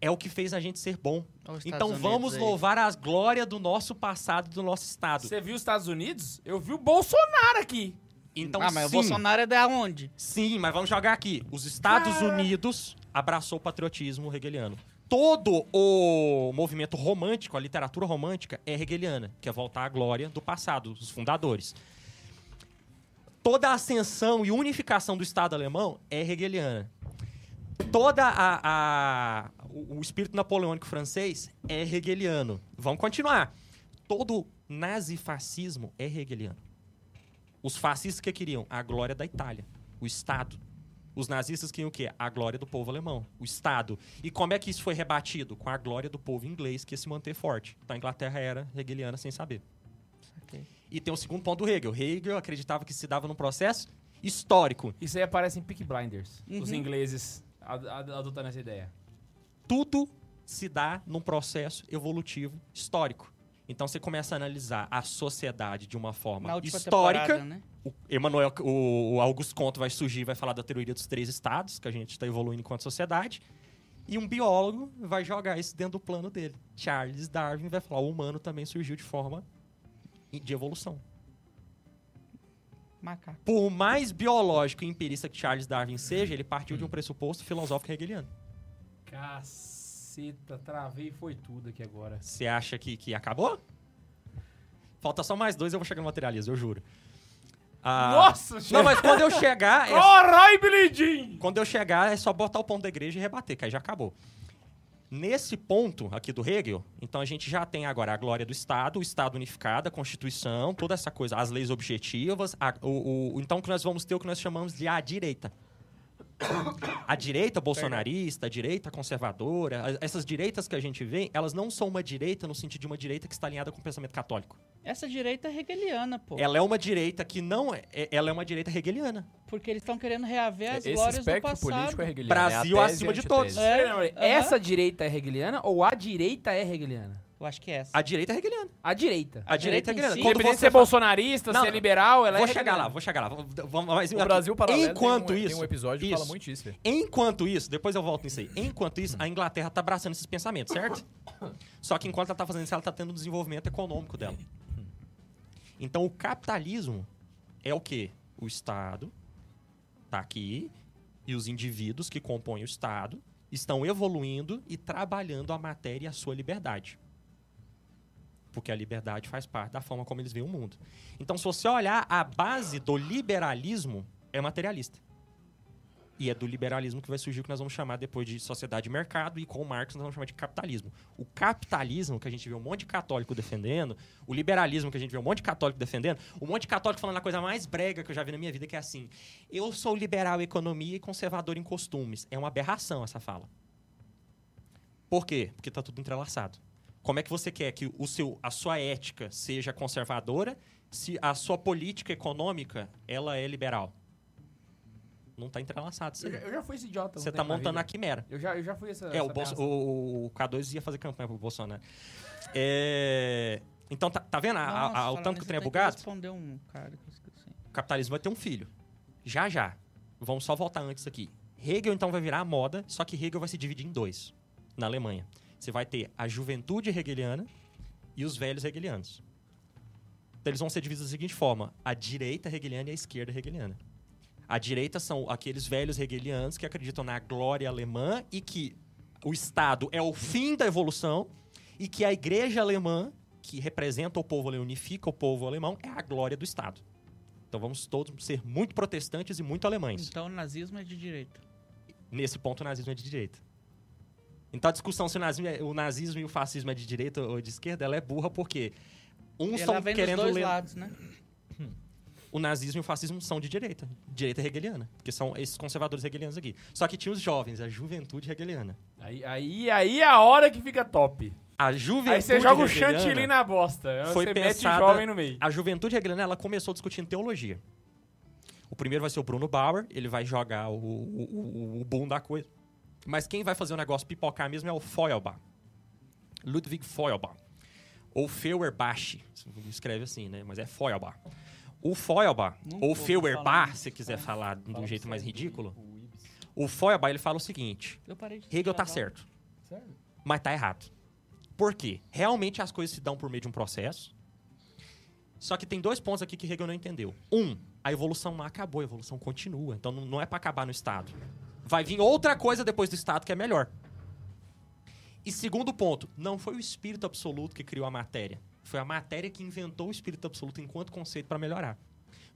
é o que fez a gente ser bom.
Olha os
Então
Estados
vamos
Unidos aí.
louvar as glórias do nosso passado, do nosso Estado.
Ah, Você viu os Estados Unidos? Eu vi o Bolsonaro aqui.
Então,
ah, mas o
sim,
Bolsonaro é da onde?
Sim, mas vamos jogar aqui. Os Estados Unidos abraçou o patriotismo hegeliano. Todo o movimento romântico, a literatura romântica, é hegeliana, que é voltar à glória do passado, dos fundadores. Toda a ascensão e unificação do Estado alemão é hegeliana. Toda a, a- o, o espírito napoleônico francês é hegeliano. Vamos continuar. Todo nazifascismo é hegeliano. Os fascistas que queriam a glória da Itália, o Estado. Os nazistas queriam o quê? A glória do povo alemão, o Estado. E como é que isso foi rebatido? Com a glória do povo inglês que ia se manter forte. Então a Inglaterra era hegeliana sem saber. E tem o segundo ponto do Hegel. Hegel acreditava que se dava num processo histórico.
Isso aí aparece em Peak Blinders. Os
Uhum.
ingleses ad- ad- adotando essa ideia.
tudo se dá num processo evolutivo histórico. Então você começa a analisar a sociedade de uma
Na
forma
última
histórica.
temporada, né?
O Emmanuel, o, o Augusto Conto vai surgir, vai falar da teoria dos três estados, que a gente está evoluindo enquanto sociedade. E um biólogo vai jogar isso dentro do plano dele. Charles Darwin vai falar: o humano também surgiu de forma de evolução.
Macaco.
Por mais biológico e empirista que Charles Darwin seja, ele partiu de um pressuposto filosófico hegeliano.
Caceta, travei e foi tudo aqui agora.
Você acha que, que acabou? Falta só mais dois e eu vou chegar no materialismo, eu juro. Ah,
Nossa,
Não, mas quando eu chegar, é,
Caralho, Bilidinho!
quando eu chegar é só botar o ponto da igreja e rebater, que aí já acabou. Nesse ponto aqui do Hegel, então a gente já tem agora a glória do Estado, o Estado unificado, a Constituição, toda essa coisa, as leis objetivas, a- o, o- então que nós vamos ter o que nós chamamos de a direita. A direita bolsonarista, a direita conservadora, a- essas direitas que a gente vê, elas não são uma direita no sentido de uma direita que está alinhada com o pensamento católico.
Essa direita é hegeliana, pô.
Ela é uma direita que não é, é- ela é uma direita hegeliana.
Porque eles estão querendo reaver É, as
Esse
glórias do
espectro
passado.
político é hegeliano.
Brasil
é a tese
acima
e
de
a
todos.
antitese.
É,
Pera aí,
aham.
Essa direita é hegeliana ou a direita é hegeliana?
Eu acho que é essa.
A direita é reguilhando.
A direita.
A direita é
em
reguilhando.
si-
Quando
Independente
você
se é bolsonarista, se
Não,
é liberal, ela
Vou
é
chegar lá, vou chegar lá. Vamos- Vamos, mas,
O Brasil Paralelo
Enquanto
tem um,
isso,
tem um episódio que fala
isso.
muito disso. velho.
Enquanto isso, depois eu volto nisso aí. Enquanto isso, a Inglaterra tá abraçando esses pensamentos, certo? Só que enquanto ela tá fazendo isso, ela tá tendo um desenvolvimento econômico dela. Então o capitalismo é o quê? O Estado tá aqui e os indivíduos que compõem o Estado estão evoluindo e trabalhando a matéria e a sua liberdade. Porque a liberdade faz parte da forma como eles veem o mundo. Então, se você olhar, a base do liberalismo é materialista. E é do liberalismo que vai surgir o que nós vamos chamar depois de sociedade de mercado e com Marx nós vamos chamar de capitalismo. O capitalismo que a gente vê um monte de católico defendendo, o liberalismo que a gente vê um monte de católico defendendo, um monte de católico falando a coisa mais brega que eu já vi na minha vida, que é assim: eu sou liberal em economia e conservador em costumes. É uma aberração essa fala. Por quê? Porque está tudo entrelaçado. Como é que você quer que o seu, a sua ética seja conservadora se a sua política econômica ela é liberal? Não está entrelaçado isso
Eu
aí.
já, eu já fui esse idiota. um
Você tá
tempo na
montando a
vida.
quimera.
Eu já, eu já fui essa.
É,
essa
o, Bolso-
ameaça.
o- o K2 ia fazer campanha pro Bolsonaro. É, Então, tá, tá vendo a- a-
Nossa,
a- o
falando
tanto
nisso,
que o
eu
trem é
tenho
bugado?
responder um cara que eu esqueci.
O capitalismo vai ter um filho. Já, já. Vamos só voltar antes aqui. Hegel, então, vai virar a moda, só que Hegel vai se dividir em dois na Alemanha. Você vai ter a juventude hegeliana e os velhos hegelianos. Então, eles vão ser divididos da seguinte forma: a direita hegeliana e a esquerda hegeliana. A direita são aqueles velhos hegelianos que acreditam na glória alemã e que o Estado é o fim da evolução e que a igreja alemã, que representa o povo alemão, unifica o povo alemão, é a glória do Estado. Então vamos todos ser muito protestantes e muito alemães.
Então o nazismo é de direita.
Nesse ponto, o nazismo é de direita. Então a discussão se o nazismo, é- o nazismo e o fascismo é de direita ou de esquerda, ela é burra porque
Ela
uns estão
vem
querendo
dos dois
ler-
lados, né?
o nazismo e o fascismo são de direita, direita hegeliana, porque são esses conservadores hegelianos aqui. Só que tinha os jovens, a juventude hegeliana.
Aí, aí, aí é a hora que fica top.
A juventude
Aí você joga o
hegeliana-
chantilly na bosta.
foi
você mete
pensada-
jovem no meio.
A juventude hegeliana, ela começou discutindo teologia. O primeiro vai ser o Bruno Bauer, ele vai jogar o, o, o- o boom da coisa. Mas quem vai fazer o negócio pipocar mesmo é o Feuerbach. Ludwig Feuerbach. Ou Feuerbach, escreve assim, né? Mas é Feuerbach. O Feuerbach,
Nunca
ou
ouvi
Feuerbach,
falar
se quiser falar de um jeito mais ridículo.
O Ibis.
O Feuerbach, ele fala o seguinte.
Eu parei de
Hegel tá
gravar.
certo. Mas tá errado. Por quê? Realmente as coisas se dão por meio de um processo. Só que tem dois pontos aqui que Hegel não entendeu. Um, a evolução não acabou, a evolução continua. Então não não é pra acabar no Estado. Vai vir outra coisa depois do Estado que é melhor. E segundo ponto, não foi o espírito absoluto que criou a matéria. Foi a matéria que inventou o espírito absoluto enquanto conceito pra melhorar.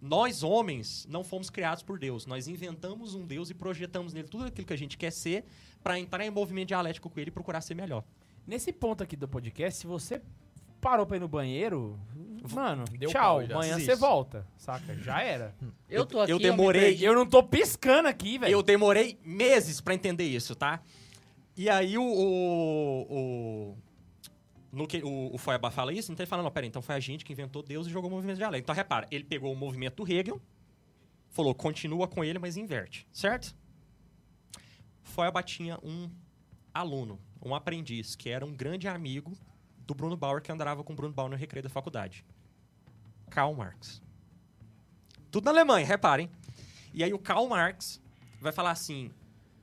Nós, homens, não fomos criados por Deus. Nós inventamos um Deus e projetamos nele tudo aquilo que a gente quer ser pra entrar em movimento dialético com ele e procurar ser melhor.
Nesse ponto aqui do podcast, se você parou pra ir no banheiro, mano,
Deu
tchau.
pau já.
Amanhã
Isso.
você volta, saca? Já era.
Eu tô aqui.
eu
me
demorei,
perdi.
Eu não tô piscando aqui, velho.
Eu demorei meses pra entender isso, tá? E aí o. o, o no que o, o Feuerbach fala isso, então ele fala: não, peraí, então foi a gente que inventou Deus e jogou o movimento dialético. Então repara, ele pegou o movimento do Hegel, falou: continua com ele, mas inverte, certo? Feuerbach tinha um aluno, um aprendiz, que era um grande amigo do Bruno Bauer, que andava com o Bruno Bauer no recreio da faculdade. Karl Marx. Tudo na Alemanha, reparem. E aí o Karl Marx vai falar assim: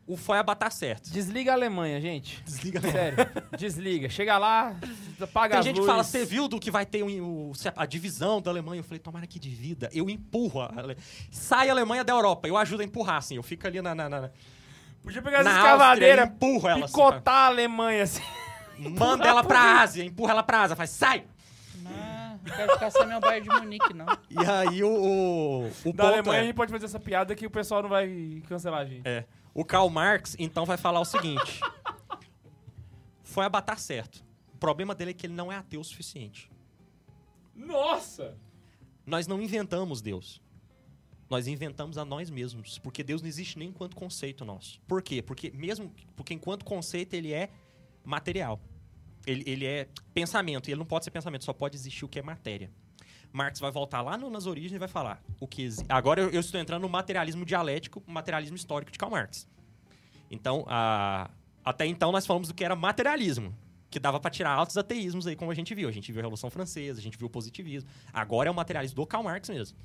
o Feuerbach tá certo.
Desliga a Alemanha, gente.
Desliga
Sério, desliga. Chega lá, apaga
Tem
as
gente que
luzes.
fala, você viu do que vai ter o- o- a divisão da Alemanha? Eu falei, tomara que divida. Eu empurro. A Ale... Sai a Alemanha da Europa. Eu ajudo a empurrar, assim. Eu fico ali na... na, na, na
Podia pegar as
na
escavadeiras,
Áustria, empurro ela, assim,
picotar a Alemanha assim.
manda ela pra Ásia. Empurra ela pra Ásia. Faz, sai!
Não, não quero ficar sem meu Bayern de Munique, não.
E aí o, o, o
Da
ponto
Alemanha a
é,
gente pode fazer essa piada que o pessoal não vai cancelar a gente.
é, O Karl Marx, então, vai falar o seguinte. Feuerbach tá certo. O problema dele é que ele não é ateu o suficiente.
Nossa!
Nós não inventamos Deus. Nós inventamos a nós mesmos, porque Deus não existe nem enquanto conceito nosso. Por quê? Porque mesmo porque enquanto conceito ele é material. Ele, ele é pensamento, e ele não pode ser pensamento, só pode existir o que é matéria. Marx vai voltar lá no- nas origens e vai falar o que exi- agora eu, eu estou entrando no materialismo dialético, materialismo histórico de Karl Marx. Então, a- até então nós falamos do que era materialismo, que dava pra tirar altos ateísmos aí, como a gente viu. A gente viu a Revolução Francesa, a gente viu o positivismo. Agora é o materialismo do Karl Marx mesmo.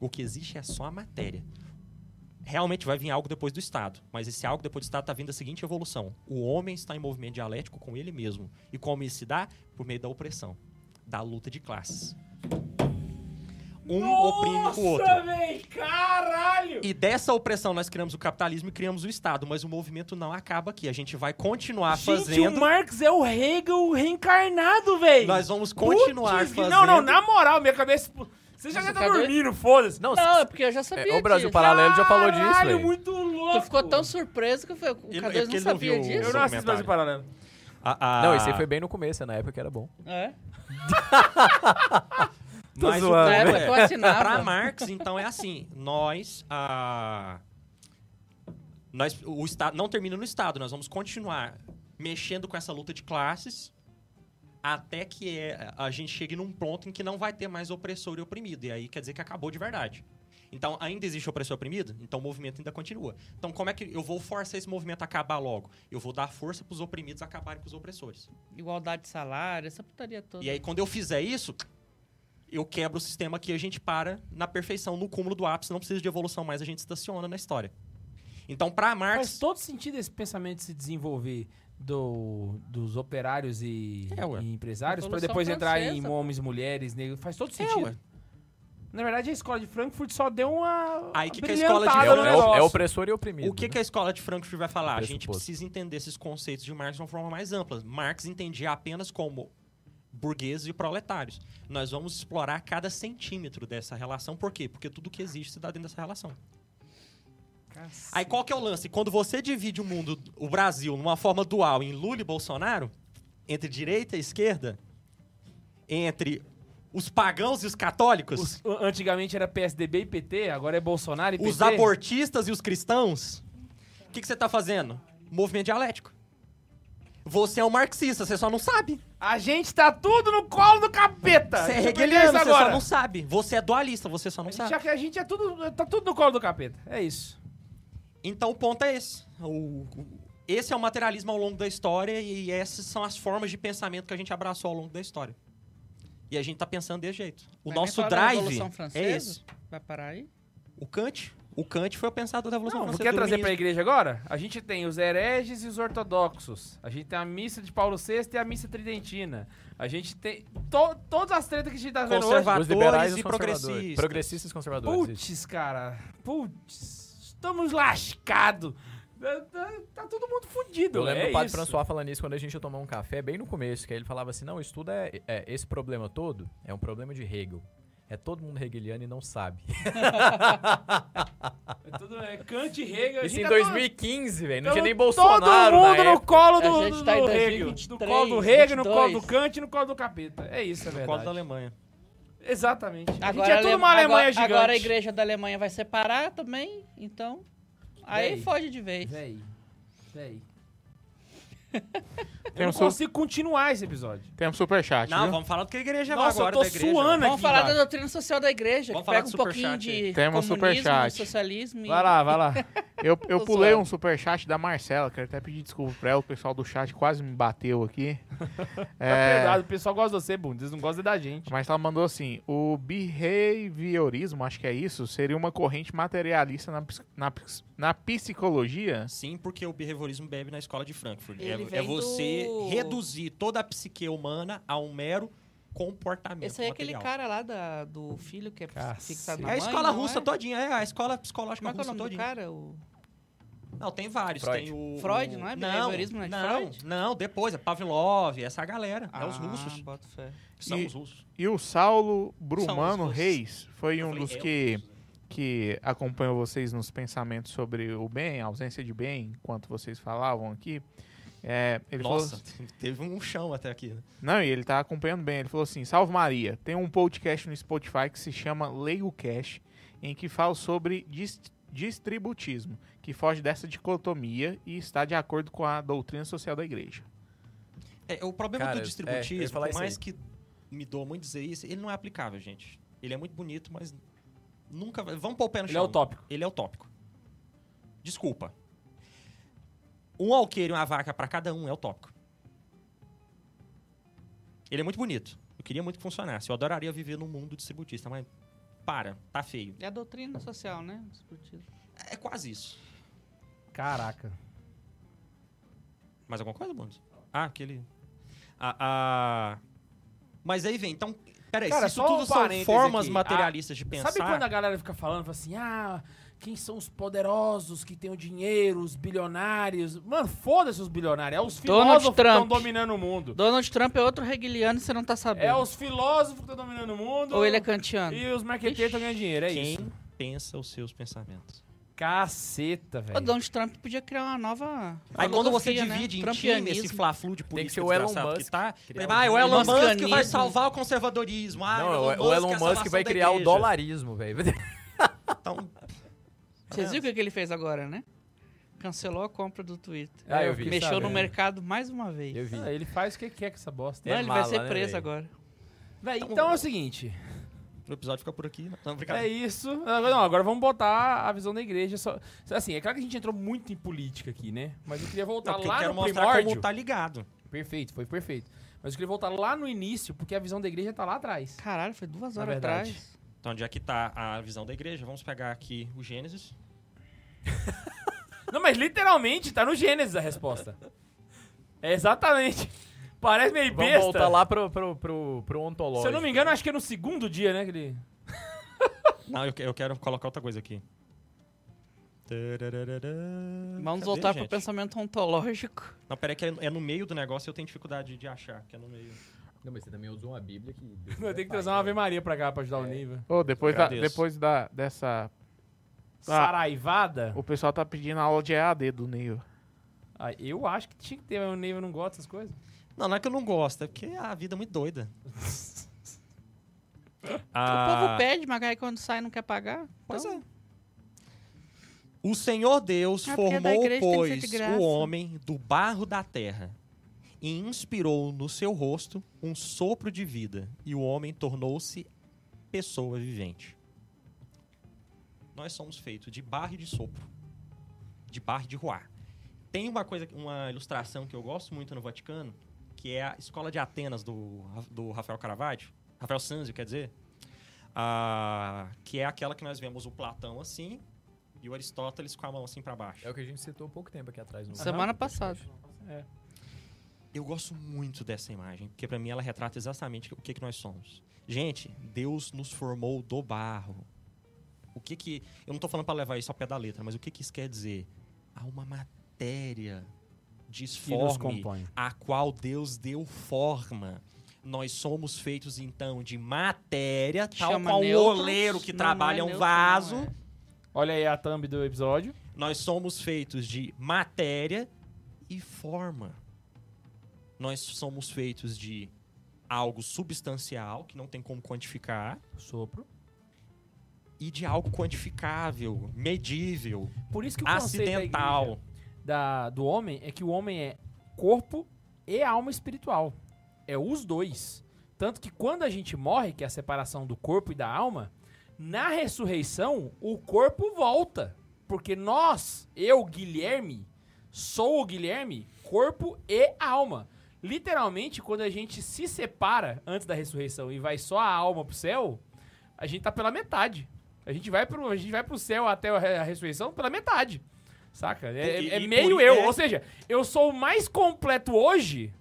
O que existe é só a matéria. Realmente vai vir algo depois do Estado, mas esse algo depois do Estado está vindo da seguinte evolução: o homem está em movimento dialético com ele mesmo. E como isso se dá? Por meio da opressão, da luta de classes. Um oprime o outro.
véi, caralho!
E dessa opressão nós criamos o capitalismo e criamos o Estado, mas o movimento não acaba aqui. A gente vai continuar
Gente, o
tá fazendo.
Marx é o Hegel reencarnado, véi!
Nós vamos continuar
Putz,
fazendo.
Não, não, na moral, minha cabeça... Você já
Nossa,
tá
tá doido.
dormindo, foda-se.
Não,
Não, é porque eu já sabia
é, o Brasil
disso.
Paralelo já falou disso,
Caralho,
velho.
muito louco!
Tu ficou tão surpreso que eu falei, o
Ele-
K2
é
não
porque ele não
sabia
viu o-
Eu
disso.
não assisto Brasil Paralelo.
A- a-
Não, esse aí foi bem no começo, na época que era bom.
É.
Tô
um
Mas o
zoando,
Na
ponto
época
é-
que eu
Pra
assinava.
Marx, então, é assim. Nós, a... nós o Estado não termina no Estado. Nós vamos continuar mexendo com essa luta de classes até que é- a gente chegue num ponto em que não vai ter mais opressor e oprimido. E aí quer dizer que acabou de verdade. Então, ainda existe opressor e oprimido? Então, o movimento ainda continua. Então, como é que eu vou forçar esse movimento a acabar logo? Eu vou dar força pros oprimidos acabarem com os opressores.
Igualdade de salário, essa putaria toda.
E aí, quando eu fizer isso, eu quebro o sistema aqui e a gente para na perfeição, no cúmulo do ápice, não precisa de evolução mais, a gente estaciona na história. Então, pra
Faz
Marx.
todo sentido esse pensamento se desenvolver do, dos operários e,
É, ué.
e empresários pra
Revolução
depois entrar em
Francesa, pô.
homens, mulheres, negros. Faz todo
É, ué.
sentido. Na verdade, a escola de Frankfurt só deu uma.
Aí que que a escola de-
Ah,
brilhantada
É o-
no
é
negócio.
É opressor e oprimido. né?
O
né?
que, que a escola de Frankfurt vai falar? A gente
Pressuposto.
precisa entender esses conceitos de Marx de uma forma mais ampla. Marx entendia apenas como burgueses e proletários. Nós vamos explorar cada centímetro dessa relação. Por quê? Porque tudo que existe se dá dentro dessa relação. Aí qual que é o lance? Quando você divide o mundo, o Brasil, numa forma dual em Lula e Bolsonaro, entre direita e esquerda, entre os pagãos e os católicos, os,
Os- antigamente era PSDB e PT, agora é Bolsonaro e PT.
abortistas e os cristãos, o que, que você tá fazendo? Movimento dialético. Você é um marxista, você só não sabe.
A gente tá tudo no colo do capeta.
Você é
Deixa eu
hegeliano,
aprender
você
então isso
só
agora.
não sabe. Você é dualista, você só não sabe.
Já que a gente é tudo. Tá tudo no colo do capeta. É isso.
Então o ponto é esse. O- o- esse é o materialismo ao longo da história e essas são as formas de pensamento que a gente abraçou ao longo da história. E a gente tá pensando desse jeito. O
Vai nem
nosso
falar da
drive
Revolução
é
Francesa?
esse.
Vai parar aí?
O Kant, o Kant foi o pensador da Revolução
Não, não
Francesa.
quer
do
trazer pra
iluminismo.
igreja agora? A gente tem os hereges e os ortodoxos. A gente tem a missa de Paulo VI e a missa tridentina. A gente tem to- todas as tretas que a gente tá vendo hoje.
Conservadores
Os liberais
é e
e
progressistas.
progressistas. Progressistas e conservadores. isso.
Putz, cara. Putz. Estamos lascados. Tá, tá- tá todo mundo fudido.
Eu lembro
é
do Padre
isso.
François falando isso quando a gente ia tomar um café, bem no começo, que aí ele falava assim, não, isso tudo é, é- Esse problema todo é um problema de Hegel. É todo mundo hegeliano e não sabe.
É tudo, é Kant e Hegel. a
Isso
gente
em
tá todo-
2015, velho. Não tinha nem
todo
Bolsonaro
Todo
na
mundo no
época.
colo
A
do,
gente
do,
tá em
do Hegel. No
2023,
colo do Hegel, no colo do
22.
Kant e no colo do capeta. É isso, é
No colo da
verdade.
Alemanha.
Exatamente. a gente
Agora
é tudo
Ale-
uma Alemanha
agora,
gigante.
Agora a igreja da Alemanha vai separar também, então. Aí
Véi.
foge de vez.
Véi, véi. Eu não
Temos, um su
consigo continuar esse episódio.
temos superchat,
Não,
viu?
vamos falar do que a igreja vai
Nossa,
agora
eu tô
da igreja. né?
suando
Vamos
aqui.
falar
cara.
da doutrina social da igreja,
Vamos
que
falar
pega
do
um pouquinho
superchat aí.
de
Temos
comunismo,
superchat.
socialismo e...
Vai lá, vai lá.
Eu, eu
Tô
pulei
zoando.
um superchat da Marcela, quero até pedir desculpa pra ela, o pessoal do chat quase me bateu aqui.
Tá perdoado, o pessoal gosta de você, Bundes, eles não gostam da gente.
Mas ela mandou assim: o behaviorismo, acho que é isso, seria uma corrente materialista na, ps- na, ps- na psicologia?
Sim, porque o behaviorismo bebe na escola de Frankfurt.
Ele
É, é
vem
você
do-
reduzir toda a psique humana a um mero comportamento
Esse aí é aquele
material.
cara lá da- do filho que é fixado na
É
mãe,
a escola
não
russa
é?
todinha, é a escola psicológica
Como é que é o
russa
nome do
todinha.
cara? O...
Não, tem vários.
Freud.
Tem o.
Freud,
o-
não é?
Não,
Behaviorismo não é de
não,
Freud?
não, depois, é Pavlov, essa galera. é os
Ah,
russos.
bota fé.
que São
E-
os russos.
E o Saulo
São
Brumano
os dois.
Reis foi
Eu
um
falei,
dos
é,
que,
os russos.
que acompanhou vocês nos pensamentos sobre o bem, a ausência de bem, enquanto vocês falavam aqui. É, ele falou-
Nossa, teve um chão até aqui. né?
não, e ele tá acompanhando bem. Ele falou assim: Salve Maria, tem um podcast no Spotify que se chama Leigo Cash, em que falo sobre dis- distributismo, que foge dessa dicotomia e está de acordo com a doutrina social da igreja.
É, o problema
Cara,
do
é,
distributismo,
eu ia falar
por
isso
mais
aí.
que me doa muito dizer isso, ele não é aplicável, gente. Ele é muito bonito, mas nunca vai. Vamos pôr o pé no
Ele é
chão.
utópico.
Ele é utópico. Desculpa. Um alqueiro e uma vaca pra cada um é utópico. Ele é muito bonito. Eu queria muito que funcionasse. Eu adoraria viver num mundo distributista, mas para, tá feio.
É a doutrina social, né? Discutida.
É quase isso.
Caraca.
Mais alguma coisa, Bundes? Ah, aquele. Ah, ah... Mas aí vem, então. Peraí,
Cara,
se isso
só um
tudo são
parêntese
formas
aqui.
materialistas de pensar.
Sabe quando a galera fica falando fala assim, ah, quem são os poderosos que têm o dinheiro, os bilionários? Mano, foda-se os bilionários, é os
Donald
filósofos que estão
Trump.
dominando o mundo.
Donald Trump é outro hegeliano e você não tá sabendo.
É os filósofos que estão dominando o mundo.
Ou ele é kantiano.
E os marqueteiros estão ganhando dinheiro, é
Quem
isso.
pensa os seus pensamentos?
Caceta,
O
velho.
Donald Trump podia criar uma nova.
Aí quando você
filosofia, né?
divide em time
Trumpianismo.
esse fla-flu de política
Tem que ser o Elon
desgraçado
Musk.
que tá,
Criar
ah, é
o
o Elon Musk que vai
Muscanismo.
salvar o conservadorismo. Ah,
Não, é o- o Elon
é a
Musk vai
salvação da
criar o
igreja.
dolarismo, velho.
Então,
Vocês viram o que que ele fez agora, né? Cancelou a compra do Twitter.
Ah, eu vi.
Mexeu no
Sabendo.
mercado mais uma vez.
Eu vi.
Ah, ele faz o que quer com essa bosta.
Não,
É
ele
mala,
vai ser
né,
preso
velho?
agora.
Véi, então é o seguinte,
o episódio fica por aqui. Não,
é
brincadeira.
isso. Agora- Não, agora vamos botar a visão da igreja. Só... Assim, é claro que a gente entrou muito em política aqui, né? Mas eu queria voltar
Não, porque Então, eu
lá
quero
no
mostrar
primórdio.
como tá ligado.
Perfeito, foi perfeito. Mas eu queria voltar lá no início, porque a visão da igreja tá lá atrás.
Caralho, foi duas
Na
horas
verdade.
atrás.
Então, onde é que tá a visão da igreja? Vamos pegar aqui o Gênesis.
Não, mas literalmente tá no Gênesis a resposta. É exatamente. Parece meio
Vamos
besta.
voltar lá pro, pro, pro, pro ontológico.
Se eu não me engano, acho que é no segundo dia, né? Que ele...
Não, eu, que- eu quero colocar outra coisa aqui.
Vamos voltar pro pensamento ontológico.
Não, peraí, que é, é no meio do negócio e eu tenho dificuldade de achar, que é no meio.
Não, mas você também usou uma Bíblia que. é
Eu tenho que trazer uma Ave Maria pra cá pra ajudar o nível.
Ô, depois da,
Agradeço.
depois da, dessa.
Saraivada?
O pessoal tá pedindo aula de EAD do Neil.
Ah, eu acho que tinha que ter, mas o nível não gosta dessas coisas.
Não, não é que eu não gosto, é porque a vida é muito doida.
O povo pede, mas aí quando sai não quer pagar.
Ah. Pois
então,
é. O Senhor Deus
É porque da
formou,
igreja tem que ser de
pois,
graça.
o homem do barro da terra e inspirou no seu rosto um sopro de vida, e o homem tornou-se pessoa vivente. Nós somos feitos de barro e de sopro, de barro e de ruar. Tem uma coisa, uma ilustração que eu gosto muito no Vaticano, que é a escola de Atenas do, Ra- do Rafael Caravaggio, Rafael Sanzio, quer dizer, ah, que é aquela que nós vemos o Platão assim e o Aristóteles com a mão assim pra baixo.
É o que a gente citou há pouco tempo aqui atrás.
é.
No...
Semana passada.
Eu gosto muito dessa imagem, porque pra mim ela retrata exatamente o que, que nós somos. Gente, Deus nos formou do barro. O que que. Eu não tô falando pra levar isso ao pé da letra, mas o que que isso quer dizer? Há uma matéria
Que nos
disforme
compõe.
a qual Deus deu forma. Nós somos feitos então de matéria, tal
Chama
qual o
nêutrons.
um oleiro que
Não,
trabalha
não é
um
nêutron,
vaso.
não é.
Olha aí a thumb do episódio.
Nós somos feitos de matéria e forma. Nós somos feitos de algo substancial, que não tem como quantificar,
Sopro.
e de algo quantificável, medível,
Por isso que o conceito da igreja-
acidental.
da- do homem é que o homem é corpo e alma espiritual. É os dois. Tanto que quando a gente morre, que é a separação do corpo e da alma, na ressurreição o corpo volta. Porque nós, eu, Guilherme, sou o Guilherme, corpo e alma. Literalmente, quando a gente se separa antes da ressurreição e vai só a alma pro céu, a gente tá pela metade. A gente vai pro, a gente vai pro céu até a re- a ressurreição pela metade. Saca? É,
E-
é
e- e
meio
por-
eu.
é-
Ou seja, eu sou mais completo hoje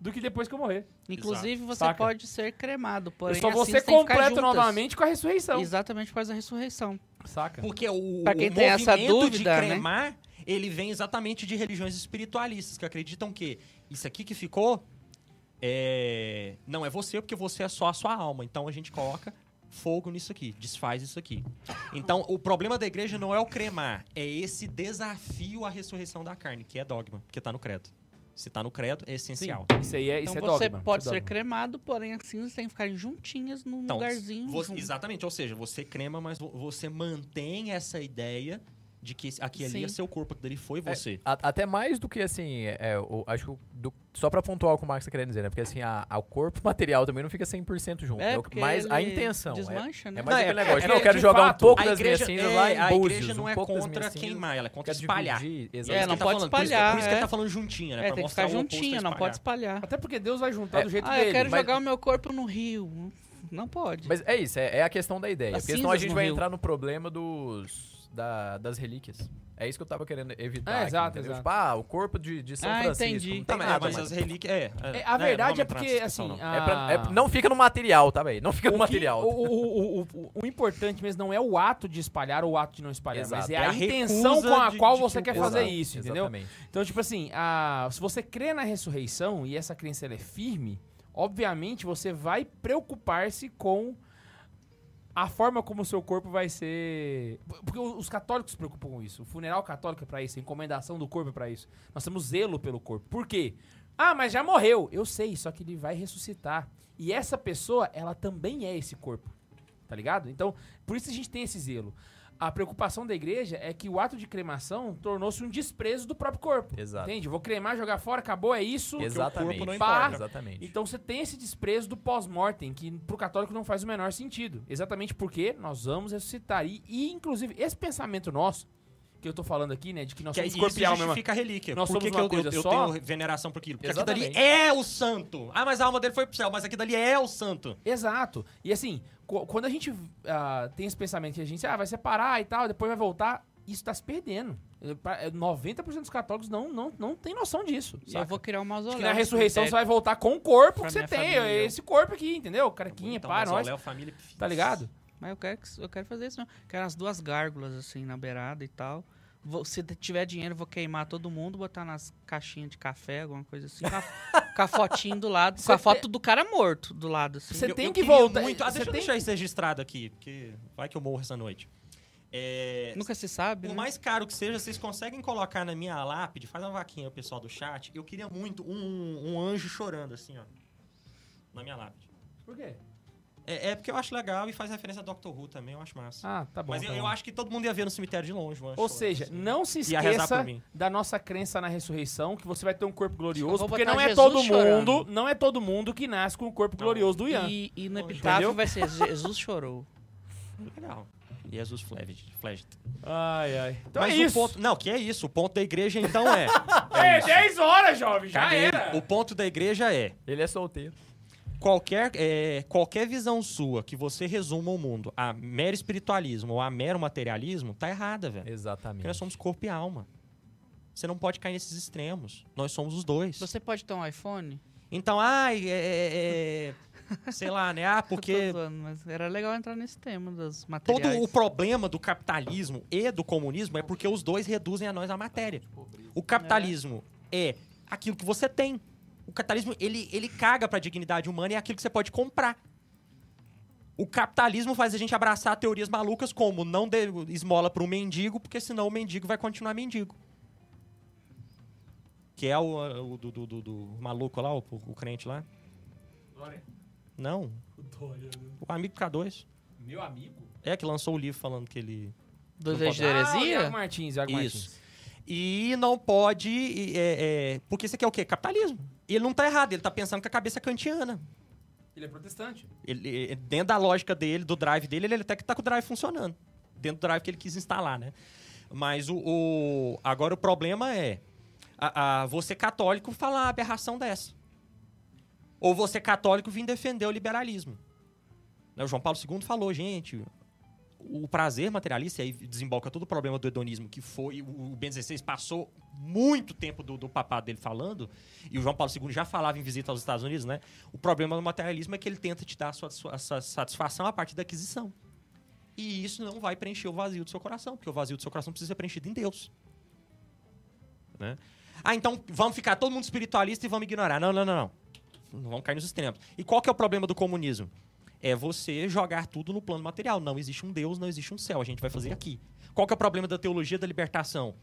do que depois que eu morrer.
Inclusive, você
Saca.
pode ser cremado, porém
eu só vou
assim
ser
você tem que ficar
completo
juntas.
novamente então. com a ressurreição.
Exatamente por causa da ressurreição.
Saca?
Porque o,
Pra quem
o
tem essa
movimento
dúvida,
de
né?
cremar, ele vem exatamente de religiões espiritualistas, que acreditam que isso aqui que ficou é, não é você, porque você é só a sua alma. Então a gente coloca fogo nisso aqui, desfaz isso aqui. Então o problema da igreja não é o cremar, é esse desafio à ressurreição da carne, que é dogma, porque tá no credo. Se tá no credo, é
Sim,
essencial.
Isso aí é,
Então
isso é
você
dogma,
pode
isso é
ser
dogma.
cremado, porém as cinzas têm que ficar juntinhas num
Então,
lugarzinho.
você-
junto.
exatamente, ou seja, você crema, mas vo- você mantém essa ideia de que esse- aqui ali
Sim.
é seu corpo, aquilo ali foi você.
A- até mais do que assim, é, é, o- acho que o- do- só pra pontuar o que o Max tá querendo dizer, né? Porque assim, a, a- o corpo material também não fica 100% junto. É, o que-
porque
mas a
ele
intenção. É,
Desmancha, né?
é mais
Não, é-
aquele negócio.
é
não, eu
que,
quero
de
jogar
fato,
um pouco
a
das minhas
igreja,
cinzas
é,
lá em
a
Búzios,
igreja não
um
é
pouco das
contra
minhas cinzas,
queimar, ela é contra
quero
espalhar.
dividir,
É,
isso que
não
exatamente.
ele tá
pode
falando, por isso que-
espalhar,
Por isso que
é.
ele tá falando juntinha, né?
É,
pra
tem que
mostrar
ficar
o oposto a
juntinho, não
espalhar.
pode espalhar.
Até porque Deus vai juntar do jeito
Ah,
dele.
eu quero
mas-
jogar o meu corpo no rio. Não pode.
Mas é isso, é, é a questão da ideia.
As
Porque senão a
cinzas
gente
no
vai
rio.
entrar no problema dos. da- das relíquias. É isso que eu tava querendo evitar.
É,
aqui,
exato,
entendeu? Tipo,
exato.
ah, o corpo de, de São
Ah,
Francisco.
entendi.
Não
Tá,
tem
mas,
nada,
mas
mais.
as relíquias. É,
É,
né,
a
não
verdade é
vamos entrar
porque,
nessa
assim.
discussão, não.
É pra- é-
a-
não fica no material, tá, velho? Não fica no
o que-
material.
o, o- o- o- o importante mesmo não é o ato de espalhar ou o ato de não espalhar,
Exato.
mas é,
É
a,
a
intenção
recusa
com a
de-
qual
de
você
que
quer
o
fazer
Exato,
isso, entendeu?
Exatamente.
Então, tipo assim, a- se você crê na ressurreição e essa crença ela é firme, obviamente você vai preocupar-se com a forma como o seu corpo vai ser. Porque o- os católicos se preocupam com isso. O funeral católico é pra isso, a encomendação do corpo é pra isso. Nós temos zelo pelo corpo. Por quê? Ah, mas já morreu. Eu sei, só que ele vai ressuscitar. E essa pessoa, ela também é esse corpo. Tá ligado? Então, por isso a gente tem esse zelo. A preocupação da igreja é que o ato de cremação tornou-se um desprezo do próprio corpo.
Exato.
Entende? Vou cremar, jogar fora, acabou, é isso.
Exatamente.
corpo não
Pá.
importa.
Exatamente.
Então você tem esse desprezo do pós-mortem, que pro católico não faz o menor sentido. Exatamente porque nós vamos ressuscitar. E, e, inclusive, esse pensamento nosso, que eu tô falando aqui, né, de que nós
Que é
somos
isso
corpo e alma, irmã.
justifica a relíquia.
Nós
Por
somos
que, que
uma
eu,
coisa
eu, eu
só?
tenho veneração por aquilo? Porque aquilo dali
Exatamente.
é o santo. Ah, mas a alma dele foi pro céu, mas aquilo dali é o santo.
Exato. E assim, co- quando a gente ah, tem esse pensamento que a gente ah, vai separar e tal, depois vai voltar, isso tá se perdendo. Eh, pra- eh, 90% dos católicos não, não, não tem noção disso.
E eu
saca?
vou criar um
Acho
mausoléu.
que na
no
ressurreição é você
cemitério.
vai voltar com o corpo
Pra
que você
minha
tem.
família, eu.
Esse corpo aqui, entendeu? Carequinha,
Então,
pá, nós.
mausoléu, família, filhos.
Tá ligado?
Mas eu quero, que- eu quero fazer isso, não. Quero as duas gárgulas, assim, na beirada e tal. Vou- se t- tiver dinheiro, eu vou queimar todo mundo, botar nas caixinhas de café, alguma coisa assim. Com a, com a fotinho do lado.
Você
Com a
tem-
foto do cara morto do lado, assim.
Você
Eu-
tem
eu
que
queria
voltar.
Muito... Ah,
Você
deixa eu
tem-
deixar isso registrado aqui, porque vai que eu morro essa noite. É,
Nunca se sabe,
Por
né?
mais caro que seja, vocês conseguem colocar na minha lápide, faz uma vaquinha o pessoal do chat. Eu queria muito um, um anjo chorando, assim, ó. Na minha lápide.
Por quê?
É, é porque eu acho legal e faz referência a Doctor Who também, eu acho massa.
Ah, tá bom.
Mas
tá
eu, eu
bom.
acho que todo mundo ia ver no cemitério de longe, o anjo
Ou
chorando,
seja,
assim.
não se
Ia rezar por
esqueça
mim.
da nossa crença na ressurreição, que você vai ter um corpo
Eu
glorioso,
vou
porque
botar
não é
Jesus
todo
chorando.
mundo, não é todo mundo que nasce com o corpo
Não.
glorioso do Ian.
E, e no
Entendeu?
epitáfio vai ser Jesus chorou.
Legal. Jesus Flegit. Flegit.
Ai, ai. Então
Mas
é
um
o
isso.
ponto. Não, que é isso. O ponto da igreja, então, é.
É, 10 horas, jovem, já
Caguei.
era.
O ponto da igreja é.
Ele é solteiro.
Qualquer, é, qualquer visão sua que você resuma o mundo a mero espiritualismo ou a mero materialismo, tá errada, velho. Porque nós
Exatamente.
somos corpo e alma. Você não pode cair nesses extremos. Nós somos os dois.
Você pode ter um iPhone?
Então, ai, é, é, é, sei lá, né? Ah,
Eu
porque
tô zoando, mas era legal entrar nesse tema dos
todo
materiais.
o problema do capitalismo e do comunismo é porque os dois reduzem a nós a matéria. O capitalismo é, aquilo que você tem. O capitalismo, ele, ele caga pra dignidade humana e é aquilo que você pode comprar. O capitalismo faz a gente abraçar teorias malucas como não dê esmola para um mendigo, porque senão o mendigo vai continuar mendigo. Que é o, o do, do- do- do maluco lá, o, o crente lá. Não. O amigo K2.
Meu amigo.
É, que lançou o livro falando que ele.
Dos
Não
reis
pode- Ah,
de heresia?
Ah, Iago Martins, Iago Martins.
Isso. E não pode. e- é- é- porque você quer o quê? Capitalismo. E ele não tá errado, ele tá pensando que a cabeça é kantiana.
Ele é protestante.
Ele, ele- dentro da lógica dele, do drive dele, ele até que tá com o drive funcionando. Dentro do drive que ele quis instalar, né? Mas o. o- agora o problema é a, a- você católico falar uma aberração dessa. Ou você católico vir defender o liberalismo. Né, O João Paulo II falou, gente. O prazer materialista, e aí desemboca todo o problema do hedonismo, que foi. O o Bento XVI passou muito tempo do, do papado dele falando, e o João Paulo II já falava em visita aos Estados Unidos, né? O problema do materialismo é que ele tenta te dar a sua, sua- sua satisfação a partir da aquisição. E isso não vai preencher o vazio do seu coração, porque o vazio do seu coração precisa ser preenchido em Deus. Né? Ah, então vamos ficar todo mundo espiritualista e vamos ignorar. Não, não, não, não. Não vamos cair nos extremos. E qual que é o problema do comunismo? É você jogar tudo no plano material. Não existe um Deus, não existe um céu. A gente vai fazer aqui. Qual que é o problema da teologia da libertação?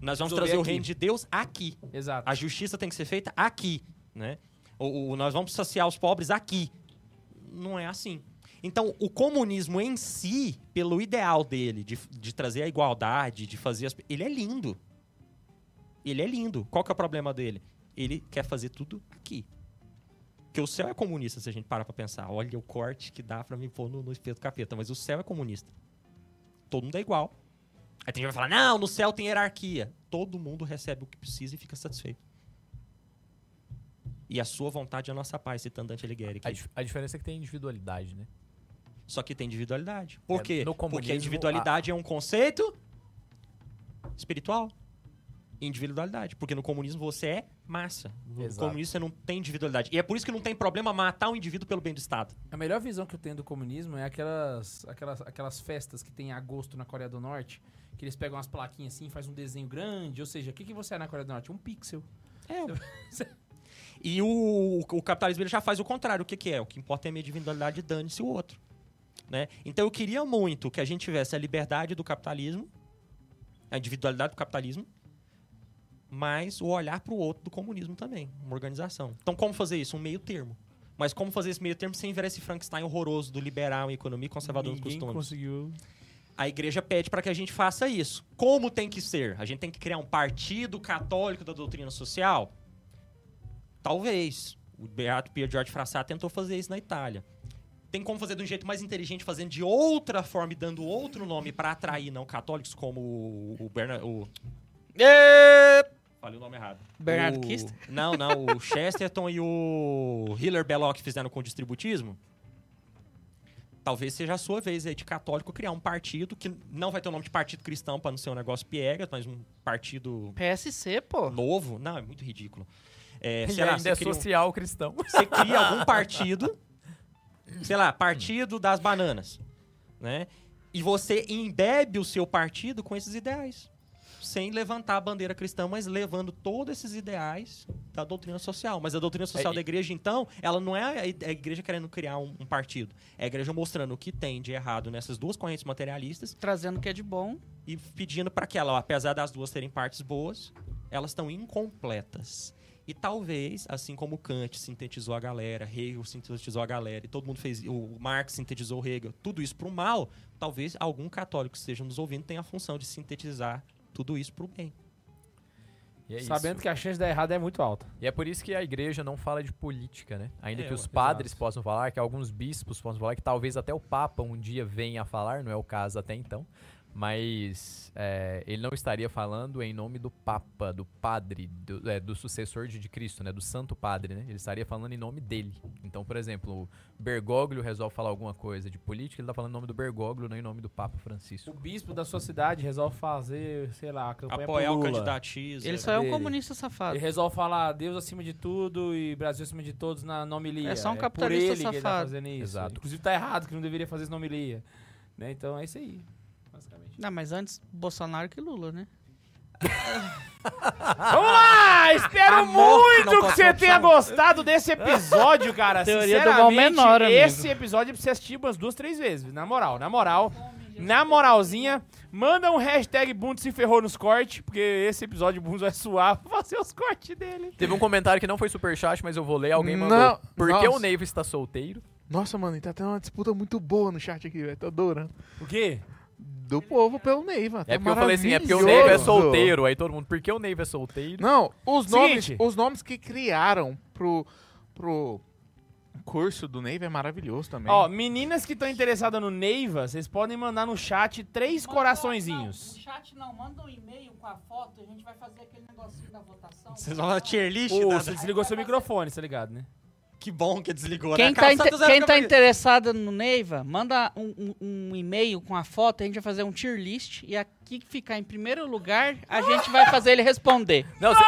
Nós vamos
Resolver
trazer o
aqui.
reino de Deus aqui.
Exato.
A justiça tem que ser feita aqui, né? O, o- nós vamos saciar os pobres aqui. Não é assim. Então, o comunismo em si, pelo ideal dele, de, de trazer a igualdade, de fazer as. Ele é lindo. Ele é lindo. Qual que é o problema dele? Ele quer fazer tudo aqui. Porque o céu é comunista, se a gente parar pra pensar. Olha o corte que dá pra me pôr no, no espeto capeta, mas o céu é comunista. Todo mundo é igual. Aí tem gente que vai falar, não, no céu tem hierarquia. Todo mundo recebe o que precisa e fica satisfeito. E a sua vontade é a nossa paz, citando Dante Alighieri.
A,
aqui.
dif- a diferença é que tem individualidade, né?
Só que tem individualidade. Por
É,
quê?
no
Porque a
comunismo,
individualidade é um conceito espiritual. Individualidade. Porque no comunismo você é massa. No
Exato.
comunismo você não tem individualidade. E é por isso que não tem problema matar um indivíduo pelo bem do Estado.
A melhor visão que eu tenho do comunismo é aquelas, aquelas, aquelas festas que tem em agosto na Coreia do Norte, que eles pegam umas plaquinhas assim, faz um desenho grande. Ou seja, o que, que você é na Coreia do Norte? Um pixel.
E o, o capitalismo ele já faz o contrário. O que, que é? O que importa é a minha individualidade, dane-se o outro. Né? Então eu queria muito que a gente tivesse a liberdade do capitalismo, a individualidade do capitalismo, mas o olhar para o outro do comunismo também, uma organização. Então como fazer isso? Um meio termo. Mas como fazer esse meio termo sem virar esse Frankenstein horroroso do liberal em economia e conservador nos
Ninguém
costumes?
conseguiu.
A igreja pede para que a gente faça isso. Como tem que ser? A gente tem que criar um partido católico da doutrina social? Talvez. O Beato Pier George Frassat tentou fazer isso na Itália. Tem como fazer de um jeito mais inteligente, fazendo de outra forma e dando outro nome para atrair não católicos, como o, o Bernard. O... Falei o nome errado.
Bernardo
O-
Kister?
Não, não. O Chesterton e o Hiller Belloc fizeram com o distributismo. Talvez seja a sua vez aí de católico criar um partido que não vai ter o nome de partido cristão para não ser um negócio piega, mas um partido
PSC, pô.
novo. Não, é muito ridículo. É,
E
sei lá,
ainda
você
é
cria um-
social cristão.
você cria algum partido, sei lá, partido das bananas, né? E você embebe o seu partido com esses ideais, sem levantar a bandeira cristã, mas levando todos esses ideais da doutrina social. Mas a doutrina social
É,
da igreja, então, ela não é a- a igreja querendo criar um, um partido. É a igreja mostrando o que tem de errado nessas duas correntes materialistas
Trazendo o que é de bom.
e pedindo para que ela, ó, apesar das duas terem partes boas, elas estão incompletas. E talvez, assim como Kant sintetizou a galera, Hegel sintetizou a galera, e todo mundo fez, o Marx sintetizou o Hegel, tudo isso pro mal, talvez algum católico que esteja nos ouvindo tenha a função de sintetizar tudo isso pro bem.
E é isso.
Sabendo que a chance de dar errado é muito alta.
E é por isso que a igreja não fala de política, né? Ainda
É,
que os
exato.
padres possam falar, que alguns bispos possam falar, que talvez até o Papa um dia venha a falar, não é o caso até então. Mas é, ele não estaria falando em nome do Papa, do Padre, do, é, do sucessor de, de Cristo, né? Do Santo Padre, né? Ele estaria falando em nome dele. Então, por exemplo, o Bergoglio resolve falar alguma coisa de política, ele tá falando em nome do Bergoglio, não em nome do Papa Francisco.
O bispo da sua cidade resolve fazer, sei lá, a campanha
Apoiar
pro
o
Lula.
candidato X.
Ele
é-
só é um
dele.
comunista safado.
Ele resolve falar Deus acima de tudo e Brasil acima de todos na nomelia.
É só um
por
capitalista
ele Que ele tá
safado.
fazendo isso.
Exato.
Inclusive tá errado que não deveria fazer isso nomelia. Né? Então é isso aí, basicamente.
Não, mas antes Bolsonaro que Lula, né?
Vamos lá! um Espero muito que você tenha gostado desse episódio, cara.
Teoria do mal
Sinceramente,
menor, amigo.
esse episódio é pra você assistir umas duas, três vezes. Na moral, na moral. Na moralzinha, manda um hashtag Bundes se ferrou nos cortes, porque esse episódio o Bundes vai suar pra fazer os cortes dele.
Teve um comentário que não foi superchat, mas eu vou ler. Alguém mandou.
Não,
Por que
nossa.
o Neiva está solteiro?
Nossa, mano, e tá tendo uma disputa muito boa no chat aqui, velho. Tô adorando.
O quê?
Do povo pelo Neiva.
É
tá
porque eu falei assim, é porque o
maravilhoso.
Neiva é solteiro. Aí todo mundo, por que o Neiva é solteiro?
Não, os nomes,
Seguinte.
os nomes que criaram pro, pro curso do Neiva é maravilhoso também.
Ó, meninas que estão interessadas no Neiva, vocês podem mandar no chat três coraçõezinhos.
chat não, manda um e-mail com a foto, a gente vai fazer aquele negocinho da votação.
Vocês vão falar tier list?
Ô,
nada.
você desligou seu microfone, tá ligado, né?
Que bom que desligou.
Quem
né?
tá,
Cara,
inte-
Santos era
quem tá
cavaleiro.
interessado no Neiva, manda um, um- um e-mail com a foto, a gente vai fazer um tier list e aqui que ficar em primeiro lugar,
Ah!
a gente vai fazer ele responder.
Não, você-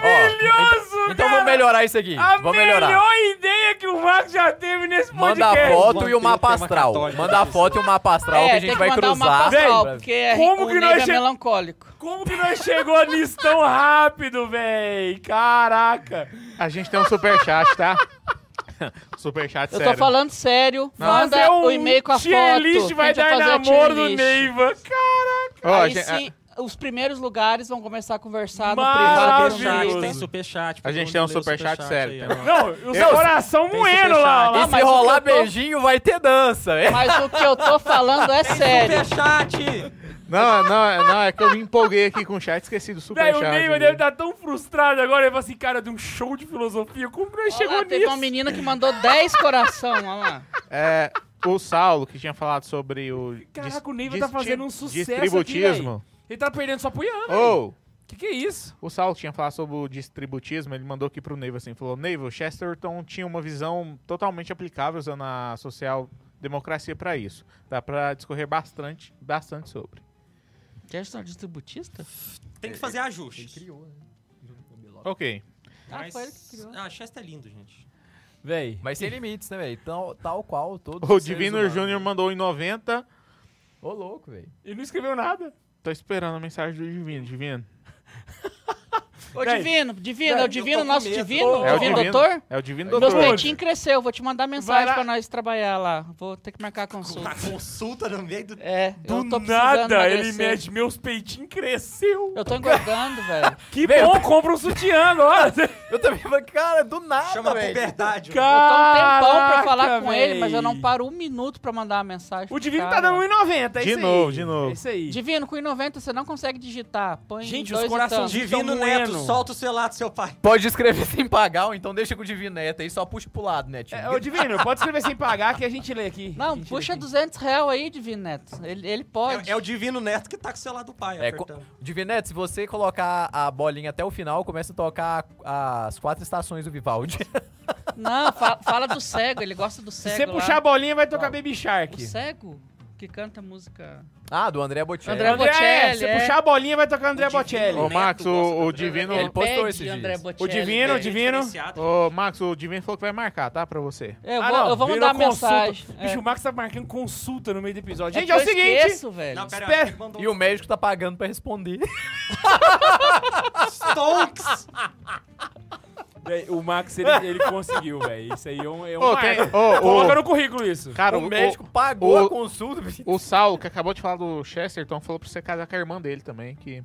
Maravilhoso,
então vamos melhorar isso aqui.
A
vamos melhorar.
melhor ideia que o Marcos já teve nesse
Manda a
podcast.
foto e o mapa
Manteve o tema
astral.
católico.
Manda a foto e o mapa astral que a gente vai
É, mandar uma
cruzar.
astral,
Véi,
porque é,
como
o
que
Neiva
nós
é
che-
melancólico.
Como que nós chegou nisso tão rápido, véi? Caraca.
A gente tem um superchat, tá? superchat
Eu
sério.
tô falando sério, manda
Fazer um
o e-mail com a foto.
tier list vai
a gente
dar
fazer a
namoro
tier
do
list. é-
Neiva. Caraca.
Ó,
Aí
gente, é,
se os primeiros lugares vão começar a conversar no
Maravilhoso.
privado.
Superchat, tem superchat.
A gente
todo
tem um
mundo lê o
superchat sério, tá
aí,
tem
ó.
Não, o seu
Eu-
coração
Tem
moendo lá.
superchat.
lá
E
Ah,
se
mas o
rolar
que eu tô-
beijinho, vai ter dança. É.
Mas o que eu tô falando é sério.
Superchat!
Não, não, não, é que eu me empolguei aqui com o chat, esqueci do
Véi,
superchat.
o Neymar
ali.
deve tá- estar tão frustrado agora. Ele fala assim, cara, de um show de filosofia. Como que nós
Olha
chegou
lá, teve
nisso?
uma menina que mandou 10 coração, olha lá.
É, o Saulo, que tinha falado sobre o. dis-
Caraca, o Neymar tá
disti-
fazendo um sucesso aqui,
Distributismo.
véi. Ele tá perdendo só pro Ian, véi.
Ou,
Que que é isso?
o Saulo tinha falado sobre o distributismo, ele mandou aqui pro Neiva assim: falou, Neiva, o Chesterton tinha uma visão totalmente aplicável usando a social democracia pra isso. Dá pra discorrer bastante, bastante sobre.
Gerson é distributista?
Tem que fazer ajustes.
né? Ok.
Ah,
Mas...
foi ele que criou.
Ah, Chester é lindo, gente.
Véi.
Mas sem limites, né, velho? Tal, tal qual todos
O
os seres
Divino
humanos.
Júnior mandou em 90.
Ô, louco, velho.
Ele não escreveu nada.
Tô esperando a mensagem do Divino, Divino.
Ô,
Véi,
divino, divino,
véi,
é o
eu
divino,
tô com
nosso
medo.
divino,
Ô,
É o
divino doutor.
É o Divino
Meus
Doutor.
peitinhos cresceu, vou te mandar
lá.
mensagem pra nós trabalhar lá. Vou ter que marcar a consulta.
Uma consulta no meio do...
É,
Do
eu tô precisando
nada, ele
emagrecer.
mede meus peitinhos, cresceu.
Eu tô engordando, velho.
Que bom, compra um sutiã agora.
um
Eu também falei, cara, do nada,
Chama
Tá, velho.
puberdade.
Eu tô um tempão pra
Caraca,
falar com ele,
véi.
mas eu não paro um minuto pra mandar uma mensagem.
O
pro
Divino tá
cara.
dando 1,90, é
De
isso
novo,
aí.
de novo.
É isso aí.
Divino, com 1,90 você não consegue digitar. Põe
Gente, os
dois e
corações-
tanto.
Divino
Então,
Neto,
Bueno.
solta o celular do seu pai. É,
Pode escrever sem pagar, ou então deixa com o Divino Neto aí, só puxa pro lado, né, tio?
É, ô, Divino, pode escrever sem pagar que a gente lê aqui. A
Não,
gente
puxa
lê aqui.
200 real aí, Divino Neto. Ele, ele pode.
É, é o Divino Neto que tá com o celular do pai,
É, co-
apertando.
Divino Neto, se você colocar a bolinha até o final, começa a tocar as quatro estações do Vivaldi.
Não, fa- fala do cego, ele gosta do cego.
Se você
lá.
puxar a bolinha, vai tocar Baby
O
Shark.
cego que canta música.
ah, do André Bocelli.
André Bocelli.
é, se
é.
puxar a bolinha, vai tocar André Bocelli.
Ô, Max,
Neto gosta
o, o
do
Divino.
Ele postou
Pede,
esses dias.
André
O
O
Bocelli,
Divino, o
velho.
Divino.
Ô, Max, o Divino falou que vai marcar, tá? Pra você.
Eu
Ah,
vou,
não,
eu vou
virou
mandar
consulta.
mensagem.
Bicho, o
É.
Max tá marcando consulta no meio do episódio.
É
Gente,
que
é o
eu
seguinte.
Esqueço, velho.
Não, pera,
Espera.
ele mandou um
E o médico tá pagando pra responder.
Stonks.
Véi, O Max, ele, ele conseguiu, velho. Isso aí é um, é um
Ô,
marco.
tem- ô, ô.
Coloca no currículo isso.
Cara,
o médico pagou
o-
a consulta.
O Saulo, que acabou de falar do Chesterton, falou pra você casar com a irmã dele também. Que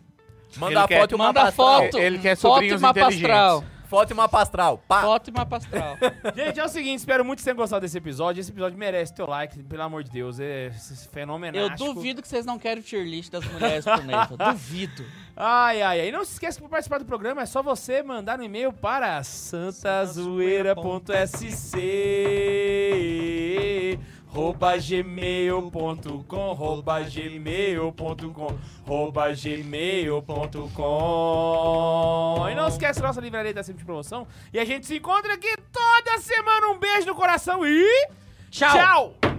Manda
Ele
a
quer-
foto e uma
é
Manda foto.
Ele quer
foto e
sobrinhos
mapa
inteligentes.
astral.
Foto e uma pastral. Pá.
Foto e mapa astral.
Gente, é o seguinte, espero muito que vocês tenham gostado desse episódio. Esse episódio merece teu like, pelo amor de Deus. É fenomenal.
Eu duvido que vocês não querem o tier list das mulheres pro Nathan. Duvido.
Ai, ai, ai. E não se esqueça que para participar do programa é só você mandar um e-mail para santazoeira.sc arroba gmail.com arroba gmail.com arroba gmail.com E não esquece nossa livraria da sempre de promoção. E a gente se encontra aqui toda semana. Um beijo no coração e...
Tchau.
tchau.